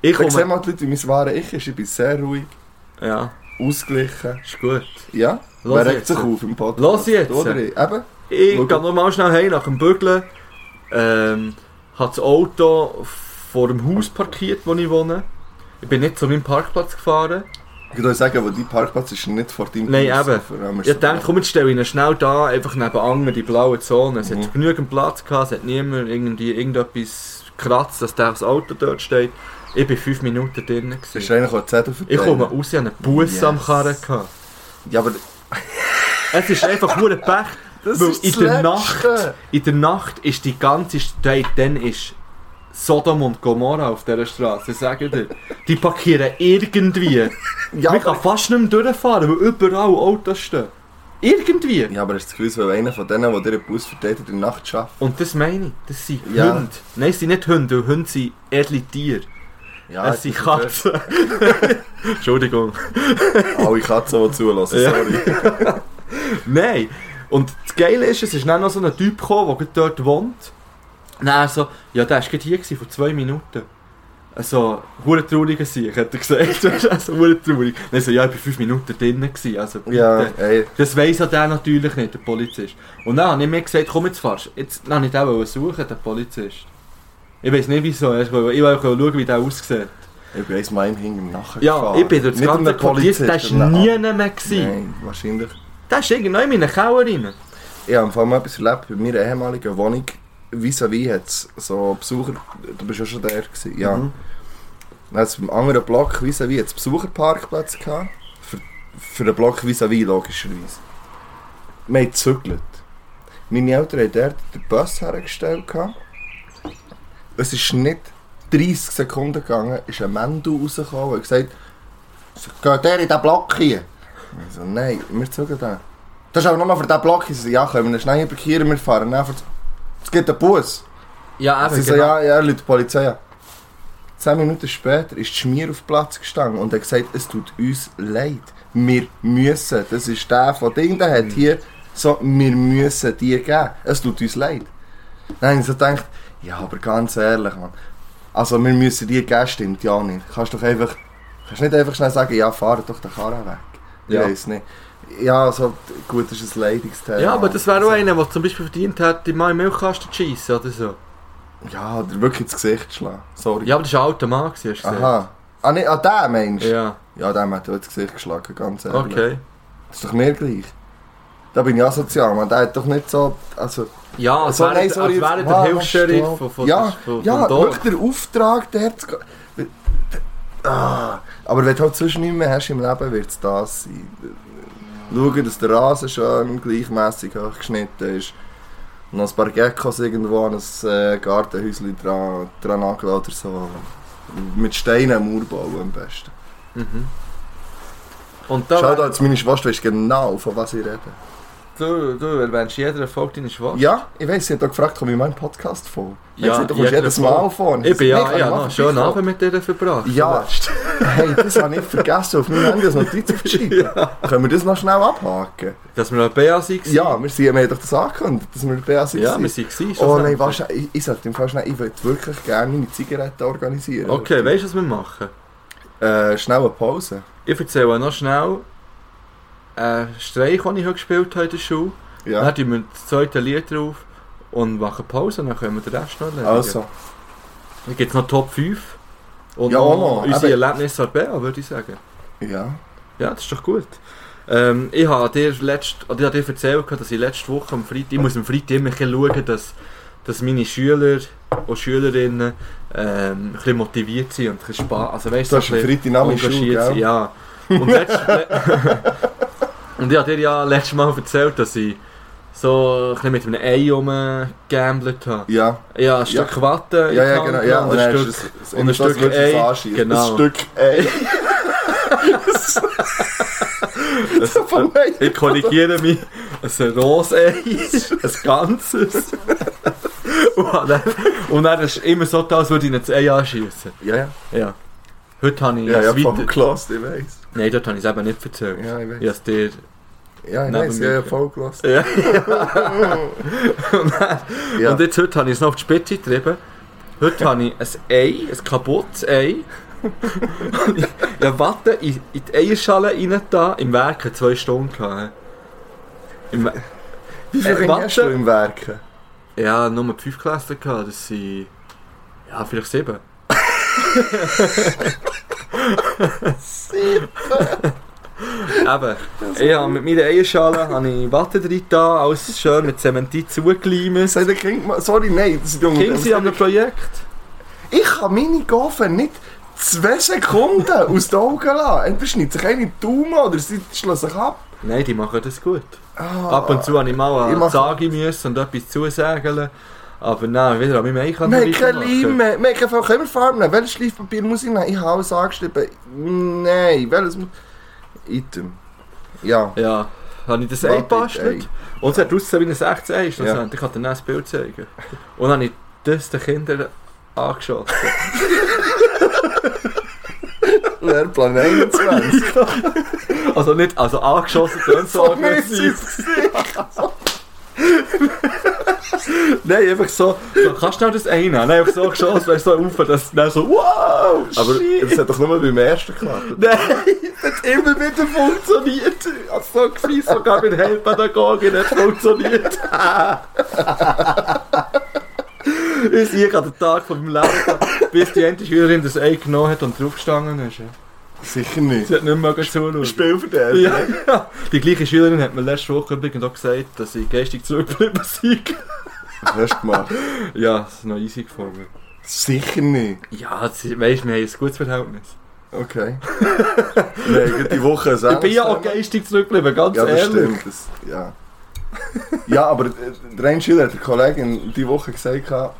Speaker 2: Ich
Speaker 1: ich sehe
Speaker 2: komme...
Speaker 1: mal die Leute, wie mein wahre Ich ist. Ich bin sehr ruhig,
Speaker 2: Ja,
Speaker 1: ausgeglichen.
Speaker 2: ist gut.
Speaker 1: Ja,
Speaker 2: Los
Speaker 1: wer regt
Speaker 2: jetzt.
Speaker 1: sich auf im Podcast?
Speaker 2: Los jetzt.
Speaker 1: Oder? ich? Eben.
Speaker 2: Ich
Speaker 1: Schau.
Speaker 2: gehe nochmal schnell heim nach dem Bügeln. Ähm, habe das Auto vor dem Haus parkiert, wo ich wohne. Ich bin nicht zu meinem Parkplatz gefahren.
Speaker 1: Ich würde sagen, wo dein Parkplatz ist nicht vor deinem
Speaker 2: Nein,
Speaker 1: Haus,
Speaker 2: eben.
Speaker 1: für Amers-
Speaker 2: Ich dachte, komm, jetzt stelle ich ihn schnell da, einfach neben anderen die blaue Zone. Es
Speaker 1: Mhm.
Speaker 2: hat genügend Platz gehabt, es hat niemand irgendwie irgendetwas gekratzt, dass das Auto dort steht. Ich bin fünf Minuten drin.
Speaker 1: Das ist
Speaker 2: Gewesen.
Speaker 1: eigentlich auch Zettel für
Speaker 2: Ich komme raus, ich habe einen Bus
Speaker 1: Yes.
Speaker 2: am Karren. Gehabt.
Speaker 1: Ja, aber
Speaker 2: Es ist einfach nur ein Pech.
Speaker 1: das
Speaker 2: Weil
Speaker 1: ist
Speaker 2: in
Speaker 1: das
Speaker 2: der
Speaker 1: Letzte.
Speaker 2: Nacht, in der Nacht ist die ganze Stadt, dann ist Sodom und Gomorra auf dieser Straße, ich sage dir. Die parkieren irgendwie.
Speaker 1: Ja,
Speaker 2: Man
Speaker 1: aber,
Speaker 2: kann fast nicht mehr durchfahren, weil überall Autos stehen. Irgendwie.
Speaker 1: ja, aber hast du das Gefühl, weil einer von denen, der dir den Bus verteilt, in der Nacht schafft?
Speaker 2: Und das meine ich, das sind
Speaker 1: Ja.
Speaker 2: Hunde. Nein, es sind nicht Hunde, weil Hunde sind edle Tiere.
Speaker 1: Ja,
Speaker 2: es sind
Speaker 1: jetzt ist
Speaker 2: Katzen. Entschuldigung.
Speaker 1: es- Alle Katzen, die zulassen,
Speaker 2: Ja.
Speaker 1: sorry.
Speaker 2: Nein. Und das Geile ist, es ist dann noch so ein Typ gekommen, der gerade dort wohnt. Nein, so, ja, der war gerade hier gewesen, vor zwei Minuten. Also, hure trauriger Sieg, hat er gesagt. also, hure traurig. Dann so, ja, ich war fünf Minuten drinnen. gewesen, Also, bitte.
Speaker 1: Ja, ey.
Speaker 2: Das weiss ja der natürlich nicht, der Polizist. Und dann habe ich mir gesagt, komm, jetzt fahrst du. Jetzt dann habe ich den wollen suchen, den Polizist. Ich weiß nicht wieso, ich wollte ich wollte schauen, wie der aussieht.
Speaker 1: Ich bin eins Mal im Hing im Nachen
Speaker 2: Ja,
Speaker 1: gefahren.
Speaker 2: ich bin durch das
Speaker 1: Mit einem
Speaker 2: ganze Quartier, der
Speaker 1: Polizisten,
Speaker 2: war
Speaker 1: einem
Speaker 2: nie
Speaker 1: Ab-
Speaker 2: mehr. Gewesen.
Speaker 1: Nein, wahrscheinlich.
Speaker 2: Der ist irgendwo in meiner Keller rein.
Speaker 1: Ich habe im Fall mal etwas erlebt bei meiner ehemaligen Wohnung. Vis-à-vis hat es so Besucher... Du bist ja schon der gewesen, ja.
Speaker 2: Mhm.
Speaker 1: Dann hat's beim anderen Block vis-à-vis hat's Besucherparkplätze gehabt. Für, für den Block vis-à-vis logischerweise. Wir haben gezügelt. Meine Eltern haben dort den Bus hergestellt. gehabt. Es ist nicht 30 Sekunden gegangen, ist ein Mendel rausgekommen und gesagt, geht der in diesen Block hier? Ich so, nein, wir zügeln den. Das ist aber nochmal für diesen Block. Ich so, ja, können wir ihn schnell hier parkieren, wir fahren einfach. Es gibt einen Bus.
Speaker 2: Ja, eben,
Speaker 1: Sie so,
Speaker 2: genau.
Speaker 1: ja, ja, Leute, die Polizei. an. Zehn Minuten später ist die Schmier auf den Platz gestanden und hat gesagt, es tut uns leid. Wir müssen. Das ist der von Ding, der
Speaker 2: Mhm.
Speaker 1: hat hier so, wir müssen die geben. Es tut uns leid. Dann habe ich so gedacht, ja, aber ganz ehrlich, Mann. Also, wir müssen die geben, stimmt ja nicht. Kannst doch einfach, kannst nicht einfach schnell sagen, ja, fahr doch den Karren weg. Ich
Speaker 2: Ja.
Speaker 1: weiss nicht. Ja, also, gut, das ist ein Leidungsthema.
Speaker 2: Ja, aber das wäre auch
Speaker 1: Also,
Speaker 2: einer, der zum Beispiel verdient hätte, mal im Milchkasten zu schiessen oder so.
Speaker 1: Ja, oder wirklich ins Gesicht schlagen. Sorry.
Speaker 2: Ja, aber das war ein alter Mann, gewesen, hast du gesehen.
Speaker 1: Aha. Ah, nicht, ah, der Mensch? Ja,
Speaker 2: Ja,
Speaker 1: dem hat er ins Gesicht geschlagen, ganz ehrlich.
Speaker 2: okay.
Speaker 1: Das ist doch mir gleich. Da bin ich asozial, man. Der hat doch nicht so. Also,
Speaker 2: Ja, als
Speaker 1: so,
Speaker 2: wäre als
Speaker 1: sorry,
Speaker 2: wäre
Speaker 1: jetzt-
Speaker 2: der
Speaker 1: Ah,
Speaker 2: Hilfsscheriff
Speaker 1: stopp.
Speaker 2: von, von,
Speaker 1: Ja,
Speaker 2: von, von
Speaker 1: ja,
Speaker 2: dort.
Speaker 1: wirklich der Auftrag, der hat ah, Aber wenn du halt sonst nichts mehr hast im Leben, wird es das sein. Schauen, dass der Rasen schön gleichmässig hochgeschnitten ist. Noch ein paar Geckos irgendwo an ein äh, Gartenhäuschen dran, dran angeln oder so. Mit Steinen einen Mauer bauen am besten.
Speaker 2: Mhm. Und
Speaker 1: Schau
Speaker 2: da,
Speaker 1: da, jetzt meine Schwester weiß genau, von was ich rede.
Speaker 2: du, du erwähnst jeder Erfolg deine Schwachstelle.
Speaker 1: Ja, ich weiß, sie hat auch gefragt, komme ich in meinem Podcast vor? Ich
Speaker 2: Ja,
Speaker 1: ja, gesagt, du kommst
Speaker 2: jeder
Speaker 1: jedes Mal vor.
Speaker 2: Ich bin
Speaker 1: Nee,
Speaker 2: ja,
Speaker 1: kann
Speaker 2: ja,
Speaker 1: machen,
Speaker 2: noch einen schönen
Speaker 1: ich komme.
Speaker 2: Abend mit dir verbracht.
Speaker 1: Ja, hey, das habe ich vergessen, auf meinem Handy als Notiz aufgeschrieben. Können wir das noch schnell abhaken?
Speaker 2: Dass wir an BA waren.
Speaker 1: Ja, wir, sind, wir haben doch das angekündigt, dass wir bei sind.
Speaker 2: ja wir waren.
Speaker 1: Oh nein, was, ich, ich sollte im Fall schnell, ich würde wirklich gerne meine Zigaretten organisieren.
Speaker 2: Okay, weißt du, was wir machen?
Speaker 1: Äh, schnell eine Pause.
Speaker 2: Ich erzähle noch schnell einen Streich, den ich heute gespielt habe in der Schule.
Speaker 1: Ja,
Speaker 2: Dann tun wir das zweite Lied drauf und machen Pause und dann können wir den Rest noch erledigen.
Speaker 1: also.
Speaker 2: Dann gibt es noch Top 5. Und
Speaker 1: Ja,
Speaker 2: noch
Speaker 1: auch noch,
Speaker 2: unsere
Speaker 1: eben.
Speaker 2: Erlebnisse an BA, würde ich sagen.
Speaker 1: Ja.
Speaker 2: Ja, das ist doch gut. Ähm, ich habe dir, letzt, oder ich habe dir erzählt, gehabt, dass ich letzte Woche am Freitag, ich muss am Freitag immer ein bisschen schauen, dass, dass meine Schüler und Schülerinnen ähm, ein bisschen motiviert sind und ein bisschen Spaß, also weißt
Speaker 1: Du hast einen Freitagnachmittag in der Schule,
Speaker 2: engagiert sind.
Speaker 1: gell?
Speaker 2: Ja. Und, letzt, und ich habe dir ja letztes Mal erzählt, dass ich so ein bisschen mit einem Ei rumgegambelt habe.
Speaker 1: Ja.
Speaker 2: Ja, ein Stück Watte in
Speaker 1: Ja,
Speaker 2: die
Speaker 1: ja,
Speaker 2: Hand
Speaker 1: genau. Ja,
Speaker 2: genommen und ein Stück
Speaker 1: ist
Speaker 2: und ein Stück Ei. Genau.
Speaker 1: Ein Stück Ei. das ist von Ei.
Speaker 2: Ich korrigiere mich. Ein Rosei, ein ganzes. Und dann, und dann ist immer so, da, als würde ich ihn ins Ei anschiessen.
Speaker 1: Ja, ja.
Speaker 2: Ja. Heute habe ich
Speaker 1: Ja, ja,
Speaker 2: es
Speaker 1: voll gelost, ich weiss.
Speaker 2: Nein, dort habe ich es eben nicht erzählt.
Speaker 1: Ja, ich weiss.
Speaker 2: Ich habe es dir...
Speaker 1: Ja, ich
Speaker 2: Neben
Speaker 1: weiss, ja, ja,
Speaker 2: mir.
Speaker 1: voll gelost.
Speaker 2: Ja. und, dann,
Speaker 1: Ja.
Speaker 2: und jetzt heute habe ich es noch auf die Spitze getrieben. Heute habe ich ein Ei, ein kaputtes Ei. Und ich ich habe Watte in, in die Eierschale rein da, im Werk hat zwei Stunden gehabt. Im, We-
Speaker 1: Wie viel
Speaker 2: Äh,
Speaker 1: Ringe hast du
Speaker 2: warte.
Speaker 1: im Werken?
Speaker 2: ja, nur fünf Klassen gehabt, das sind. Ja, vielleicht sieben. Eben, ich habe mit meiner Eierschale habe ich Watte drin da, alles schön mit Zementit zugeleimt.
Speaker 1: Sei der King mal. Sorry, nein, das ist dumm.
Speaker 2: Ging sie an einem Projekt?
Speaker 1: Ich kann meine Gaufen nicht zwei Sekunden aus den Augen lassen. Entweder schneidet sich eine Daumen oder sie schlägt sich ab.
Speaker 2: Nein, die machen das gut.
Speaker 1: Ah,
Speaker 2: Ab und zu habe ich mal
Speaker 1: Ich
Speaker 2: eine
Speaker 1: mache-
Speaker 2: Sage müssen und etwas zusägeln. Aber nein, wieder an meinem Einkant.
Speaker 1: Wir haben keine Leim mehr. Wir haben keine Kömmerfarben. Welches Schleifpapier muss ich nehmen? Ich habe alles angeschrieben. Nein, welches muss... Item. Ja.
Speaker 2: Ja, habe ich das
Speaker 1: Warte,
Speaker 2: Ei gebastelt.
Speaker 1: ey.
Speaker 2: Und es hat ausgesehen wie ein echtes Ei. Ja. Ich kann dir dann ein Bild zeigen. Und dann habe ich das den Kindern angeschossen.
Speaker 1: Lehrplan 21.
Speaker 2: Also nicht, also angeschossen, dann so
Speaker 1: so mäßig.
Speaker 2: aggressiv. Nein, einfach so, so kannst du noch das Ei nehmen? Nein, einfach so geschossen, weißt du, so auf, dass es dann so, wow,
Speaker 1: Aber
Speaker 2: shit.
Speaker 1: das hat doch nur beim ersten geklappt.
Speaker 2: Nein, das hat immer wieder funktioniert. Also so gefies, sogar mit Heilpädagogin hat funktioniert. Bis ich an den Tag von meinem Leben gehabt, bis die eine Schülerin das Ei genommen hat und draufgestanden ist.
Speaker 1: Sicher nicht.
Speaker 2: Sie hat nicht mehr zuschauen.
Speaker 1: Spielverderber.
Speaker 2: Ja, ja. Die gleiche Schülerin hat mir letzte Woche übrigens auch gesagt, dass ich geistig zurückgeblieben sei.
Speaker 1: Hast du gemacht?
Speaker 2: Ja, das ist noch easy gefunden.
Speaker 1: Sicher nicht.
Speaker 2: Ja, das ist- weisst, wir haben ein gutes Verhältnis.
Speaker 1: Okay. Nein, gut, die Woche selbst.
Speaker 2: Ich bin ja auch geistig zurückgeblieben, ganz
Speaker 1: Ja, das
Speaker 2: ehrlich.
Speaker 1: stimmt. Das, ja. ja, aber der der Rain Schiller hat der Kollegin diese Woche gesagt, gehabt,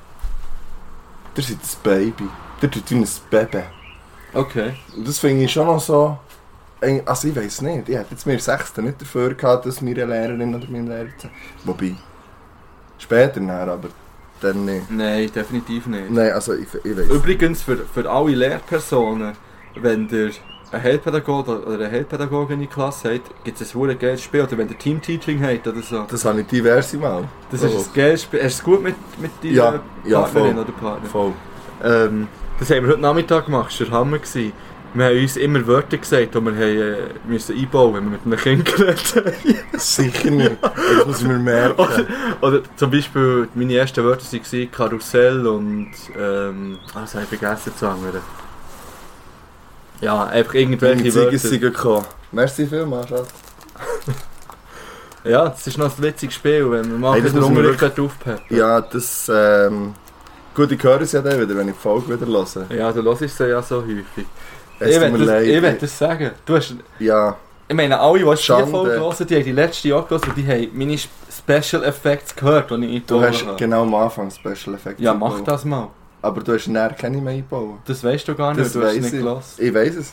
Speaker 1: ihr seid ein Baby. Ihr tut wie ein Baby.
Speaker 2: Okay.
Speaker 1: Und das finde ich schon noch so... ein- Also ich weiß nicht, ich hätte jetzt mir Sechsten nicht dafür gehabt, dass meine Lehrerin oder mein Lehrer... zu- Wobei, später näher, aber dann nicht.
Speaker 2: Nein, definitiv nicht.
Speaker 1: Nein, also ich, ich weiß.
Speaker 2: Übrigens für, für alle Lehrpersonen, wenn ihr einen Heilpädagoge oder eine Heilpädagogin in die Klasse habt, gibt es ein verdammt geiles Spiel. Oder wenn ihr Teamteaching habt oder so.
Speaker 1: Das habe ich diverse Mal.
Speaker 2: Das ist ein geiles Spiel. Hast du es gut mit, mit deiner
Speaker 1: Oh. Ja, ja,
Speaker 2: Partnerin
Speaker 1: voll.
Speaker 2: oder Partner?
Speaker 1: Voll.
Speaker 2: Ähm, das haben wir heute Nachmittag gemacht, das war der Hammer. Gewesen. Wir haben uns immer Wörter gesagt, die wir haben, äh, müssen einbauen wenn wir mit einem Kind geredet haben.
Speaker 1: Sicher nicht. Das muss ich mir
Speaker 2: Oder,
Speaker 1: merken.
Speaker 2: oder zum Beispiel, meine ersten Wörter waren Karussell und. Ähm, ah, das habe ich vergessen zu anderen. Ja, einfach
Speaker 1: Meine
Speaker 2: irgendwelche
Speaker 1: Ziege
Speaker 2: Wörter.
Speaker 1: sind gekommen. Merci vielmals, Schatz.
Speaker 2: Ja, das ist noch ein witziges Spiel, wenn man mal
Speaker 1: Hey, das
Speaker 2: den
Speaker 1: muss man
Speaker 2: Unglück aufpeppen.
Speaker 1: Ja, das. Ähm, gut, ich höre es ja dann wieder, wenn ich die Folge wieder höre.
Speaker 2: Ja, du hörst es ja so häufig.
Speaker 1: Es
Speaker 2: ich
Speaker 1: tut mir
Speaker 2: will das,
Speaker 1: leid.
Speaker 2: ich will das sagen. Du hast,
Speaker 1: Ja,
Speaker 2: ich meine, alle, die schon
Speaker 1: Schande.
Speaker 2: die Folge hören, die haben die letzte Jahr gehört und die haben meine Sp- Special Effects gehört, die ich
Speaker 1: du
Speaker 2: eingebaut
Speaker 1: hast
Speaker 2: habe.
Speaker 1: genau am Anfang Special Effects.
Speaker 2: Ja, mach
Speaker 1: eingebaut.
Speaker 2: das mal.
Speaker 1: Aber du hast näher keine mehr einbauen.
Speaker 2: Das weißt du gar nicht,
Speaker 1: Das
Speaker 2: du hast es
Speaker 1: weiss
Speaker 2: nicht
Speaker 1: ich.
Speaker 2: gelassen.
Speaker 1: Ich weiß es.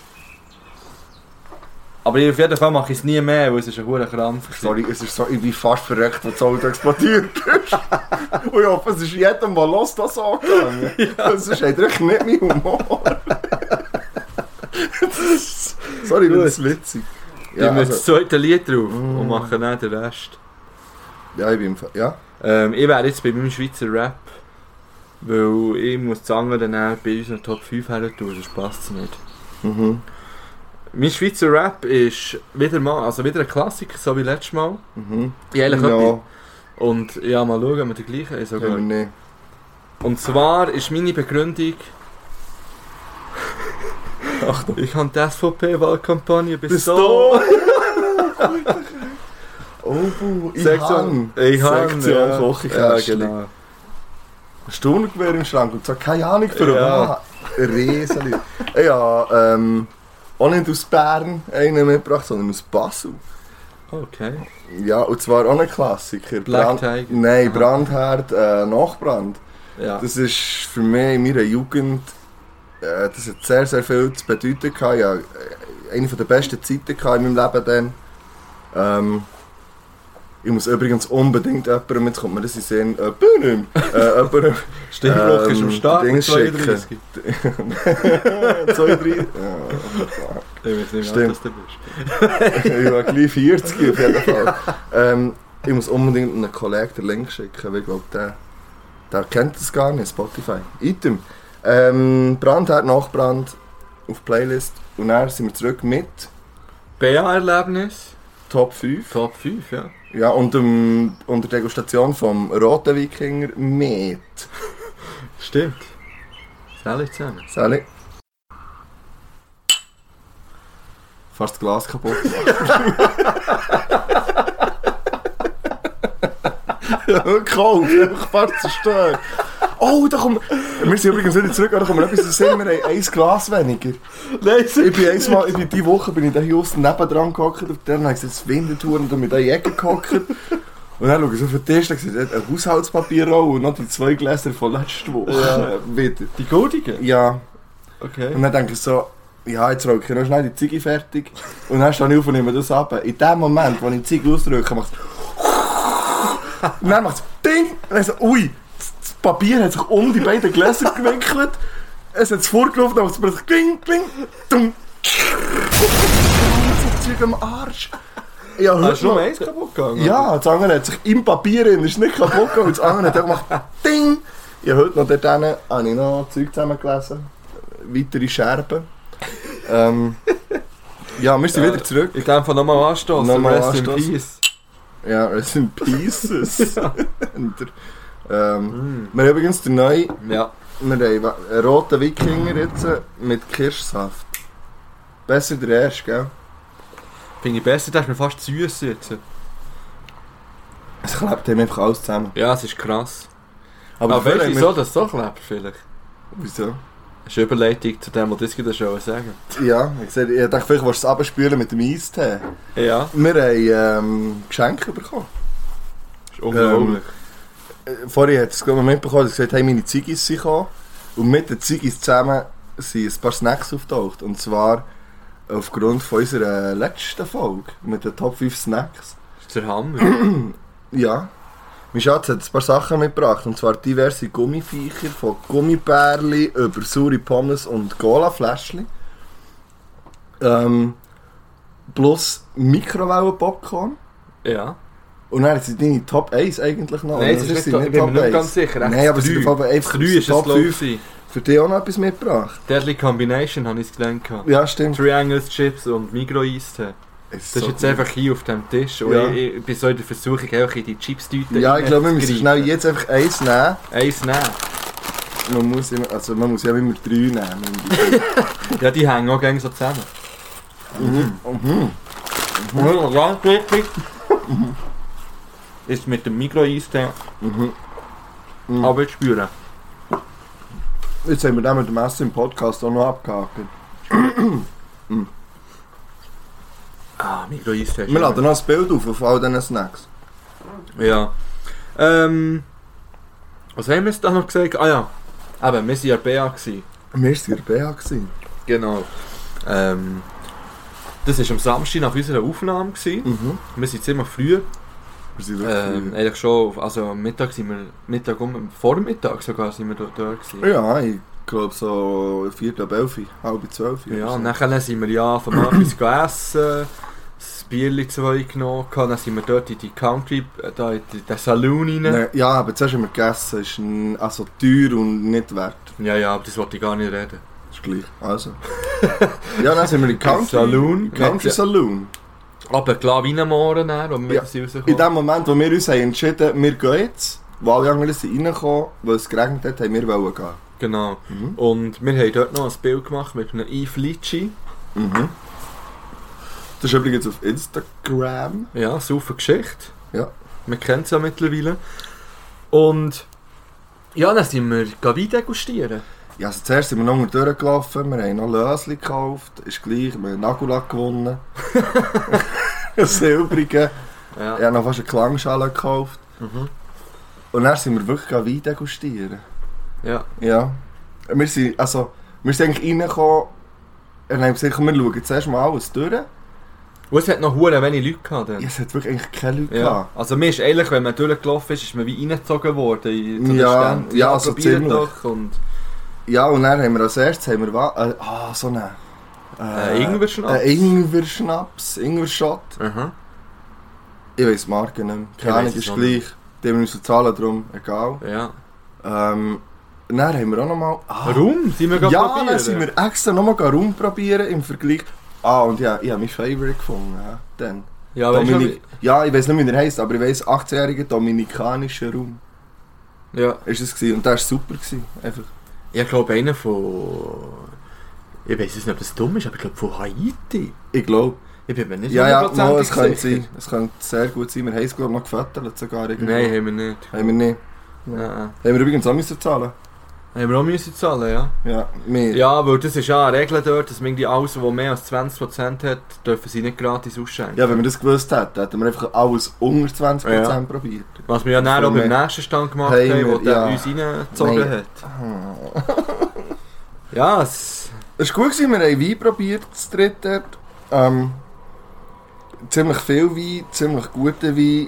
Speaker 2: Aber auf jeden Fall mache ich es nie mehr, weil es ist ein hoher Krampf. gewesen.
Speaker 1: Sorry, es ist so, ich bin fast verreckt, als das Auto explodiert ist. Und ich hoffe, es ist jedem mal los, das angegangen. ja. Sonst hat echt nicht mein Humor. Das ist- Sorry,
Speaker 2: Gut.
Speaker 1: das ist witzig.
Speaker 2: Ich
Speaker 1: Ja,
Speaker 2: nehme
Speaker 1: also,
Speaker 2: das zweite Lied drauf
Speaker 1: Mm.
Speaker 2: und mache dann den Rest.
Speaker 1: ja, ich bin im Fall. Ja,
Speaker 2: Ähm, ich wäre jetzt bei meinem Schweizer Rap, weil ich muss die anderen dann bei unseren Top 5 her tun, sonst passt es nicht.
Speaker 1: mhm.
Speaker 2: Mein Schweizer Rap ist wieder mal, also wieder ein Klassiker, so wie letztes Mal.
Speaker 1: Mhm.
Speaker 2: Ja, eigentlich
Speaker 1: ja,
Speaker 2: etwas. Und ja, mal schauen, ob wir den gleichen haben sogar.
Speaker 1: aber nicht.
Speaker 2: Und zwar ist meine Begründung. Achtung. Ich habe die SVP-Wahlkampagne bis so.
Speaker 1: Oh, buh, ich
Speaker 2: Sektion.
Speaker 1: Sektion,
Speaker 2: Ich habe.
Speaker 1: Sektion Kochkästchen. Ein Sturmgewehr im Schrank und so, keine Ahnung für
Speaker 2: Ja.
Speaker 1: was. Rieselig. ja, ähm, auch nicht aus Bern einen mitgebracht, sondern aus Basel.
Speaker 2: genau. Okay.
Speaker 1: Ja, und zwar auch ein Klassiker.
Speaker 2: Black Tiger.
Speaker 1: Nein,
Speaker 2: Aha.
Speaker 1: Brandherd, äh, Nachbrand.
Speaker 2: Ja.
Speaker 1: Das ist für mich in meiner Jugend, äh, das hat sehr, sehr viel zu bedeuten gehabt. äh, Ja, eine der besten Zeiten gehabt in meinem Leben dann. Ähm, Ich muss übrigens unbedingt jemandem, jetzt kommt mir das in den Sinn, äh, Bühnem, äh, jemandem
Speaker 2: Stimmbruch ist
Speaker 1: Ähm,
Speaker 2: am Start mit
Speaker 1: Dings
Speaker 2: 32.
Speaker 1: zwei, drei, ja,
Speaker 2: Ich weiß nicht, wie alt
Speaker 1: Stimmt.
Speaker 2: das du bist.
Speaker 1: ich war gleich 40 auf jeden Fall. Ähm, ich muss unbedingt einem Kollegen den Link schicken, weil ich glaube, der, der kennt das gar nicht, Spotify. Item. Ähm, Brandherd, Nachbrand auf Playlist und dann sind wir zurück mit
Speaker 2: BA-Erlebnis,
Speaker 1: Top 5.
Speaker 2: Top 5, ja.
Speaker 1: Ja, und ähm, unter Degustation vom Roten Wikinger mit.
Speaker 2: Stimmt. Sally zusammen.
Speaker 1: Sally. Fast das Glas kaputt. Kalt, einfach fast zerstört. Oh, da kommt. Wir sind übrigens wieder zurück, aber da kommt mir etwas in den Sinn. Wir haben ein Glas weniger.
Speaker 2: Nein,
Speaker 1: Ich bin einmal, ich bin diese Woche bin ich da hier außen nebendran gehockt und dann habe ich gesagt, es windet verdammt und dann mit der Jäger gehockt. Und dann schaue ich so auf den Tisch und sehe ein Haushaltspapierroll und noch die zwei Gläser von letzter Woche. Äh,
Speaker 2: Ja.
Speaker 1: Wieder.
Speaker 2: Die Goldigen?
Speaker 1: Ja. Und
Speaker 2: Okay.
Speaker 1: dann denke ich so, ja, jetzt rauche ich noch schnell die Ziege fertig. Und dann stehe ich auf und nehme das ab. In dem Moment, wo ich die Ziege ausdrücke, macht es. Und dann macht es Ding! Und dann so, ui, das das Papier hat sich um die beiden Gläser gewickelt. Es hat es vorgelaufen, dann macht es plötzlich Kling, Kling, Dumm. Das Zeug am Arsch. Ja, hörst
Speaker 2: Hast du
Speaker 1: du
Speaker 2: Ah, noch
Speaker 1: mal.
Speaker 2: eins kaputt gegangen?
Speaker 1: Ja, das andere hat sich im Papier in ist nicht kaputt gegangen. und Das andere hat auch gemacht Ding! Ich habe heute noch dort hinten, habe ich noch Zeug zusammengelesen. Weitere Scherben. Ähm, ja, wir sind
Speaker 2: Ja.
Speaker 1: wieder zurück.
Speaker 2: Ich kann einfach nochmal anstoßen.
Speaker 1: Nochmal
Speaker 2: Rest in
Speaker 1: anstossen.
Speaker 2: Peace.
Speaker 1: Ja, es sind Pieces.
Speaker 2: Ja.
Speaker 1: Und der, ähm,
Speaker 2: Mm.
Speaker 1: wir haben übrigens den neuen,
Speaker 2: ja.
Speaker 1: wir haben wa- einen roten Wikinger jetzt äh, mit Kirschsaft. Besser der erste, gell?
Speaker 2: Finde ich besser, das ist mir fast süß jetzt.
Speaker 1: Es klebt ihm einfach alles zusammen.
Speaker 2: Ja, es ist krass.
Speaker 1: Aber,
Speaker 2: Aber,
Speaker 1: dafür
Speaker 2: weißt
Speaker 1: haben
Speaker 2: du,
Speaker 1: wir-
Speaker 2: wieso das so klebt vielleicht?
Speaker 1: Wieso?
Speaker 2: Das ist eine Überleitung zu dem, was ich das schon sagen
Speaker 1: Ja, ich, seh- ich dachte, vielleicht willst du es abspülen mit dem Eistee.
Speaker 2: Ja,
Speaker 1: Wir haben ähm, Geschenke bekommen.
Speaker 2: ist unglaublich.
Speaker 1: Äh, Vorher hat es gerade mal mitbekommen, dass gesagt, hey, meine Ziggis sind gekommen. Und mit den Ziggis zusammen sind ein paar Snacks auftaucht. Und zwar aufgrund von unserer letzten Folge mit den Top 5 Snacks.
Speaker 2: Das ist der Hammer.
Speaker 1: Ja. Mein Schatz hat ein paar Sachen mitgebracht. Und zwar diverse Gummiviecher von Gummibärli über saure Pommes und Cola-Fläschchen. Ähm, plus Mikrowellen-Popcorn.
Speaker 2: ja.
Speaker 1: Und dann sind deine Top nou, 1 eigentlich noch.
Speaker 2: Nein,
Speaker 1: oder?
Speaker 2: es ist
Speaker 1: Das
Speaker 2: nicht
Speaker 1: sind
Speaker 2: Top- ich bin mir nicht
Speaker 1: Top
Speaker 2: ganz
Speaker 1: 1.
Speaker 2: sicher. Echt
Speaker 1: Nein, aber es
Speaker 2: drei.
Speaker 1: sind auf jeden Fall einfach
Speaker 2: Drei ist es,
Speaker 1: Top 5.
Speaker 2: glaube ich.
Speaker 1: Für dich auch noch etwas mitgebracht.
Speaker 2: Deadly Combination habe ich es gelernt. gehabt.
Speaker 1: Ja, stimmt.
Speaker 2: Triangles, Chips und Migro-Eistee.
Speaker 1: Es
Speaker 2: Das ist
Speaker 1: so
Speaker 2: jetzt
Speaker 1: gut.
Speaker 2: einfach hier auf dem Tisch. Und
Speaker 1: Ja.
Speaker 2: ich, ich bin so in der Versuchung, einfach in die Chips-Tüte
Speaker 1: Ja, ich glaube, wir müssen
Speaker 2: reinzugreifen.
Speaker 1: schnell jetzt einfach eins nehmen.
Speaker 2: Eins nehmen.
Speaker 1: Man muss, immer, also man muss ja immer drei nehmen.
Speaker 2: Ja, die hängen auch gerne so zusammen.
Speaker 1: mhm. Mhm.
Speaker 2: Ja, wirklich. Ist mit dem Migro-Eistee
Speaker 1: Mhm. Mhm.
Speaker 2: abzuspüren.
Speaker 1: Jetzt haben wir den mit dem Essen im Podcast auch noch abgehakt.
Speaker 2: Ah, Migro-Eistee. ist
Speaker 1: Wir
Speaker 2: immer-
Speaker 1: laden noch ein Bild auf auf all diesen Snacks.
Speaker 2: Ja. Ähm. Was haben wir jetzt da noch gesagt? Ah ja. Eben, wir waren ja BA. Gewesen.
Speaker 1: Wir waren bei BH. gewesen.
Speaker 2: Genau. Ähm. Das war am Samstag nach unserer Aufnahme. Gewesen.
Speaker 1: Mhm.
Speaker 2: Wir sind ziemlich früh.
Speaker 1: Wir sind
Speaker 2: Ähm,
Speaker 1: wirklich
Speaker 2: eigentlich schon, auf- also am Mittag sind wir, Mittag um, vor dem Mittag sogar sind wir dort, dort gewesen.
Speaker 1: Ja, ich glaube so 4. ab 11, halb 12.
Speaker 2: Ja, nou, und nachher sind wir ja von Markus gegessen, das Bierli zwei genommen, gehabt, dann sind wir dort in die Country, äh, da in die- den Saloon rein.
Speaker 1: Nein, ja, aber zuerst haben wir gegessen, ist n- also teuer und nicht wert.
Speaker 2: Ja, ja, aber das wollte ich gar nicht reden.
Speaker 1: Ist gleich. Also. ja, dann sind wir in Country
Speaker 2: Saloon.
Speaker 1: Country
Speaker 2: Mit-
Speaker 1: Saloon.
Speaker 2: Aber klar, wie am Morgen dann, wo wir
Speaker 1: Ja,
Speaker 2: ja, rausgekommen
Speaker 1: In dem Moment, wo wir uns haben entschieden wir gehen jetzt, wo alle anderen sind reingekommen, weil es geregnet hat, haben wir wollen gehen.
Speaker 2: Genau.
Speaker 1: Mhm.
Speaker 2: Und wir haben dort noch ein Bild gemacht mit einem Yves Litchi.
Speaker 1: Mhm. Das ist übrigens auf Instagram.
Speaker 2: Ja, super Geschichte.
Speaker 1: Ja.
Speaker 2: Man kennt es ja mittlerweile. Und ja, dann sind wir gehen Wein degustieren.
Speaker 1: Ja, also zuerst sind wir noch durchgelaufen, wir haben noch Lösli gekauft, ist gleich, wir haben Nagellack gewonnen. das Silbrige.
Speaker 2: Ja.
Speaker 1: Ich habe noch fast eine Klangschale gekauft.
Speaker 2: Mhm.
Speaker 1: Und dann sind wir wirklich gehen Wein degustieren.
Speaker 2: ja.
Speaker 1: Ja. Wir sind, also, wir sind eigentlich reingekommen und haben gesagt, komm, wir schauen zuerst mal alles durch.
Speaker 2: Und es hat noch hure wenig Leute gehabt. Dann.
Speaker 1: Ja, es hat wirklich eigentlich keine Leute
Speaker 2: Ja.
Speaker 1: gehabt.
Speaker 2: Also mir ist ehrlich, wenn man durchgelaufen ist, ist man wie reingezogen worden. in- zu den
Speaker 1: Ja,
Speaker 2: Ständen.
Speaker 1: ja, also
Speaker 2: probier
Speaker 1: ziemlich.
Speaker 2: Doch. Und,
Speaker 1: Ja, und dann haben wir als erstes haben wir wa- äh, ah, so einen...
Speaker 2: äh, Ingwer-Schnaps.
Speaker 1: Äh, Ingwer-Schnaps, Ingwer-Shot.
Speaker 2: Aha.
Speaker 1: Ich weiss die Marke nicht mehr. Keine
Speaker 2: Ich
Speaker 1: Ahnung,
Speaker 2: weiss es
Speaker 1: ist
Speaker 2: auch
Speaker 1: gleich. Die haben wir müssen zahlen, darum egal.
Speaker 2: Ja.
Speaker 1: Ähm, dann haben wir auch nochmal... Ah,
Speaker 2: Warum? Sind wir gerade
Speaker 1: ja,
Speaker 2: probieren?
Speaker 1: dann sind wir extra nochmal rumprobieren im Vergleich... Ah, und ja, ich habe mein Favorite gefunden. Ja, dann.
Speaker 2: Ja, weißt du,
Speaker 1: Dominik- ja, ich weiß nicht, wie er heisst, aber ich weiß 18-jähriger dominikanischer Raum.
Speaker 2: ja.
Speaker 1: Ist es gewesen. Und der war super. Gewesen, einfach.
Speaker 2: Ich glaube, einer von. Ich weiß nicht, ob das dumm ist, aber ich glaube von Haiti.
Speaker 1: Ich glaube.
Speaker 2: Ich bin mir nicht
Speaker 1: Ja, ja,
Speaker 2: 100%
Speaker 1: no, es könnte
Speaker 2: sicher.
Speaker 1: sein. Es könnte sehr gut sein. Wir haben es, glaube ich, noch gefettelt sogar. irgendwo.
Speaker 2: Nein, haben wir nicht.
Speaker 1: Haben wir nicht.
Speaker 2: Nein.
Speaker 1: Haben wir übrigens auch müssen zahlen
Speaker 2: Haben wir auch müssen zahlen, ja?
Speaker 1: Ja, wir.
Speaker 2: Ja, weil das ist ja eine Regel dort, dass man irgendwie alles, was mehr als 20% hat, dürfen sie nicht gratis ausschenken.
Speaker 1: Ja, wenn wir das gewusst hätten, hätten wir einfach alles unter 20%
Speaker 2: Ja.
Speaker 1: probiert.
Speaker 2: Was wir ja dann auch beim nächsten Stand gemacht
Speaker 1: Hey,
Speaker 2: haben, wo
Speaker 1: wir-
Speaker 2: der
Speaker 1: ja.
Speaker 2: uns reingezogen
Speaker 1: Nein.
Speaker 2: hat.
Speaker 1: Ah.
Speaker 2: Ja, es...
Speaker 1: Es war gut, gewesen, wir haben Wein probiert, das dritte. Ähm, ziemlich viel Wein, ziemlich guten Wein. Äh,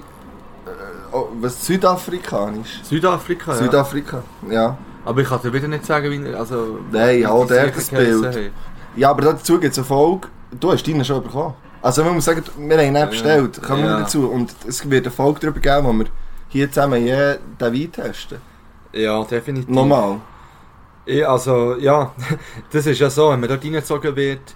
Speaker 1: oh, was südafrikanisch?
Speaker 2: Südafrika, Ah, ja.
Speaker 1: Südafrika, ja.
Speaker 2: Aber ich kann dir wieder nicht sagen, wie... Also,
Speaker 1: Nein,
Speaker 2: wie
Speaker 1: auch
Speaker 2: die
Speaker 1: der
Speaker 2: sicher
Speaker 1: das
Speaker 2: geheissen
Speaker 1: Bild.
Speaker 2: haben.
Speaker 1: Ja, aber dazu gibt es eine Folge. Du hast deinen schon bekommen. Also man muss sagen, wir haben ihn bestellt. Kommen wir
Speaker 2: Ja.
Speaker 1: dazu. Und es wird eine Folge darüber geben, wo wir hier zusammen je den Wein testen.
Speaker 2: Ja, definitiv.
Speaker 1: Nochmal.
Speaker 2: Ja, also, ja, das ist ja so, wenn man dort reingezogen wird,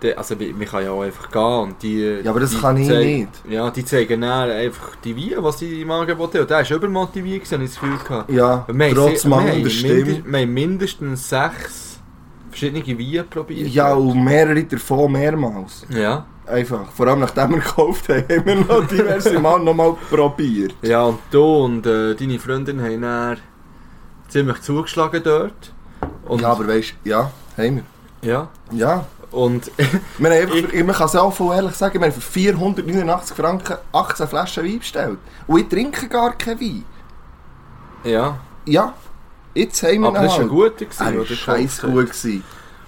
Speaker 2: dann- also wie- man kann ja auch einfach gehen und die...
Speaker 1: Ja, aber das
Speaker 2: die
Speaker 1: kann ich
Speaker 2: zei-
Speaker 1: nicht.
Speaker 2: Ja, die zeigen dann einfach die Weine, was sie im Angebot haben. Und der war übermotiviert, gewesen, habe ich das Gefühl gehabt.
Speaker 1: Ja,
Speaker 2: Wir haben
Speaker 1: trotz
Speaker 2: sehr- wir haben
Speaker 1: mangelnder Stimme.
Speaker 2: mindest- Wir haben mindestens sechs verschiedene Weine probiert.
Speaker 1: Ja, und mehrere davon mehrmals.
Speaker 2: Ja,
Speaker 1: Einfach. Vor allem nachdem wir gekauft haben, haben wir noch diverse Mal nochmal probiert.
Speaker 2: ja und du und äh, deine Freundin haben dann ziemlich zugeschlagen dort. Und,
Speaker 1: ja, aber weißt du, ja, haben
Speaker 2: Ja,
Speaker 1: wir. Ja.
Speaker 2: und...
Speaker 1: Wir haben einfach,
Speaker 2: Ich-
Speaker 1: ich, man kann es auch voll ehrlich sagen, wir haben für 489 Franken 18 Flaschen Wein bestellt. Und ich trinke gar keinen Wein.
Speaker 2: ja,
Speaker 1: Ja, jetzt haben wir
Speaker 2: aber das war ein
Speaker 1: halt.
Speaker 2: guter. gewesen,
Speaker 1: Er war
Speaker 2: oder?
Speaker 1: scheiss gut. Gewesen.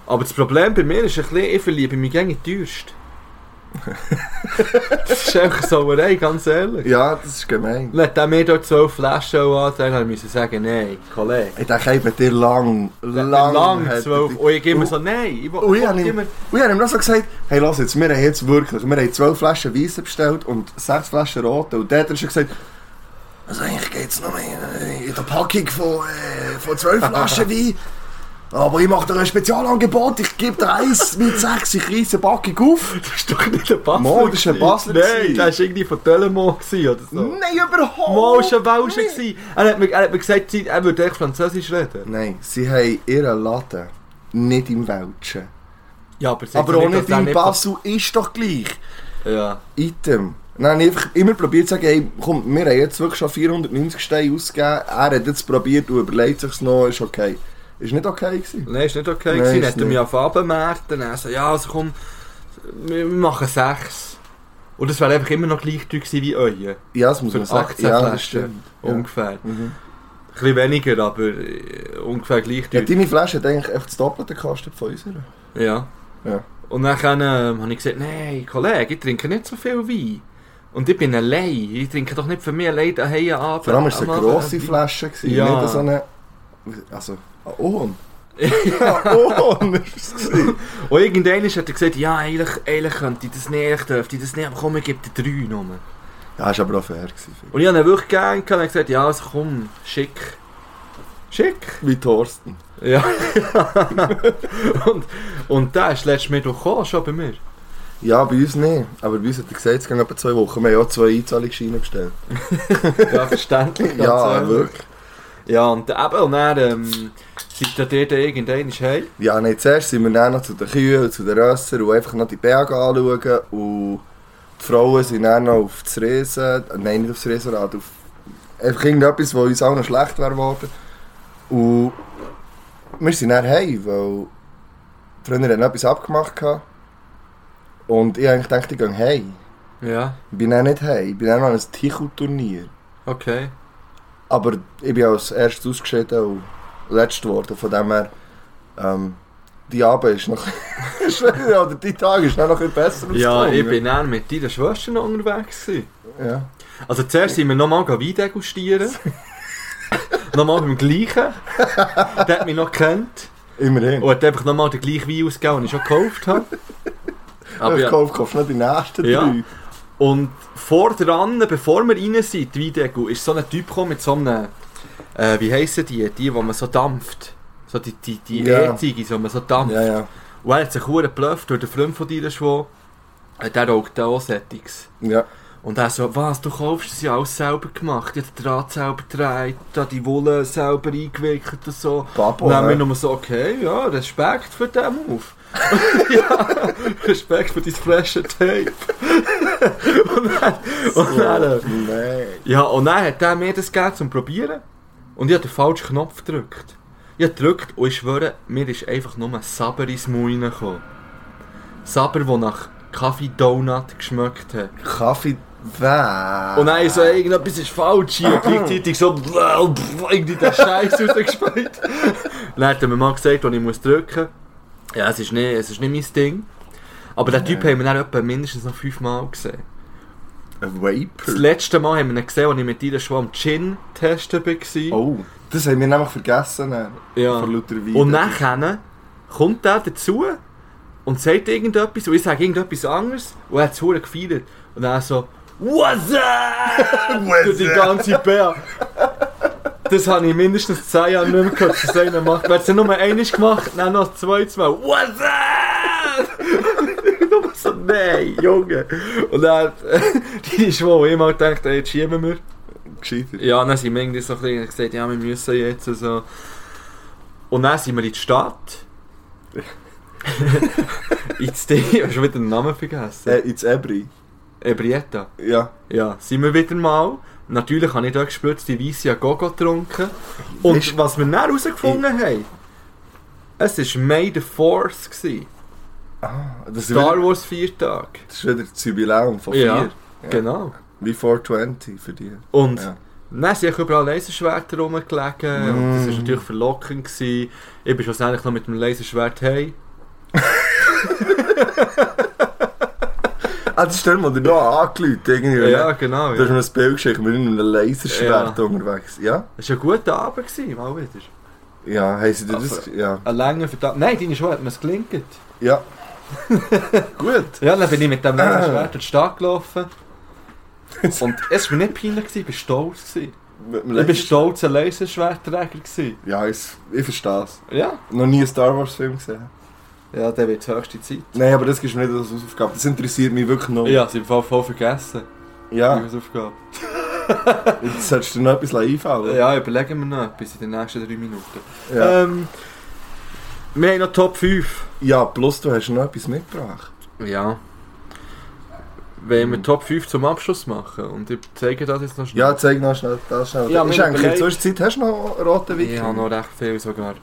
Speaker 2: Aber das Problem bei mir ist ein bisschen, ich verliebe mich gegen die teuerst. das ist einfach Sauerei, ganz ehrlich.
Speaker 1: Ja, das ist gemein.
Speaker 2: Lädt er mir dort 12 Flaschen an, dann musste ich sagen, nein, Kollege.
Speaker 1: Ich denke, ich bin dir lang, lang,
Speaker 2: Lang
Speaker 1: hat-
Speaker 2: 12. Und ich immer so, nein, ich will
Speaker 1: Und Oh, ich
Speaker 2: ich
Speaker 1: habe
Speaker 2: will
Speaker 1: ihm,
Speaker 2: immer...
Speaker 1: und ich habe ihm noch so gesagt, hey, lass jetzt, wir haben jetzt wirklich, wir haben 12 Flaschen Weissen bestellt und 6 Flaschen Rote. Und der hat er schon gesagt, also eigentlich geht es noch mehr äh, in der Packung von, äh, von 12 Flaschen Wein. Aber ich mache dir ein Spezialangebot, ich gebe dir eins mit 6, ich reisse eine Packung auf.
Speaker 2: Das ist doch nicht der Basler.
Speaker 1: Mo, das ist ein
Speaker 2: gewesen.
Speaker 1: Basler
Speaker 2: Nein,
Speaker 1: gewesen.
Speaker 2: der war irgendwie von Telemont gewesen oder so.
Speaker 1: Nein, überhaupt
Speaker 2: Mo war ein Welscher.
Speaker 1: nicht.
Speaker 2: gewesen. Er hat mir, er hat mir gesagt, sie- er würde echt Französisch reden.
Speaker 1: Nein, sie haben ihren Laden nicht im Welschen.
Speaker 2: Ja, aber,
Speaker 1: Aber auch nicht im
Speaker 2: Basel.
Speaker 1: Basel ist doch gleich.
Speaker 2: Ja.
Speaker 1: Item. Dann habe ich einfach immer probiert zu sagen, hey, komm, wir haben jetzt wirklich schon 490 Steine ausgegeben. Er hat jetzt probiert und überlegt sich noch, ist okay. Ist nicht okay gewesen.
Speaker 2: Nein, ist nicht okay.
Speaker 1: Nein,
Speaker 2: Nein,
Speaker 1: ist
Speaker 2: gewesen. Hätte
Speaker 1: nicht.
Speaker 2: mich auf Abendmärkte dann so, ja, also komm, wir wir machen sechs. Und es wäre einfach immer noch gleich teuer gewesen wie euer.
Speaker 1: Ja, das muss
Speaker 2: Für
Speaker 1: man sagen.
Speaker 2: 18
Speaker 1: Ja, das
Speaker 2: Flaschen.
Speaker 1: stimmt. Ja.
Speaker 2: Ungefähr. Ein
Speaker 1: Mhm.
Speaker 2: bisschen weniger, aber äh, ungefähr gleich
Speaker 1: Ja,
Speaker 2: teuer.
Speaker 1: deine Flasche hat eigentlich echt das Doppelte gekostet von unserer.
Speaker 2: Ja.
Speaker 1: Ja.
Speaker 2: Und dann ähm, habe ich gesagt, nein, Kollege, ich trinke nicht so viel Wein. Und ich bin allein. Ich trinke doch nicht für mich allein daheim am Abend.
Speaker 1: Vor allem war es eine
Speaker 2: am Abend
Speaker 1: grosse
Speaker 2: Wein.
Speaker 1: Flasche, gewesen,
Speaker 2: Ja.
Speaker 1: nicht so eine... Also, ein Ohn. Ja, ein Ohn ist es gewesen.
Speaker 2: Und irgendwann hat er gesagt, ja, eigentlich, eigentlich könnte ich das nicht, ich dürfte das nicht, aber komm, ich gebe dir drei Nummern.
Speaker 1: Ja, ist aber auch fair gewesen. finde
Speaker 2: Und ich habe ihn wirklich gern gehabt und er hat gesagt, ja, also komm, schick. Schick?
Speaker 1: ich. Wie Thorsten.
Speaker 2: Ja. und, und der ist letztes Mittwoch gekommen, schon bei mir.
Speaker 1: Ja, bei uns nicht. Aber bei uns hat er gesagt, es ging etwa zwei Wochen. Wir haben auch zwei Einzahlungsscheine bestellt.
Speaker 2: Ja, verständlich. ganz
Speaker 1: Ja,
Speaker 2: ehrlich.
Speaker 1: wirklich.
Speaker 2: Ja, und äh, eben, und dann ähm, seid ihr dort irgendwann ist heim.
Speaker 1: Ja, nein, zuerst sind wir dann noch zu den Kühen und zu den Rössern und einfach noch die Berge anschauen. Und die Frauen sind dann noch auf das Riesen... Nein, nicht auf das Riesenrad, auf... Einfach irgendetwas, was uns auch noch schlecht wäre geworden. Und wir sind dann heim, weil... Die Freunde hatten etwas abgemacht. gehabt. Und ich eigentlich dachte, ich gehe heim.
Speaker 2: Ja,
Speaker 1: Ich bin dann nicht heim, ich bin dann noch an einem Tichel-Turnier.
Speaker 2: okay.
Speaker 1: Aber ich bin als erstes ausgeschieden und letztes geworden. Von dem her, ähm, die Abend ist noch. ist- oder die Tage ist noch ein bisschen besser
Speaker 2: Ja,
Speaker 1: ausgegangen.
Speaker 2: ich bin dann mit deiner Schwester noch unterwegs. Gewesen.
Speaker 1: Ja.
Speaker 2: Also zuerst sind wir nochmal Wein degustieren. nochmal beim gleichen. Der hat mich noch gekannt.
Speaker 1: Immerhin.
Speaker 2: Und hat einfach nochmal den gleichen Wein ausgegeben, den ich schon gekauft habe. Aber
Speaker 1: ich
Speaker 2: ja.
Speaker 1: kaufe, kaufe noch die nächsten
Speaker 2: Ja.
Speaker 1: drei.
Speaker 2: Und vor dran, bevor wir rein sind, die Weindegu, ist so ein Typ gekommen mit so einem, äh, wie heissen die, die, wo man so dampft. So die, die, die
Speaker 1: Ja.
Speaker 2: E-Ziege, die man so dampft.
Speaker 1: Ja, ja.
Speaker 2: Und er hat sich verdammt geblufft, und der Freund von dir ist wo, äh, der raucht auch Settings.
Speaker 1: Ja.
Speaker 2: Und er so, was, du kaufst das ja alles selber gemacht, ich hab den Draht selber gedreht, da die Wolle selber eingewickelt und so.
Speaker 1: Papo.
Speaker 2: Und dann haben wir
Speaker 1: ne?
Speaker 2: nur so, okay, ja, Respekt für den Move. ja, Respekt für dein freshe Tape.
Speaker 1: oh,
Speaker 2: und dann, und dann,
Speaker 1: Nein.
Speaker 2: ja, und dann hat er mir das gegeben zum Probieren. Und ich hab den falschen Knopf gedrückt. Ich hab gedrückt und ich schwöre, mir ist einfach nur ein Saber ins Mund gekommen. Saber, der nach Kaffee-Donut geschmeckt hat.
Speaker 1: Kaffee. Wah.
Speaker 2: Und dann Oh, so, irgendetwas ist falsch hier. Und gleichzeitig so, bläh, bläh, irgendwie der Scheiß rausgespielt. Dann hat er mir mal gesagt, was ich muss drücken muss. Ja, es ist nicht, es ist nicht mein Ding. Aber den Typ haben wir dann etwa mindestens noch fünfmal gesehen.
Speaker 1: Ein
Speaker 2: Das
Speaker 1: Vapor.
Speaker 2: letzte Mal haben wir ihn gesehen, als ich mit dir schon am Gin testen war.
Speaker 1: Oh. Das haben wir nämlich vergessen. äh,
Speaker 2: Ja.
Speaker 1: Von lauter Wein.
Speaker 2: Und nachher kommt der dazu und sagt irgendetwas und ich sage irgendetwas anderes und er hat es verdammt gefeiert. Und dann so, What's up?
Speaker 1: What's
Speaker 2: Durch die
Speaker 1: up?
Speaker 2: ganze Bär. Das habe ich mindestens zwei Jahre nicht mehr gehört, dass das einer macht. Wenn es ja nur einmal gemacht, dann noch zwei, zwei. What's up? Nur so, nein, Junge. Und dann, die ist wohl immer gedacht, ey, jetzt schieben wir.
Speaker 1: äh, Gescheitert.
Speaker 2: Ja, dann sind wir irgendwie so ein bisschen gesagt, ja, wir müssen jetzt so. Und dann sind wir in die Stadt. Ins Ding, ich habe schon wieder den Namen vergessen.
Speaker 1: Äh, ins Ebri.
Speaker 2: Ebrietta.
Speaker 1: Ja.
Speaker 2: Ja, sind wir wieder mal. Natürlich habe ich dort gespritzte Weisse Gogo getrunken. Und
Speaker 1: Weisst-
Speaker 2: was wir dann herausgefunden haben, es war May the 4th. Gewesen.
Speaker 1: Ah, das ist
Speaker 2: Star
Speaker 1: wieder,
Speaker 2: Wars Viertag.
Speaker 1: das ist wieder das Jubiläum von
Speaker 2: Ja,
Speaker 1: vier.
Speaker 2: genau.
Speaker 1: Wie 420 für dich.
Speaker 2: Und
Speaker 1: Ja.
Speaker 2: Dann sind überall Laserschwerter rumgelegen und das war natürlich verlockend. Gewesen. Ich bin schlussendlich noch mit dem Laserschwert hey.
Speaker 1: Ah, das ist der, der dir noch angelüht irgendwie.
Speaker 2: Ja,
Speaker 1: ne?
Speaker 2: genau.
Speaker 1: Du hast
Speaker 2: Ja.
Speaker 1: mir ein Bild geschickt, wir sind mit einem Laserschwert
Speaker 2: Ja.
Speaker 1: unterwegs. Ja?
Speaker 2: Es war ein guter Abend, gewesen, mal wieder.
Speaker 1: Ja, haben sie dir das...
Speaker 2: Also-
Speaker 1: Ja.
Speaker 2: Ein länger Verdacht. Nein, deine Schuhe hat mir es gelinkt.
Speaker 1: Ja. Gut.
Speaker 2: Ja, dann bin ich mit dem Laserschwert durch die Stadt gelaufen. Und es war mir nicht peinlich, gewesen, ich war stolz. Gewesen.
Speaker 1: Mit dem
Speaker 2: Ich war
Speaker 1: Laser-
Speaker 2: stolz, ein Laserschwertträger. Gewesen.
Speaker 1: Ja, ich, ich verstehe es.
Speaker 2: Ja.
Speaker 1: Noch nie einen Star Wars Film gesehen.
Speaker 2: Ja, dann wird die höchste Zeit.
Speaker 1: Nein, aber das gibst mir nicht als Hausaufgabe. Das interessiert mich wirklich noch.
Speaker 2: Ja, sie haben voll, voll vergessen. Die
Speaker 1: ja.
Speaker 2: Hausaufgabe.
Speaker 1: Jetzt solltest du dir noch etwas einfallen.
Speaker 2: Ja, überlegen wir noch etwas in den nächsten drei Minuten.
Speaker 1: Ja.
Speaker 2: Ähm, wir haben noch Top 5.
Speaker 1: ja, plus du hast noch etwas mitgebracht.
Speaker 2: Ja. Wenn wir
Speaker 1: Mhm.
Speaker 2: Top 5 zum Abschluss machen und ich zeige das jetzt noch
Speaker 1: Ja, zeig noch schnell. Das schnell.
Speaker 2: Ja,
Speaker 1: ist
Speaker 2: mir
Speaker 1: eigentlich in der
Speaker 2: überlegt-
Speaker 1: Zwischenzeit hast du noch roten Wein?
Speaker 2: ich habe noch recht viel sogar.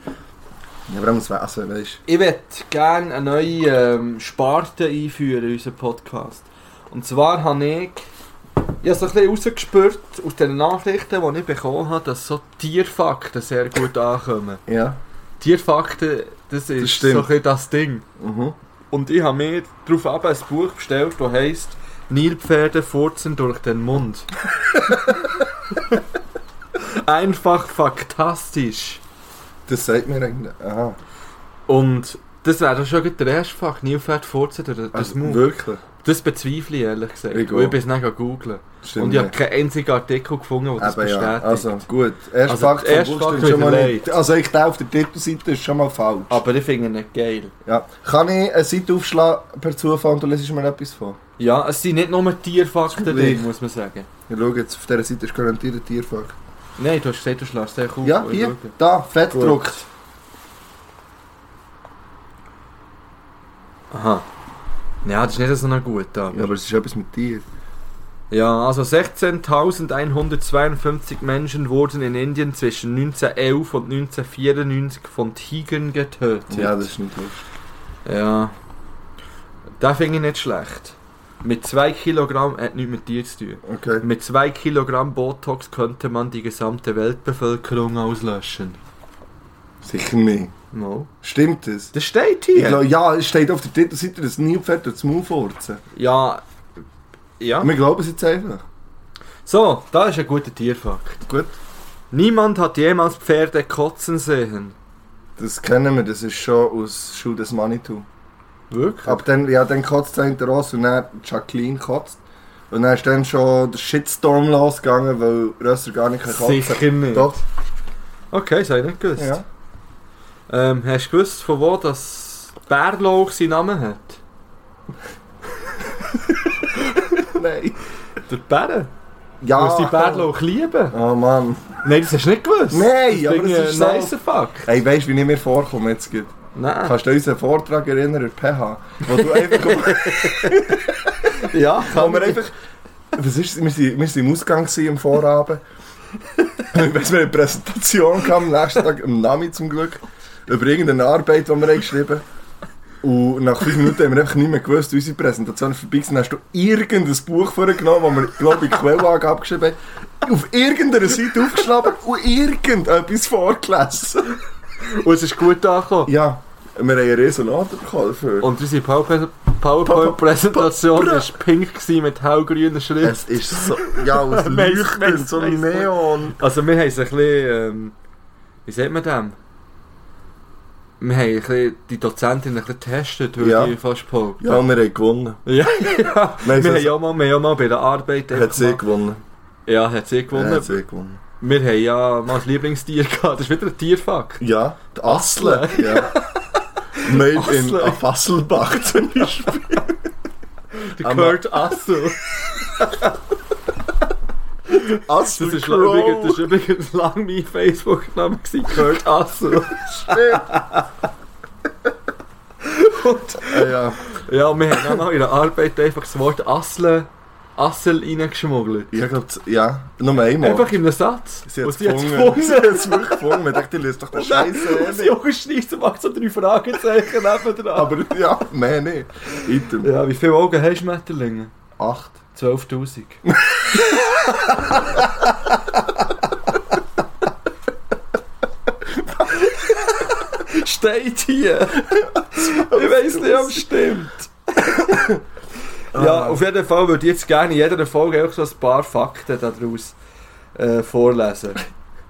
Speaker 1: Ja, aber er muss wesen, weißt
Speaker 2: Ich würde gerne eine neue ähm, Sparte einführen in unseren Podcast. Und zwar habe ich, ich habe so ein bisschen rausgespürt aus den Nachrichten, die ich bekommen habe, dass so Tierfakten sehr gut ankommen.
Speaker 1: du. Ja.
Speaker 2: Tierfakten, das
Speaker 1: Das
Speaker 2: ist
Speaker 1: stimmt.
Speaker 2: so ein bisschen das Ding.
Speaker 1: Mhm.
Speaker 2: Und ich habe mir darauf ein Buch bestellt, das heisst Nilpferde furzen durch den Mund. Einfach faktastisch.
Speaker 1: Das sagt mir eigentlich. ah, Aha.
Speaker 2: Und das wäre doch schon gleich der erste Fakt. Nilpferde furzen durch den
Speaker 1: Also,
Speaker 2: also, Mund.
Speaker 1: wirklich.
Speaker 2: Das bezweifle ich ehrlich gesagt.
Speaker 1: Ich
Speaker 2: Weil
Speaker 1: auch.
Speaker 2: ich bin es nicht googeln.
Speaker 1: Stimmt
Speaker 2: Und ich habe
Speaker 1: nicht.
Speaker 2: keinen einzigen Artikel gefunden, der das
Speaker 1: Eben,
Speaker 2: bestätigt.
Speaker 1: ja. Also gut, erst
Speaker 2: Also,
Speaker 1: Fakt
Speaker 2: erst
Speaker 1: vom
Speaker 2: Fakt
Speaker 1: Buch stimmt schon mal
Speaker 2: überlegt.
Speaker 1: nicht. Also ich glaube, auf der Titelseite ist schon mal falsch.
Speaker 2: Aber ich finde ihn nicht geil.
Speaker 1: Ja. Kann ich eine Seite aufschlagen per Zufall und du lesest mir etwas vor?
Speaker 2: Ja, es sind nicht nur Tierfakten
Speaker 1: Gleich.
Speaker 2: drin, muss man sagen.
Speaker 1: Ich schaue jetzt, auf dieser Seite ist garantiert ein Tierfakt.
Speaker 2: Nein, du hast gesagt, du schlägst dich auf.
Speaker 1: Ja,
Speaker 2: Ich
Speaker 1: hier,
Speaker 2: schaue.
Speaker 1: da, fett gedruckt.
Speaker 2: Aha. Ja, das ist nicht so gut. Aber.
Speaker 1: Ja, aber es ist etwas mit Tier.
Speaker 2: Ja, also 16.152 Menschen wurden in Indien zwischen 1911 und 1994 von Tigern getötet.
Speaker 1: Ja, das ist nicht lustig.
Speaker 2: Ja. Das finde ich nicht schlecht. Mit 2 Kilogramm hat nichts mit Tieren zu tun.
Speaker 1: Okay.
Speaker 2: Mit 2 Kilogramm Botox könnte man die gesamte Weltbevölkerung auslöschen.
Speaker 1: Sicher nicht.
Speaker 2: Mal.
Speaker 1: Stimmt das?
Speaker 2: Das steht
Speaker 1: Ich
Speaker 2: hier.
Speaker 1: glaub, ja, es steht auf der Titelseite, dass Nilpferd durch den Maul furzen.
Speaker 2: ja. Ja.
Speaker 1: Wir glauben es jetzt einfach.
Speaker 2: So, da ist ein guter Tierfakt.
Speaker 1: Gut,
Speaker 2: Niemand hat jemals Pferde kotzen sehen.
Speaker 1: das kennen wir, das ist schon aus Schuh des Manitou.
Speaker 2: Wirklich?
Speaker 1: Aber dann, ja, dann kotzt er hinter uns und dann Jacqueline kotzt. Und dann ist dann schon der Shitstorm losgegangen, weil Rösser gar nicht kotzen
Speaker 2: Sicher nicht.
Speaker 1: Doch,
Speaker 2: Okay, das habe ich nicht gewusst.
Speaker 1: ja.
Speaker 2: Ähm, hast du gewusst, von wo das Bärlauch seinen Namen hat?
Speaker 1: Nein.
Speaker 2: Der Bären?
Speaker 1: Ja.
Speaker 2: Weil sie die Bärlauch lieben?
Speaker 1: Oh Mann.
Speaker 2: Nein, das hast du nicht gewusst.
Speaker 1: Nein,
Speaker 2: das äh,
Speaker 1: aber das ist so-
Speaker 2: ein nicer Fakt.
Speaker 1: Hey, weißt du, wie ich mir vorkomme jetzt gerade?
Speaker 2: Nein.
Speaker 1: Kannst du dich an unseren Vortrag erinnern, PH? Wo du einfach,
Speaker 2: ja,
Speaker 1: wo wir einfach... Was ist, wir, sind, wir sind im Ausgang gewesen, am Vorabend. ich weiss, wir hatten eine Präsentation gehabt, am nächsten Tag, am Nami zum Glück, über irgendeine Arbeit, die wir haben geschrieben Und nach fünf Minuten haben wir einfach nicht mehr gewusst, wie unsere Präsentation vorbei ist. Dann hast du irgendein Buch vorgenommen, das wir, glaube ich, in Quellenlage abgeschrieben haben, auf irgendeiner Seite aufgeschlagen und irgendetwas vorgelesen.
Speaker 2: Und es ist gut angekommen.
Speaker 1: Ja, wir haben eine riesen Antwort bekommen dafür.
Speaker 2: Und unsere Power- PowerPoint-Präsentation war pink gewesen mit hellgrüner
Speaker 1: es
Speaker 2: Schrift.
Speaker 1: ist so. Ja, und es
Speaker 2: Weiss,
Speaker 1: leuchtet
Speaker 2: weiss,
Speaker 1: so
Speaker 2: weiss.
Speaker 1: Neon.
Speaker 2: Also wir haben es ein bisschen... Ähm, wie sagt man dem? Wir haben ein bisschen die Dozentin ein bisschen getestet, würde
Speaker 1: Ja.
Speaker 2: ich fast behaupten.
Speaker 1: Ja, wir haben gewonnen.
Speaker 2: Ja, ja.
Speaker 1: Nein,
Speaker 2: wir,
Speaker 1: es- also
Speaker 2: haben ja mal, wir haben ja mal bei der Arbeit...
Speaker 1: Hat sie gewonnen.
Speaker 2: Ja, hat sie gewonnen.
Speaker 1: Hat sie gewonnen.
Speaker 2: Wir haben ja mal ein Lieblingstier gehabt. Das ist wieder ein Tierfakt.
Speaker 1: Ja, die Assle. Ja. Made in
Speaker 2: Asle.
Speaker 1: Fasselbach zum Beispiel.
Speaker 2: Der
Speaker 1: Aber-
Speaker 2: Kurt Assel.
Speaker 1: Assel
Speaker 2: Das ist übrigens, das ist übrigens lang mein Facebook-Name gewesen. Kurt Assel. Und,
Speaker 1: ah ja, ja.
Speaker 2: ja, wir haben dann mal in der Arbeit einfach das Wort Assel, Assel reingeschmuggelt.
Speaker 1: Ich glaube, ja. Nur einmal.
Speaker 2: Einfach in einem Satz.
Speaker 1: sie hat
Speaker 2: Und
Speaker 1: es gefunden. Sie
Speaker 2: gefunden.
Speaker 1: hat es wirklich gefunden. Man dachte, die liest doch den
Speaker 2: Und sie
Speaker 1: Scheiße.
Speaker 2: hochschneiden, macht so drei Fragezeichen neben dran.
Speaker 1: Aber ja, mehr nicht. Item.
Speaker 2: ja, wie viele Augen hast du, Schmetterlinge?
Speaker 1: Acht.
Speaker 2: 12.000. Steht hier. Ich weiß nicht, ob es stimmt. ja, auf jeden Fall würde ich jetzt gerne in jeder Folge auch so ein paar Fakten daraus äh, vorlesen.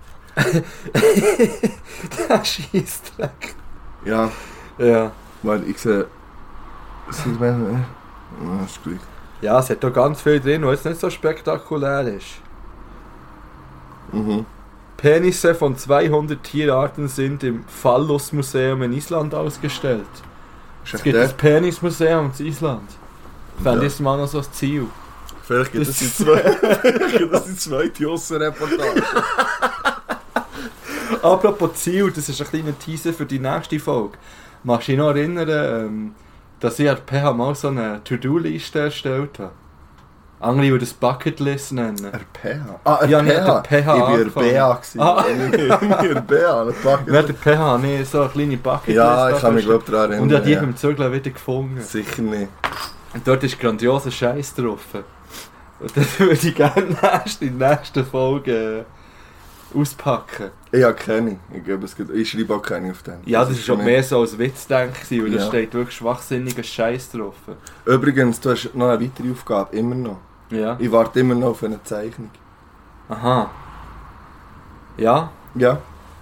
Speaker 2: Der Scheissdreck.
Speaker 1: Ja.
Speaker 2: Ja.
Speaker 1: Weil ich sehe. Sind wir mehr? Ja, ist gut.
Speaker 2: ja, es hat da ganz viel drin, was jetzt nicht so spektakulär ist.
Speaker 1: Mhm.
Speaker 2: Penisse von 200 Tierarten sind im Phallus-Museum in Island ausgestellt.
Speaker 1: Ist
Speaker 2: Es
Speaker 1: echt
Speaker 2: gibt
Speaker 1: der?
Speaker 2: das Penis-Museum in Island. Fände
Speaker 1: Ja.
Speaker 2: ich mal noch so ein Ziel.
Speaker 1: Vielleicht gibt es
Speaker 2: Das-
Speaker 1: die zweite, das die zweite Aussenreportage.
Speaker 2: Apropos Ziel, das ist ein kleiner Teaser für die nächste Folge. Magst du dich noch erinnern, ähm, dass ich an der PH mal so eine To-Do-Liste erstellt habe? Andere würden das Bucketlist nennen.
Speaker 1: Er PH. Ah, er
Speaker 2: Ja, nicht
Speaker 1: PH.
Speaker 2: der
Speaker 1: Ich
Speaker 2: PH
Speaker 1: war er
Speaker 2: angefangen.
Speaker 1: BA. gewesen.
Speaker 2: Ah.
Speaker 1: Ich war BA. das packt
Speaker 2: Wer der PH nicht so eine kleine
Speaker 1: nicht.
Speaker 2: Bucketlist
Speaker 1: Ja, ich kann mich
Speaker 2: angestellt.
Speaker 1: glaube daran erinnern.
Speaker 2: Und ich habe die
Speaker 1: ja.
Speaker 2: beim Zügeln wieder gefunden.
Speaker 1: Sicher nicht.
Speaker 2: Und dort ist grandioser Scheiß drauf. Und das würde ich gerne nächst- in der nächsten Folge äh, auspacken.
Speaker 1: Ich habe keine. Ich, gebe es gut. ich schreibe auch keine auf den.
Speaker 2: Ja, das war schon
Speaker 1: für
Speaker 2: mehr so als Witzdenk, gewesen, weil da
Speaker 1: Ja.
Speaker 2: steht wirklich schwachsinniger Scheiß drauf.
Speaker 1: mich. Übrigens, du hast noch eine weitere Aufgabe. Immer noch.
Speaker 2: Ja.
Speaker 1: Ich warte immer noch auf eine Zeichnung.
Speaker 2: Aha. Ja,
Speaker 1: Ja,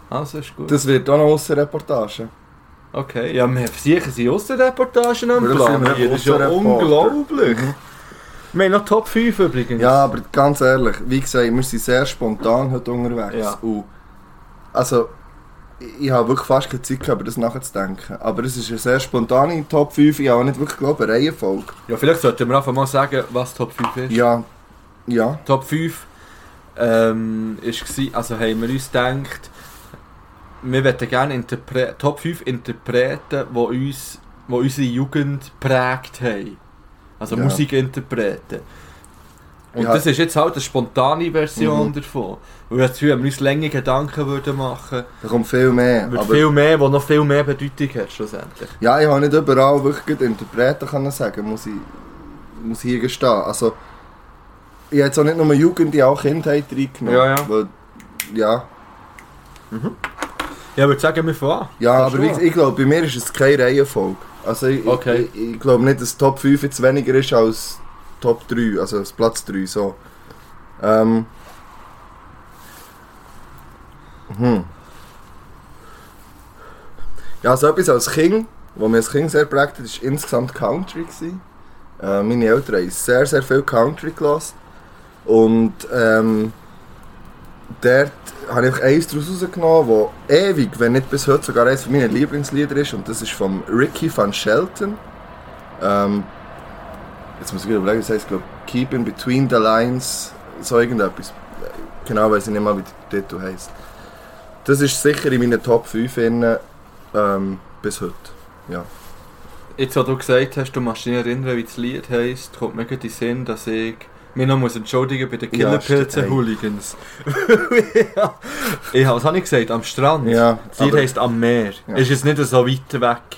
Speaker 2: also ist gut.
Speaker 1: das wird auch noch Aussenreportage.
Speaker 2: Okay, ja, wir haben sicher sind Aussenreportagen am
Speaker 1: Aber das sind
Speaker 2: Plan.
Speaker 1: wir
Speaker 2: hier. Das ist ja
Speaker 1: Aussenreporter.
Speaker 2: unglaublich. Wir haben noch Top 5 übrigens.
Speaker 1: Mhm. Ja, aber ganz ehrlich, wie gesagt, wir sind sehr spontan heute unterwegs.
Speaker 2: Ja.
Speaker 1: Und also, ich, ich habe wirklich fast keine Zeit gehabt, über das nachzudenken. Aber es ist eine sehr spontane Top 5. Ich habe auch nicht wirklich glaube eine Reihenfolge.
Speaker 2: ja, vielleicht sollten wir einfach mal sagen, was Top 5 ist.
Speaker 1: Ja, ja.
Speaker 2: Top 5 ähm, ist gsi, also haben wir uns gedacht, wir möchten gerne Interpre Top 5 Interpreten, die uns, wo unsere Jugend prägt haben. Also
Speaker 1: Ja.
Speaker 2: Musikinterpreten. Und
Speaker 1: Ja.
Speaker 2: das ist jetzt halt eine spontane Version
Speaker 1: Mhm.
Speaker 2: davon. Weil wir das Gefühl haben, wenn wir uns länger Gedanken würden machen
Speaker 1: Da kommt viel mehr.
Speaker 2: würden,
Speaker 1: Aber
Speaker 2: viel mehr, wo noch viel mehr Bedeutung hat schlussendlich.
Speaker 1: ja, ich habe nicht überall wirklich gut Interpreten können sagen, muss ich, muss ich hier gestehen. Also, ich habe jetzt auch nicht nur Jugend, ich habe auch Kindheit reingenommen.
Speaker 2: Ja, ja.
Speaker 1: Weil, ja.
Speaker 2: Ja, würde sagen, wir fahren.
Speaker 1: Ja,
Speaker 2: Ja,
Speaker 1: aber wie,
Speaker 2: schon.
Speaker 1: gesagt, ich glaube, bei mir ist es keine Reihenfolge. Also ich,
Speaker 2: Okay.
Speaker 1: ich, ich glaube nicht, dass Top 5 jetzt weniger ist als Top 3, also als Platz 3. So. Ähm. Hm. Ja, so etwas als Kind, was mir als Kind sehr prägt hat, war insgesamt Country. Gewesen. Äh, meine Eltern haben sehr, sehr viel Country gelassen. Und ähm, dort habe ich eins daraus rausgenommen, das ewig, wenn nicht bis heute, sogar eines meiner Lieblingslieder ist. Und das ist von Ricky van Shelton. Ähm, jetzt muss ich wieder überlegen, das heißt, glaube Keep in Between the Lines, so irgendetwas. Genau, weiß ich nicht mal, wie der Titel heisst. Das ist sicher in meinen Top 5 innen, ähm, bis heute.
Speaker 2: Jetzt, wo du gesagt hast, du machst dich nicht erinnern, wie das Lied heisst, kommt mir gerade in den Sinn, dass ich mich noch muss entschuldigen bei den
Speaker 1: Ja,
Speaker 2: Killerpilzen
Speaker 1: stimmt,
Speaker 2: Hooligans. ja. Ich, was habe ich gesagt? Am Strand?
Speaker 1: Ja,
Speaker 2: Das Lied
Speaker 1: aber-
Speaker 2: heisst am Meer.
Speaker 1: Ja.
Speaker 2: Ist jetzt nicht so weit weg.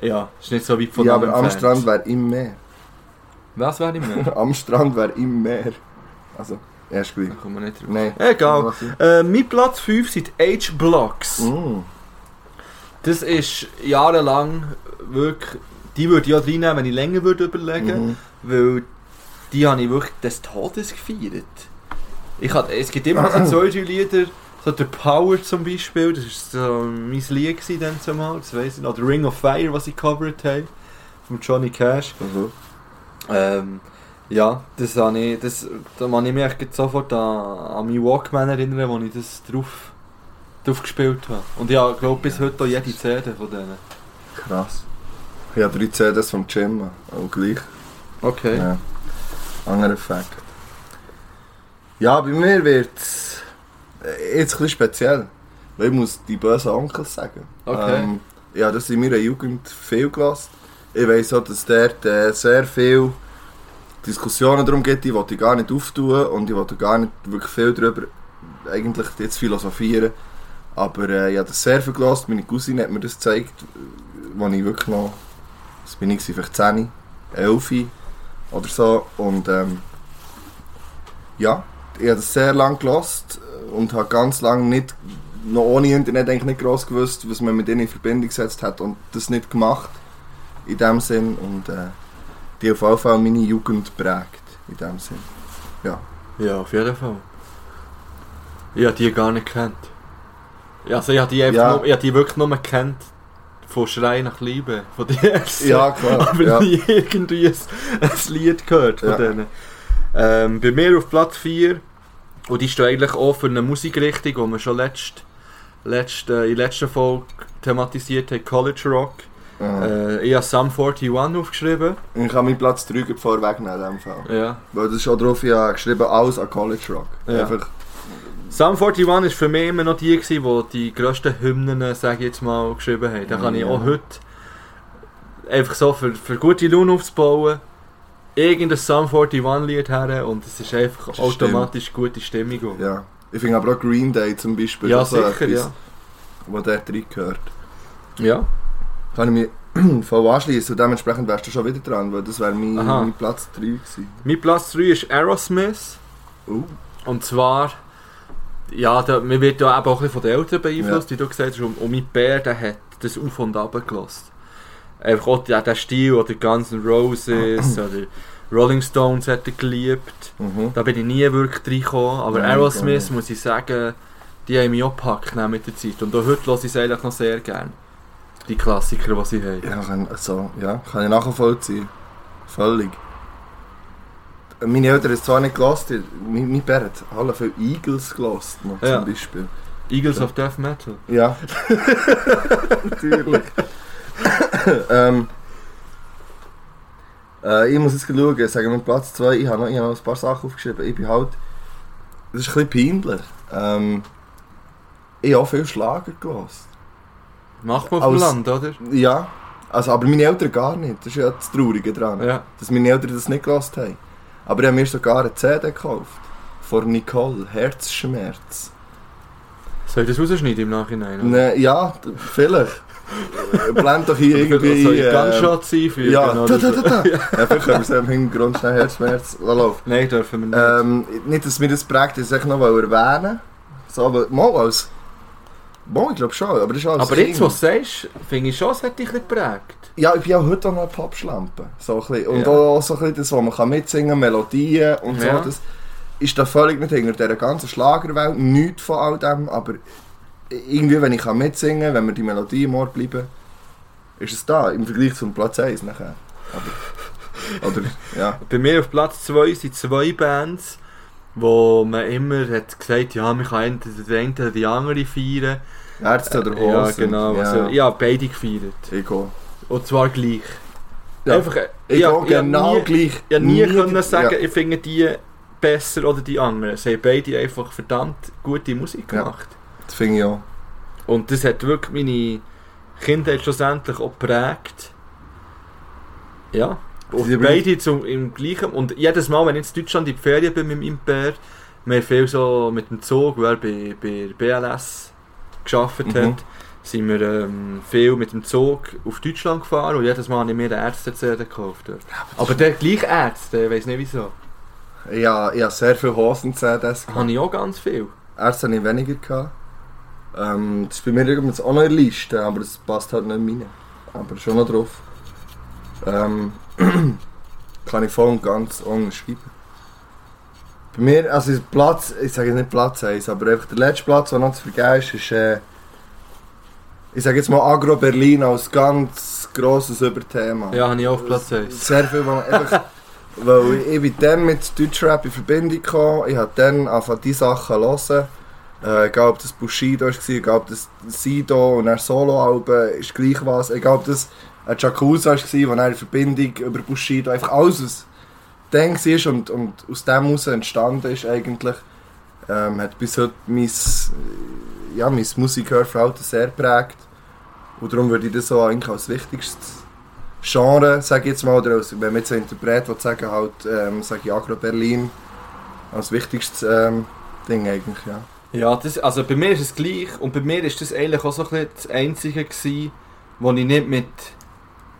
Speaker 2: Ja, ist nicht so weit von
Speaker 1: ja,
Speaker 2: dem
Speaker 1: aber am
Speaker 2: entfernt.
Speaker 1: Strand wäre im Meer.
Speaker 2: Was wäre im Meer?
Speaker 1: Am Strand wäre im Meer. Also, erst gleich.
Speaker 2: Da kommen wir nicht drauf.
Speaker 1: Nein.
Speaker 2: Egal. Äh, mein Platz 5 sind H-Blocks.
Speaker 1: Mm.
Speaker 2: Das ist jahrelang wirklich. Die würde ich auch reinnehmen, wenn ich länger würde überlegen
Speaker 1: Mhm.
Speaker 2: weil die habe ich wirklich des Todes gefeiert. Ich hatte, es gibt immer noch so zwei, drei Lieder, so der Power zum Beispiel, das war so mein Lied gewesen dann zumal, das weiss ich noch, der Ring of Fire, was ich covered habe, von Johnny Cash.
Speaker 1: Mhm.
Speaker 2: Ähm, ja, das habe ich, das, da kann ich mich echt gerade sofort an, an meinen Walkman erinnern, wo ich das drauf, drauf gespielt habe. Und ja, ich glaube bis heute auch jede CD von denen.
Speaker 1: Krass. Ich habe 3 CDs vom Jim, auch gleich.
Speaker 2: Okay.
Speaker 1: Ja. Anderer Fakt. Ja, bei mir wird es Eh, jetzt ein bisschen speziell. Weil ich muss die bösen Onkels sagen.
Speaker 2: Okay.
Speaker 1: Ähm, ja, das in meiner Jugend viel gelassen. Ich weiss auch, dass dort äh, sehr viel Diskussionen darum gibt, die will ich gar nicht auftun und ich will gar nicht wirklich viel darüber eigentlich jetzt philosophieren. Aber äh, ich habe das sehr viel gelassen. Meine Cousine hat mir das gezeigt, äh, als ich wirklich noch, das bin ich gewesen, vielleicht 10, 11 oder so. Und ähm, ja, ich habe das sehr lange gelassen und habe ganz lange nicht, noch ohne Internet eigentlich nicht gross gewusst, was man mit ihnen in Verbindung gesetzt hat und das nicht gemacht in dem Sinn. Und äh, die auf jeden Fall meine Jugend prägt in dem Sinn.
Speaker 2: Ja, auf jeden Fall. Ich habe die gar nicht kennt. Also ich habe die, einfach
Speaker 1: Ja.
Speaker 2: nur, ich habe die wirklich nur kennt von Schrei nach Liebe, von der ersten.
Speaker 1: Ja, klar.
Speaker 2: Aber
Speaker 1: ja.
Speaker 2: nie irgendwie ein, ein Lied gehört von
Speaker 1: Ja.
Speaker 2: denen. Ähm, bei mir auf Platz 4, und die steht eigentlich auch für eine Musikrichtung, die wir schon letzt, letzt, äh, in der letzten Folge thematisiert haben, College Rock.
Speaker 1: Ja.
Speaker 2: Äh, ich habe Sum 41 aufgeschrieben.
Speaker 1: Ich kann meinen Platz 3 gerade vorwegnehmen in dem Fall.
Speaker 2: Ja.
Speaker 1: Weil das ist auch drauf, ich habe geschrieben, alles an College Rock.
Speaker 2: Ja.
Speaker 1: Einfach,
Speaker 2: Sum 41 war für mich immer noch die, gewesen, die die grössten Hymnen, sage ich jetzt mal, geschrieben haben. Da kann ich
Speaker 1: Ja.
Speaker 2: auch heute einfach so für, für gute Laune aufzubauen, irgendein Sum 41 Lied her und es ist einfach
Speaker 1: Das
Speaker 2: automatisch gute Stimmung. Ja,
Speaker 1: ja. Ich finde aber auch Green Day zum Beispiel,
Speaker 2: ja
Speaker 1: das ist so
Speaker 2: sicher,
Speaker 1: etwas,
Speaker 2: ja.
Speaker 1: wo dort reingehört.
Speaker 2: Ja,
Speaker 1: Kann ich mich voll anschließen und dementsprechend wärst du schon wieder dran, weil das wäre mein,
Speaker 2: Aha.
Speaker 1: mein Platz 3 gewesen.
Speaker 2: mein Platz 3 ist Aerosmith. Oh.
Speaker 1: Uh,
Speaker 2: Und zwar, ja, da, mir wird ja eben auch ein bisschen von den Eltern beeinflusst, wie du gesagt hast, und, und mein Bär, der hat das auf und ab gelassen. Einfach auch der, der Stil oder Guns N' Roses oder Rolling Stones hat er geliebt.
Speaker 1: mhm.
Speaker 2: Da bin ich nie wirklich reingekommen, aber
Speaker 1: Nein, gar
Speaker 2: Aerosmith,
Speaker 1: nicht.
Speaker 2: muss ich sagen, die haben mich auch gepackt ne, mit der Zeit. Und auch heute höre ich es eigentlich noch sehr gern. Die Klassiker, die sie haben.
Speaker 1: Ja, kann, also, ja, kann ich nachvollziehen. Völlig. Meine Eltern haben es zwar nicht gelassen, mein, mein Bär hat alle viel Eagles gelassen, noch, zum
Speaker 2: Ja.
Speaker 1: Beispiel.
Speaker 2: Eagles of Death Metal.
Speaker 1: Ja. Natürlich. ähm, äh, ich muss jetzt schauen, sagen wir Platz 2, ich habe noch, ich habe noch ein paar Sachen aufgeschrieben. Ich bin halt. Das ist ein bisschen peinlich. Ähm, ich habe auch viel Schlager gelassen.
Speaker 2: Macht man auf dem
Speaker 1: Aus-
Speaker 2: Land, oder?
Speaker 1: Ja. Also, aber meine Eltern gar nicht. Das ist ja das Traurige dran.
Speaker 2: Ja.
Speaker 1: Dass meine Eltern das nicht gelassen haben. Aber ich habe mir sogar eine CD gekauft. Von Nicole, Herzschmerz.
Speaker 2: Soll ich das rausschneiden im Nachhinein? oder?
Speaker 1: Ne, ja, d- vielleicht. Blend doch hier irgendwie.
Speaker 2: Soll ich
Speaker 1: äh,
Speaker 2: Gunshots einfügen?
Speaker 1: ja, da,
Speaker 2: oder
Speaker 1: da,
Speaker 2: so?
Speaker 1: da, da. ja, vielleicht können wir es im Hintergrund schnell Herzschmerz laufen.
Speaker 2: Nein, dürfen
Speaker 1: Eh,
Speaker 2: wir nicht.
Speaker 1: Ehm, Ähm, nicht, dass mir das prägt, das ich noch erwähnen wollte. So, aber mal als Bon, ich glaube schon, aber das ist alles
Speaker 2: Aber jetzt, Ah, was du sagst, finde ich schon, es hat dich ein bisschen geprägt.
Speaker 1: Ja, ich bin auch heute auch noch Pappschlampe. So ein bisschen. Und
Speaker 2: Ja.
Speaker 1: auch so ein bisschen das, was man kann mitsingen kann, Melodien und
Speaker 2: Ja.
Speaker 1: so. Das ist da völlig nicht hinter dieser ganzen Schlagerwelt, nichts von all dem, aber irgendwie, wenn ich kann mitsingen kann, wenn mir die Melodie im Ohr bleiben, ist es da, im Vergleich zum Platz 1 nachher. Aber, oder, ja.
Speaker 2: Bei mir auf Platz 2 sind zwei Bands, wo man immer hat gesagt ja, man kann entweder die eine oder die andere feiern.
Speaker 1: Ärzte oder Hosen.
Speaker 2: ja, genau.
Speaker 1: Ja,
Speaker 2: Also, ich habe beide gefeiert.
Speaker 1: ich auch.
Speaker 2: Und zwar gleich.
Speaker 1: Ja.
Speaker 2: Einfach,
Speaker 1: Ich
Speaker 2: ich
Speaker 1: auch
Speaker 2: hab- ich hab
Speaker 1: genau
Speaker 2: nie-
Speaker 1: gleich.
Speaker 2: Ich habe nie, können
Speaker 1: ja.
Speaker 2: sagen, ich finde die besser oder die anderen. Sie haben beide einfach verdammt gute Musik
Speaker 1: Ja.
Speaker 2: gemacht.
Speaker 1: Das finde ich auch.
Speaker 2: Und das hat wirklich meine Kindheit schlussendlich auch geprägt. Ja.
Speaker 1: Sie
Speaker 2: Und
Speaker 1: sind
Speaker 2: Oh, beide zum, im gleichen. Und jedes Mal, wenn ich in Deutschland in die Ferien bin mit meinem Pär, wir haben viel so mit dem Zug, weil er bei, bei der BLS gearbeitet
Speaker 1: Mhm.
Speaker 2: hat, sind wir ähm, viel mit dem Zug auf Deutschland gefahren und jedes Mal habe ich mir den Ärzte gekauft. Dort. Aber der gleiche Ärzte, ich weiß nicht wieso.
Speaker 1: Ja, ich habe sehr viele Hosen-CDs
Speaker 2: Habe ich auch ganz viel.
Speaker 1: Ärzte hatte ich weniger. Gehabt. Ähm, das ist bei mir übrigens auch noch in der Liste, aber das passt halt nicht in meine. Aber schon noch drauf. Ähm, kann ich voll und ganz unterschreiben. Bei mir, also ist Platz, ich sage jetzt nicht Platz 1, aber einfach der letzte Platz, der noch zu vergeben ist, ist äh, ich sage jetzt mal Agro Berlin als ganz grosses Überthema.
Speaker 2: Ja, habe ich auch auf Platz 1.
Speaker 1: Sehr viel, weil, einfach, weil ich bin dann mit Deutschrap in Verbindung gekommen. Ich habe dann angefangen, diese Sachen zu hören. Äh, egal ob das Bushido war, egal ob das Sido und dann Solo-Alben, ist gleich was. Egal ob das ein Jacuzza war, wo dann in Verbindung über Bushido, einfach alles, was dann war und, und aus dem heraus entstanden ist eigentlich, ähm, hat bis heute mein, äh, ja, mein Musikhörverhalten sehr geprägt. Und darum würde ich das so eigentlich als wichtigstes Genre, sage ich jetzt mal, oder als, wenn man jetzt einen Interpret will, sagen halt, ähm, sage ich Agro Berlin als wichtigstes ähm, Ding eigentlich, ja.
Speaker 2: Ja, das, also bei mir ist es gleich und bei mir ist das eigentlich auch so ein bisschen das Einzige gewesen, wo ich nicht mit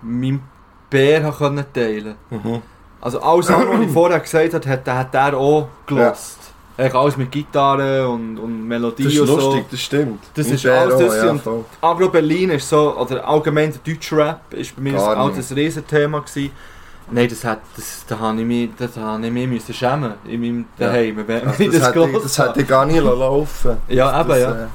Speaker 2: meinem Bär habe können teilen Also alles andere, was ich vorher gesagt habe, hat, hat er auch gelost. Eigentlich alles mit Gitarre und, und Melodie
Speaker 1: Das ist
Speaker 2: und
Speaker 1: lustig, das stimmt.
Speaker 2: Das
Speaker 1: Mein
Speaker 2: ist
Speaker 1: Bär
Speaker 2: alles
Speaker 1: auch,
Speaker 2: das
Speaker 1: ja,
Speaker 2: und-
Speaker 1: voll.
Speaker 2: so. Agro Berlin ist so, oder allgemein der Deutschrap ist bei mir
Speaker 1: Gar
Speaker 2: ein
Speaker 1: nicht.
Speaker 2: altes Riesenthema gewesen. Nein, das hat, das, da habe ich mich, das habe ich mich müssen schämen in meinem
Speaker 1: Ja.
Speaker 2: Daheim, wenn
Speaker 1: Also
Speaker 2: ich
Speaker 1: das,
Speaker 2: das
Speaker 1: hätte ich,
Speaker 2: gehört
Speaker 1: das
Speaker 2: habe.
Speaker 1: hätte ich gar nicht laufen
Speaker 2: Ja, eben,
Speaker 1: das,
Speaker 2: ja.
Speaker 1: äh,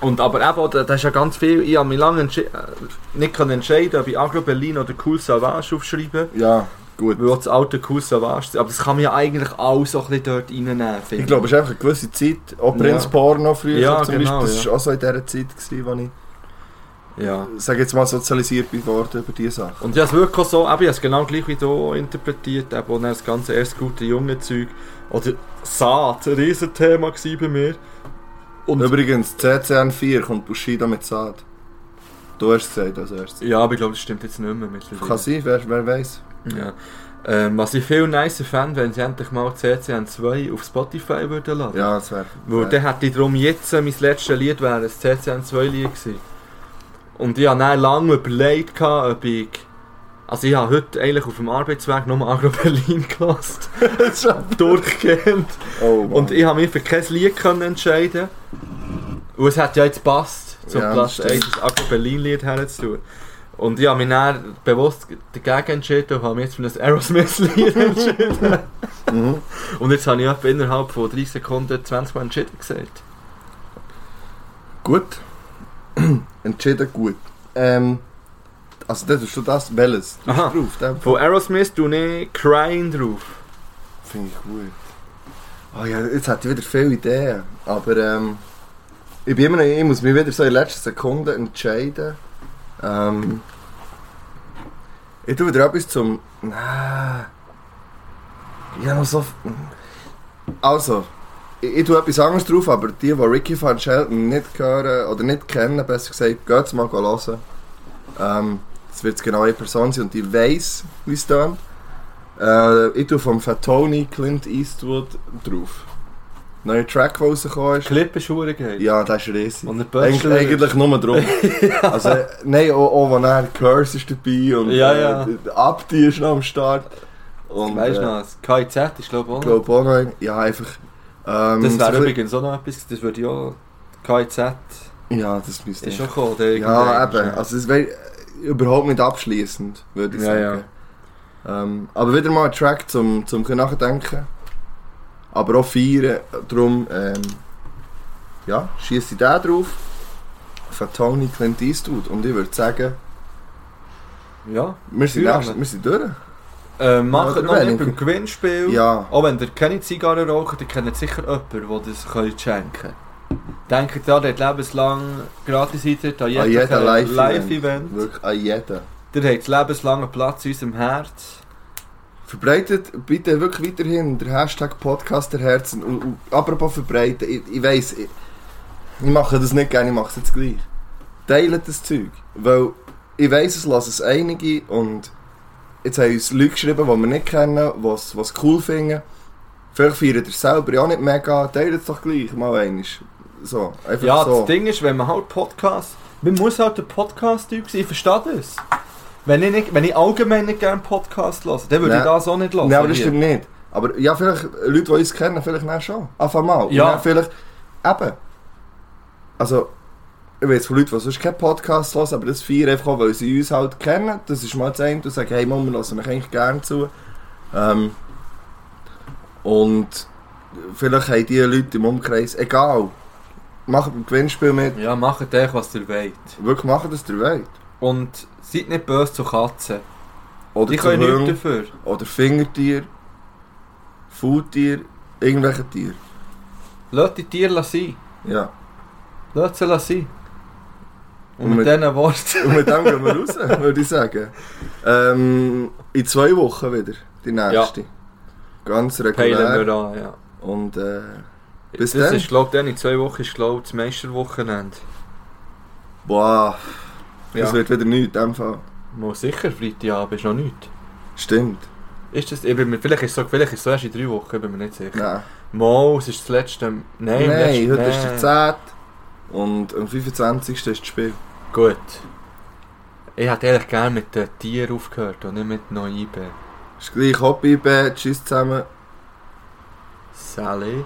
Speaker 2: Und aber eben, oder, das ist ja ganz viel, ich habe mich lange entschi- äh, nicht können entscheiden, ob ich Agro Berlin oder Cool Savage aufschreiben
Speaker 1: ja, gut.
Speaker 2: weil auch das alte Cool Savage ist. Aber das kann man ja eigentlich auch so ein bisschen dort reinnehmen, finde
Speaker 1: Ich glaube, es ist einfach eine gewisse Zeit, auch Prinz
Speaker 2: Ja.
Speaker 1: Porno früher
Speaker 2: Ja,
Speaker 1: zum
Speaker 2: genau,
Speaker 1: Beispiel, das
Speaker 2: ja.
Speaker 1: war auch so in dieser Zeit, gewesen, wo ich,
Speaker 2: Ja.
Speaker 1: sage jetzt mal, sozialisiert bin worden über diese Sachen.
Speaker 2: Und ja, es wirklich auch so, eben, ich habe es genau gleich wie du interpretiert, eben, und dann das ganze erst gute junge Zeug. Oder Saat, ein Riesenthema gewesen bei mir. Und
Speaker 1: Übrigens, CCN4 kommt Bushido mit Saad. Du hast es gesagt als erstes.
Speaker 2: ja, aber ich glaube, das stimmt jetzt nicht mehr mittlerweile.
Speaker 1: Kann sein, wer, wer weiß.
Speaker 2: Ja. Ähm, was ich viel nicer fände, wenn sie endlich mal CCN2 auf Spotify würden laden.
Speaker 1: Ja, das wäre.
Speaker 2: Weil dann hätte ich darum jetzt äh, mein letztes Lied wäre ein CCN2-Lied gewesen. Und ich habe dann lange überlegt, gehabt, ob ich... Also ich habe heute eigentlich auf dem Arbeitsweg nur Agro Berlin gelassen. Durchgehend.
Speaker 1: Oh, Mann.
Speaker 2: Also, Und ich habe mich für kein Lied können entscheiden Und es hat ja jetzt gepasst, zum
Speaker 1: Ja,
Speaker 2: Platz
Speaker 1: stimmt.
Speaker 2: 1 das Agro Berlin-Lied herzutun. Und ich habe mich dann bewusst dagegen entschieden und habe mich jetzt für ein Aerosmith-Lied entschieden.
Speaker 1: Mhm.
Speaker 2: Und jetzt habe ich etwa innerhalb von 30 Sekunden 20 Mal entschieden gesagt.
Speaker 1: Gut. Entschieden gut. Ähm, also das ist schon das, welches? Du
Speaker 2: Aha.
Speaker 1: bist drauf, dem
Speaker 2: Von Aerosmith tue ich Crying drauf.
Speaker 1: Finde ich gut. Oh ja, jetzt hätte ich wieder viele Ideen. Aber ähm, ich, bin immer noch, ich muss mich wieder so in letzter Sekunde entscheiden. Ähm, ich tue wieder etwas zum. Nein. Ich habe noch so. Also, ich, ich tue etwas anderes drauf, aber die, die Ricky van Shelton nicht hören oder nicht kennen, besser gesagt, geht es mal hören. Ähm, das wird genau eine Person sein und die weiß, wie es tönt. Äh, ich tue vom Fatoni Clint Eastwood drauf. Neuer Track, der rausgekommen ist.
Speaker 2: Clip ist hure geil.
Speaker 1: Ja, das ist riesig.
Speaker 2: Und der
Speaker 1: Eigentlich,
Speaker 2: Böschler.
Speaker 1: eigentlich nur drum. Also, äh, nein, auch, auch wenn er Curse ist dabei und
Speaker 2: Ja, ja.
Speaker 1: Äh, Abdi ist noch am Start. Und,
Speaker 2: Weißt
Speaker 1: äh,
Speaker 2: du noch, das KIZ ist glaube ich auch
Speaker 1: Ich
Speaker 2: noch.
Speaker 1: glaube auch noch, ein- ja, einfach. Ähm,
Speaker 2: Das
Speaker 1: so ein bisschen-
Speaker 2: wäre dus übrigens auch noch etwas, das würde ich auch. KIZ.
Speaker 1: Ja, das müsste
Speaker 2: Ist
Speaker 1: ich.
Speaker 2: schon gekommen, der
Speaker 1: Ja,
Speaker 2: irgendwann.
Speaker 1: eben. Also es wäre überhaupt nicht abschließend, würde ich
Speaker 2: Ja,
Speaker 1: sagen. Ähm, aber wieder mal ein Track zum, zum nachdenken. Aber auch feiern. Darum, ähm, ja, schieße ich den drauf. Von Tony Clint Eastwood. Und ich würde sagen,
Speaker 2: Ja.
Speaker 1: wir sind,
Speaker 2: Ja.
Speaker 1: nächst, wir sind durch.
Speaker 2: Äh, macht
Speaker 1: Oder
Speaker 2: noch nicht
Speaker 1: weniger.
Speaker 2: beim Gewinnspiel.
Speaker 1: Ja,
Speaker 2: Auch wenn ihr keine Zigarre raucht, ihr kennt sicher jemanden, der das könnt schenken kann. Denkt daran, ihr habt lebenslang gratis Eintritt
Speaker 1: Oh,
Speaker 2: an jedem
Speaker 1: jedem Live-Event.
Speaker 2: Live-Event.
Speaker 1: wirklich an jeden.
Speaker 2: ihr habt lebenslang einen Platz in unserem Herz.
Speaker 1: Verbreitet bitte wirklich weiterhin den Hashtag Podcast der Herzen. Und, und apropos verbreiten, ich, ich weiss, ich, ich mache das nicht dus gerne, ich mache es jetzt gleich. Teilt das Zeug. Weil ich weiss, es lassen es einige und jetzt haben uns Leute geschrieben, die wir nicht kennen, die es die es cool finden. Vielleicht feiert ihr es selber ja nicht mega, teilt es doch gleich mal einmal. So, einfach
Speaker 2: Ja,
Speaker 1: so.
Speaker 2: das Ding ist, wenn man halt Podcast. Man muss halt der Podcast-Typ sein, ich verstehe das. Wenn ich, nicht, wenn ich allgemein nicht gerne Podcast höre, dann würde
Speaker 1: Nein.
Speaker 2: ich das auch nicht hören.
Speaker 1: Nein, aber das
Speaker 2: hier.
Speaker 1: stimmt nicht. Aber ja, vielleicht Leute, die uns kennen, vielleicht dann schon. Einfach mal.
Speaker 2: Ja.
Speaker 1: Und dann vielleicht eben. Also, ich weiß von Leuten, die sonst keinen Podcast hören, aber das feiern einfach auch, weil sie uns halt kennen. Das ist mal das eine. Du sagst, hey, Mama, wir hören euch eigentlich gerne zu. Ähm, und vielleicht haben die Leute im Umkreis, egal, machen beim Gewinnspiel mit.
Speaker 2: Ja, macht euch, was ihr wollt.
Speaker 1: Wirklich machen das der Welt.
Speaker 2: Und seid nicht böse zu Katzen.
Speaker 1: Oder
Speaker 2: Die
Speaker 1: zu
Speaker 2: können nichts
Speaker 1: Hunden,
Speaker 2: dafür.
Speaker 1: Oder Fingertier, Faultier, irgendwelche Tiere.
Speaker 2: Lasst die Tiere sein.
Speaker 1: Ja.
Speaker 2: Lasst sie sein. Und,
Speaker 1: Und mit-
Speaker 2: mit, diesen Worten.
Speaker 1: Und mit dem gehen wir raus, würde ich sagen. Ähm, in zwei Wochen wieder, die nächste. Ganz regulär.
Speaker 2: Peilen wir an, ja.
Speaker 1: Und äh, Bis
Speaker 2: das
Speaker 1: dann.
Speaker 2: ist, glaube ich, dann in zwei Wochen ist, glaube ich, das Meisterwochenende.
Speaker 1: boah, das
Speaker 2: Ja.
Speaker 1: wird wieder nichts in dem Fall.
Speaker 2: Mal sicher, Freitagabend ist noch nichts.
Speaker 1: Stimmt.
Speaker 2: Ist das, ich bin mir, vielleicht ist es so, vielleicht ist es so erst in drei Wochen, ich bin mir nicht sicher.
Speaker 1: Nein,
Speaker 2: Mal, es ist das letzte. Nein,
Speaker 1: Nein,
Speaker 2: letzte,
Speaker 1: heute ist der 10. Und am 25. ist das Spiel.
Speaker 2: Gut. Ich hätte ehrlich gerne mit den Tieren aufgehört und nicht mit neuen IB.
Speaker 1: Ist gleich Hobby, Tschüss zusammen.
Speaker 2: Sally.